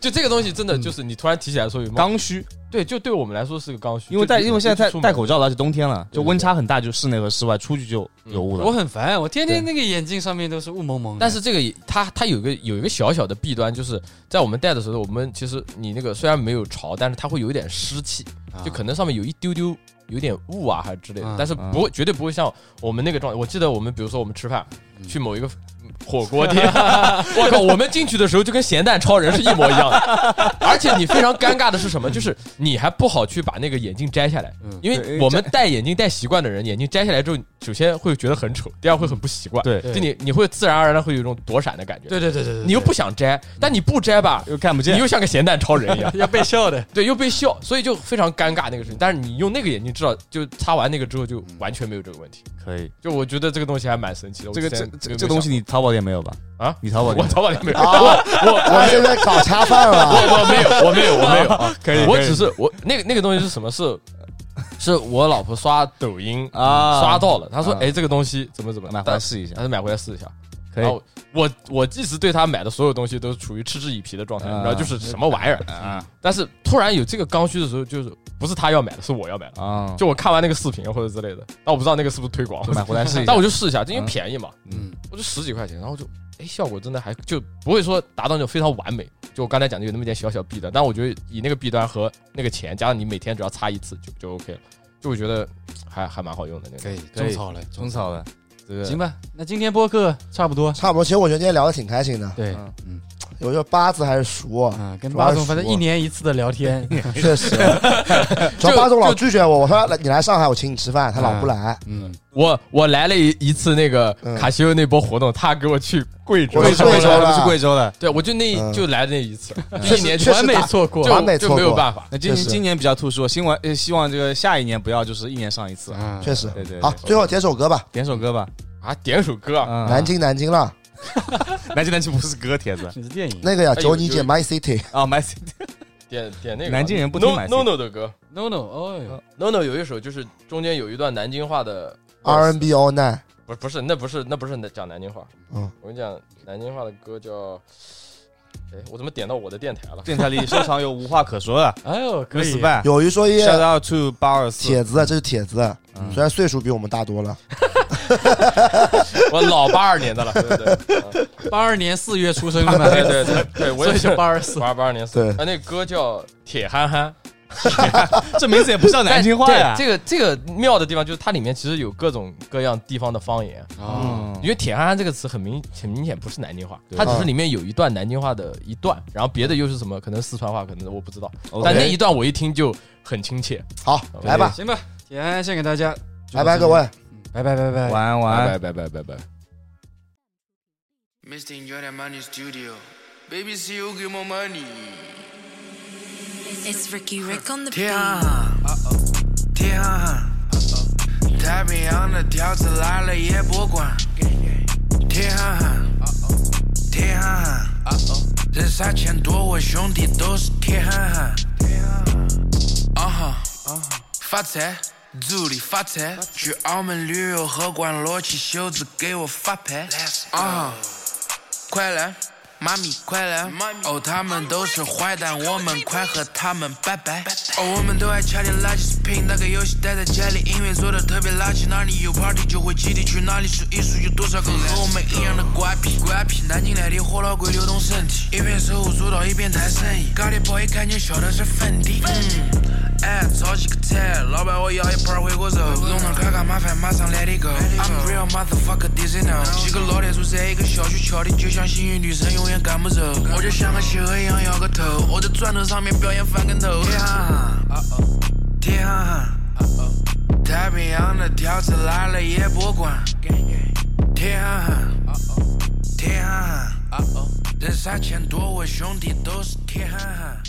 Speaker 4: 就这个东西真的就是你突然提起来说有猫
Speaker 3: 刚需，
Speaker 4: 对，就对我们来说是个刚需，
Speaker 3: 因为戴因为现在戴戴口
Speaker 4: 罩
Speaker 3: 罩了，而且冬天了，
Speaker 4: 对
Speaker 3: 就
Speaker 4: 对嗯
Speaker 3: 温差很大，就室内和室外，出去就有雾
Speaker 2: 我
Speaker 3: 了。
Speaker 2: 很烦，我天天那个眼镜上面都是雾蒙蒙的。
Speaker 4: 但是这个也它它有一个有一个小小的弊端，就是在我们戴的时候，我们其实你那个虽然没有潮，但是它会有一点湿气，就可能上面有一丢丢有点雾啊啊，还是之类
Speaker 2: 嗯
Speaker 4: 的，但是不会绝对不会像我们那个状态。我记得我们比如说我们吃饭
Speaker 2: 嗯
Speaker 4: 去某一个火锅 店，我靠，我们进去的时候就跟咸蛋超人是一模一样的，而且你非常尴尬的是什么？就是你还不好去把那个眼镜摘下来
Speaker 2: 嗯，
Speaker 4: 因为我们戴眼镜戴习惯的人，眼镜摘下来之后，首先会觉得很丑，第二会很不习惯，
Speaker 3: 对
Speaker 2: 对
Speaker 4: 就你你会自然而然的会有一种躲闪的感觉，
Speaker 2: 对对对对对，
Speaker 4: 你又不想摘，但你不摘吧，
Speaker 3: 又看不
Speaker 4: 你
Speaker 3: 见
Speaker 4: 又，像个咸蛋超人一样。
Speaker 2: 要被笑的。
Speaker 4: 对，又被笑，所以就非常尴尬那个事情。但是你用那个眼镜，至少就擦完那个之后，就完全没有这个问题。
Speaker 3: 可以。
Speaker 4: 就我觉得这个东西还蛮神奇的。
Speaker 3: 这个
Speaker 4: 我之
Speaker 3: 这
Speaker 4: 前
Speaker 3: 这
Speaker 4: 没有
Speaker 3: 这东西
Speaker 4: 想
Speaker 3: 你淘宝店没有吧？
Speaker 4: 过啊，
Speaker 3: 你哦淘宝
Speaker 4: 我
Speaker 3: 店
Speaker 4: 淘宝里没有，
Speaker 1: 啊
Speaker 4: 我我
Speaker 1: 他现在搞恰饭了。
Speaker 4: 我没有，我没有，我没有 啊。
Speaker 3: 可以
Speaker 4: 我
Speaker 3: 可以
Speaker 4: 只是我那个那个东西是什么？是是我老婆刷抖音
Speaker 3: 啊
Speaker 4: 刷到了，她说
Speaker 3: 啊
Speaker 4: 哎这个东西怎么怎么，
Speaker 3: 买回来
Speaker 4: 但
Speaker 3: 试一下
Speaker 4: 但，是买回来试一下。
Speaker 3: 可
Speaker 4: 然
Speaker 3: 以
Speaker 4: 后我我一直对她买的所有东西都是处于嗤之以鼻的状态，
Speaker 3: 啊
Speaker 4: 然后就是什么玩意儿。
Speaker 3: 啊
Speaker 4: 但是突然有这个刚需的时候，就是不是她要买的，是我要买的。
Speaker 3: 啊，
Speaker 4: 就我看完那个视频或者之类的，但我不知道那个是不是推广
Speaker 3: 就，买回来试一下
Speaker 4: 但。我就试一下，因为便宜嘛，
Speaker 2: 嗯，
Speaker 4: 我就十几块钱，然后就哎效果真的还就不会说达到那种非常完美，就我刚才讲的有那么一点小小弊端，但我觉得以那个弊端和那个钱加上你每天只要擦一次就就 OK 了，就我觉得还还蛮好用的那
Speaker 2: 嗯可
Speaker 4: 个。
Speaker 2: 以
Speaker 3: 可
Speaker 2: 种
Speaker 3: 以
Speaker 2: 草了，嗯
Speaker 3: 种草了，
Speaker 4: 这个
Speaker 2: 行吧，那今天播客差不多。
Speaker 1: 差不多，其实我觉得今天聊的挺开心的。
Speaker 2: 对，
Speaker 3: 嗯
Speaker 1: 我觉得八字还是熟，
Speaker 3: 啊
Speaker 2: 嗯，跟
Speaker 1: 主要
Speaker 2: 巴
Speaker 1: 是
Speaker 2: 总反正
Speaker 1: 熟
Speaker 2: 一年一次的聊 天，
Speaker 1: 确 实。主要八总老拒绝我，我说来你来上海，我请你吃饭，他老不
Speaker 3: 啊
Speaker 1: 来。
Speaker 2: 嗯，
Speaker 4: 我我来了一一次那个
Speaker 1: 嗯
Speaker 4: 卡西欧那波活动，他给我去贵州
Speaker 1: 我，去贵州
Speaker 3: 我
Speaker 1: 了
Speaker 3: 们去贵州了。
Speaker 4: 对我就那
Speaker 1: 嗯
Speaker 4: 就来那一次，
Speaker 1: 确
Speaker 4: 一
Speaker 1: 实
Speaker 4: 年
Speaker 1: 确实
Speaker 4: 完美
Speaker 1: 打
Speaker 4: 错过，
Speaker 1: 完美
Speaker 4: 就
Speaker 1: 错
Speaker 4: 就没有
Speaker 1: 过
Speaker 4: 办法。
Speaker 3: 那今
Speaker 1: 确实
Speaker 3: 今年比较特殊，希望呃希望这个下一年不要就是一年上一次，
Speaker 2: 啊
Speaker 1: 确实
Speaker 4: 嗯
Speaker 3: 对对对
Speaker 1: 好，最后点首歌吧，
Speaker 3: 点首歌吧。
Speaker 4: 啊，点首歌啊，
Speaker 3: 嗯，
Speaker 1: 南京南京了，
Speaker 3: 南京南京不是歌帖子
Speaker 2: 你是电影
Speaker 1: 那个呀，
Speaker 4: 哎
Speaker 1: 九
Speaker 4: 有
Speaker 1: 你姐
Speaker 4: 有
Speaker 1: My City，
Speaker 3: 啊，买
Speaker 4: 点点那个吧。啊
Speaker 3: 南京人不听
Speaker 4: No-
Speaker 3: 买 CD
Speaker 4: NONO 的歌，
Speaker 2: no no 哦
Speaker 4: NONO 有一首就是中间有一段南京话的
Speaker 1: R&B All Night，
Speaker 4: 不是不是那不是那不是讲南京话，
Speaker 1: 嗯，
Speaker 4: 我跟你讲南京话的歌叫，哎我怎么点到我的电台了？
Speaker 3: 电台里收藏有无话可说了。
Speaker 2: 哎呦可
Speaker 3: 哥
Speaker 2: 以
Speaker 3: 死，办
Speaker 1: 有一说一，
Speaker 3: 啊，Shout out to 八二四，
Speaker 1: 铁子，这是铁子，
Speaker 3: 嗯
Speaker 1: 虽然岁数比我们大多了，
Speaker 4: 我老八二年的了，对对对，
Speaker 2: 八二年四月出 生的嘛，
Speaker 4: 对对对对，我
Speaker 2: 所
Speaker 4: 也
Speaker 2: 以
Speaker 4: 是
Speaker 2: 就八二四。
Speaker 4: 八八二年死
Speaker 1: 对
Speaker 4: 啊，那歌叫铁憨憨，
Speaker 3: 这名字也不像南京话呀
Speaker 4: 但。对这个这个妙的地方就是它里面其实有各种各样地方的方言，
Speaker 3: 哦
Speaker 4: 因为“铁憨憨”这个词很明很明显不是南京话，
Speaker 3: 对嗯
Speaker 4: 它只是里面有一段南京话的一段，然后别的又是什么，可能四川话，可能我不知道。
Speaker 3: OK
Speaker 4: 但那一段我一听就很亲切。
Speaker 1: 好，
Speaker 4: 对
Speaker 1: 来吧，
Speaker 2: 行吧，铁安献给大家，
Speaker 1: 拜
Speaker 3: 哎
Speaker 1: 拜各位。
Speaker 2: 拜拜拜拜。
Speaker 3: 晚安晚安。
Speaker 7: 拜拜拜拜拜拜。
Speaker 8: Mr. Enjoy the Money Studio. Baby, see you give more money.
Speaker 9: It's Ricky Rick on the beat.
Speaker 8: 天啊，天啊，太平洋的条子来了也不管。天啊，天啊，人傻钱多，我兄弟都是天啊。啊哈，发财。助理发财，去澳门旅游，荷官裸起袖子给我发牌。啊、快来，妈咪快来！哦，他们都是坏蛋，我们快和他们拜拜。哦，我们都爱掐点垃圾食品，那个游戏待在家里，音乐做的特别垃圾，哪里有 party 就会集体去哪里数一数有多少个和哦我们一样的瓜皮。瓜皮，南京来的货老鬼流动身体，一边手舞足蹈一边谈生意。咖喱包一看就晓得是粉底。嗯哎，炒几个菜，老板我要一盘回锅肉，弄堂看看麻烦，马上 let it go。I'm real motherfucker this and now。几个老太叔在一个小区敲的，就像幸运女神永远赶不走。我就像个企鹅一样摇个头，我在砖头上面表演翻跟头。天啊，天啊，太平洋的条子来了也不管。天啊，uh-huh. 天啊，人傻钱多，我兄弟都是天啊。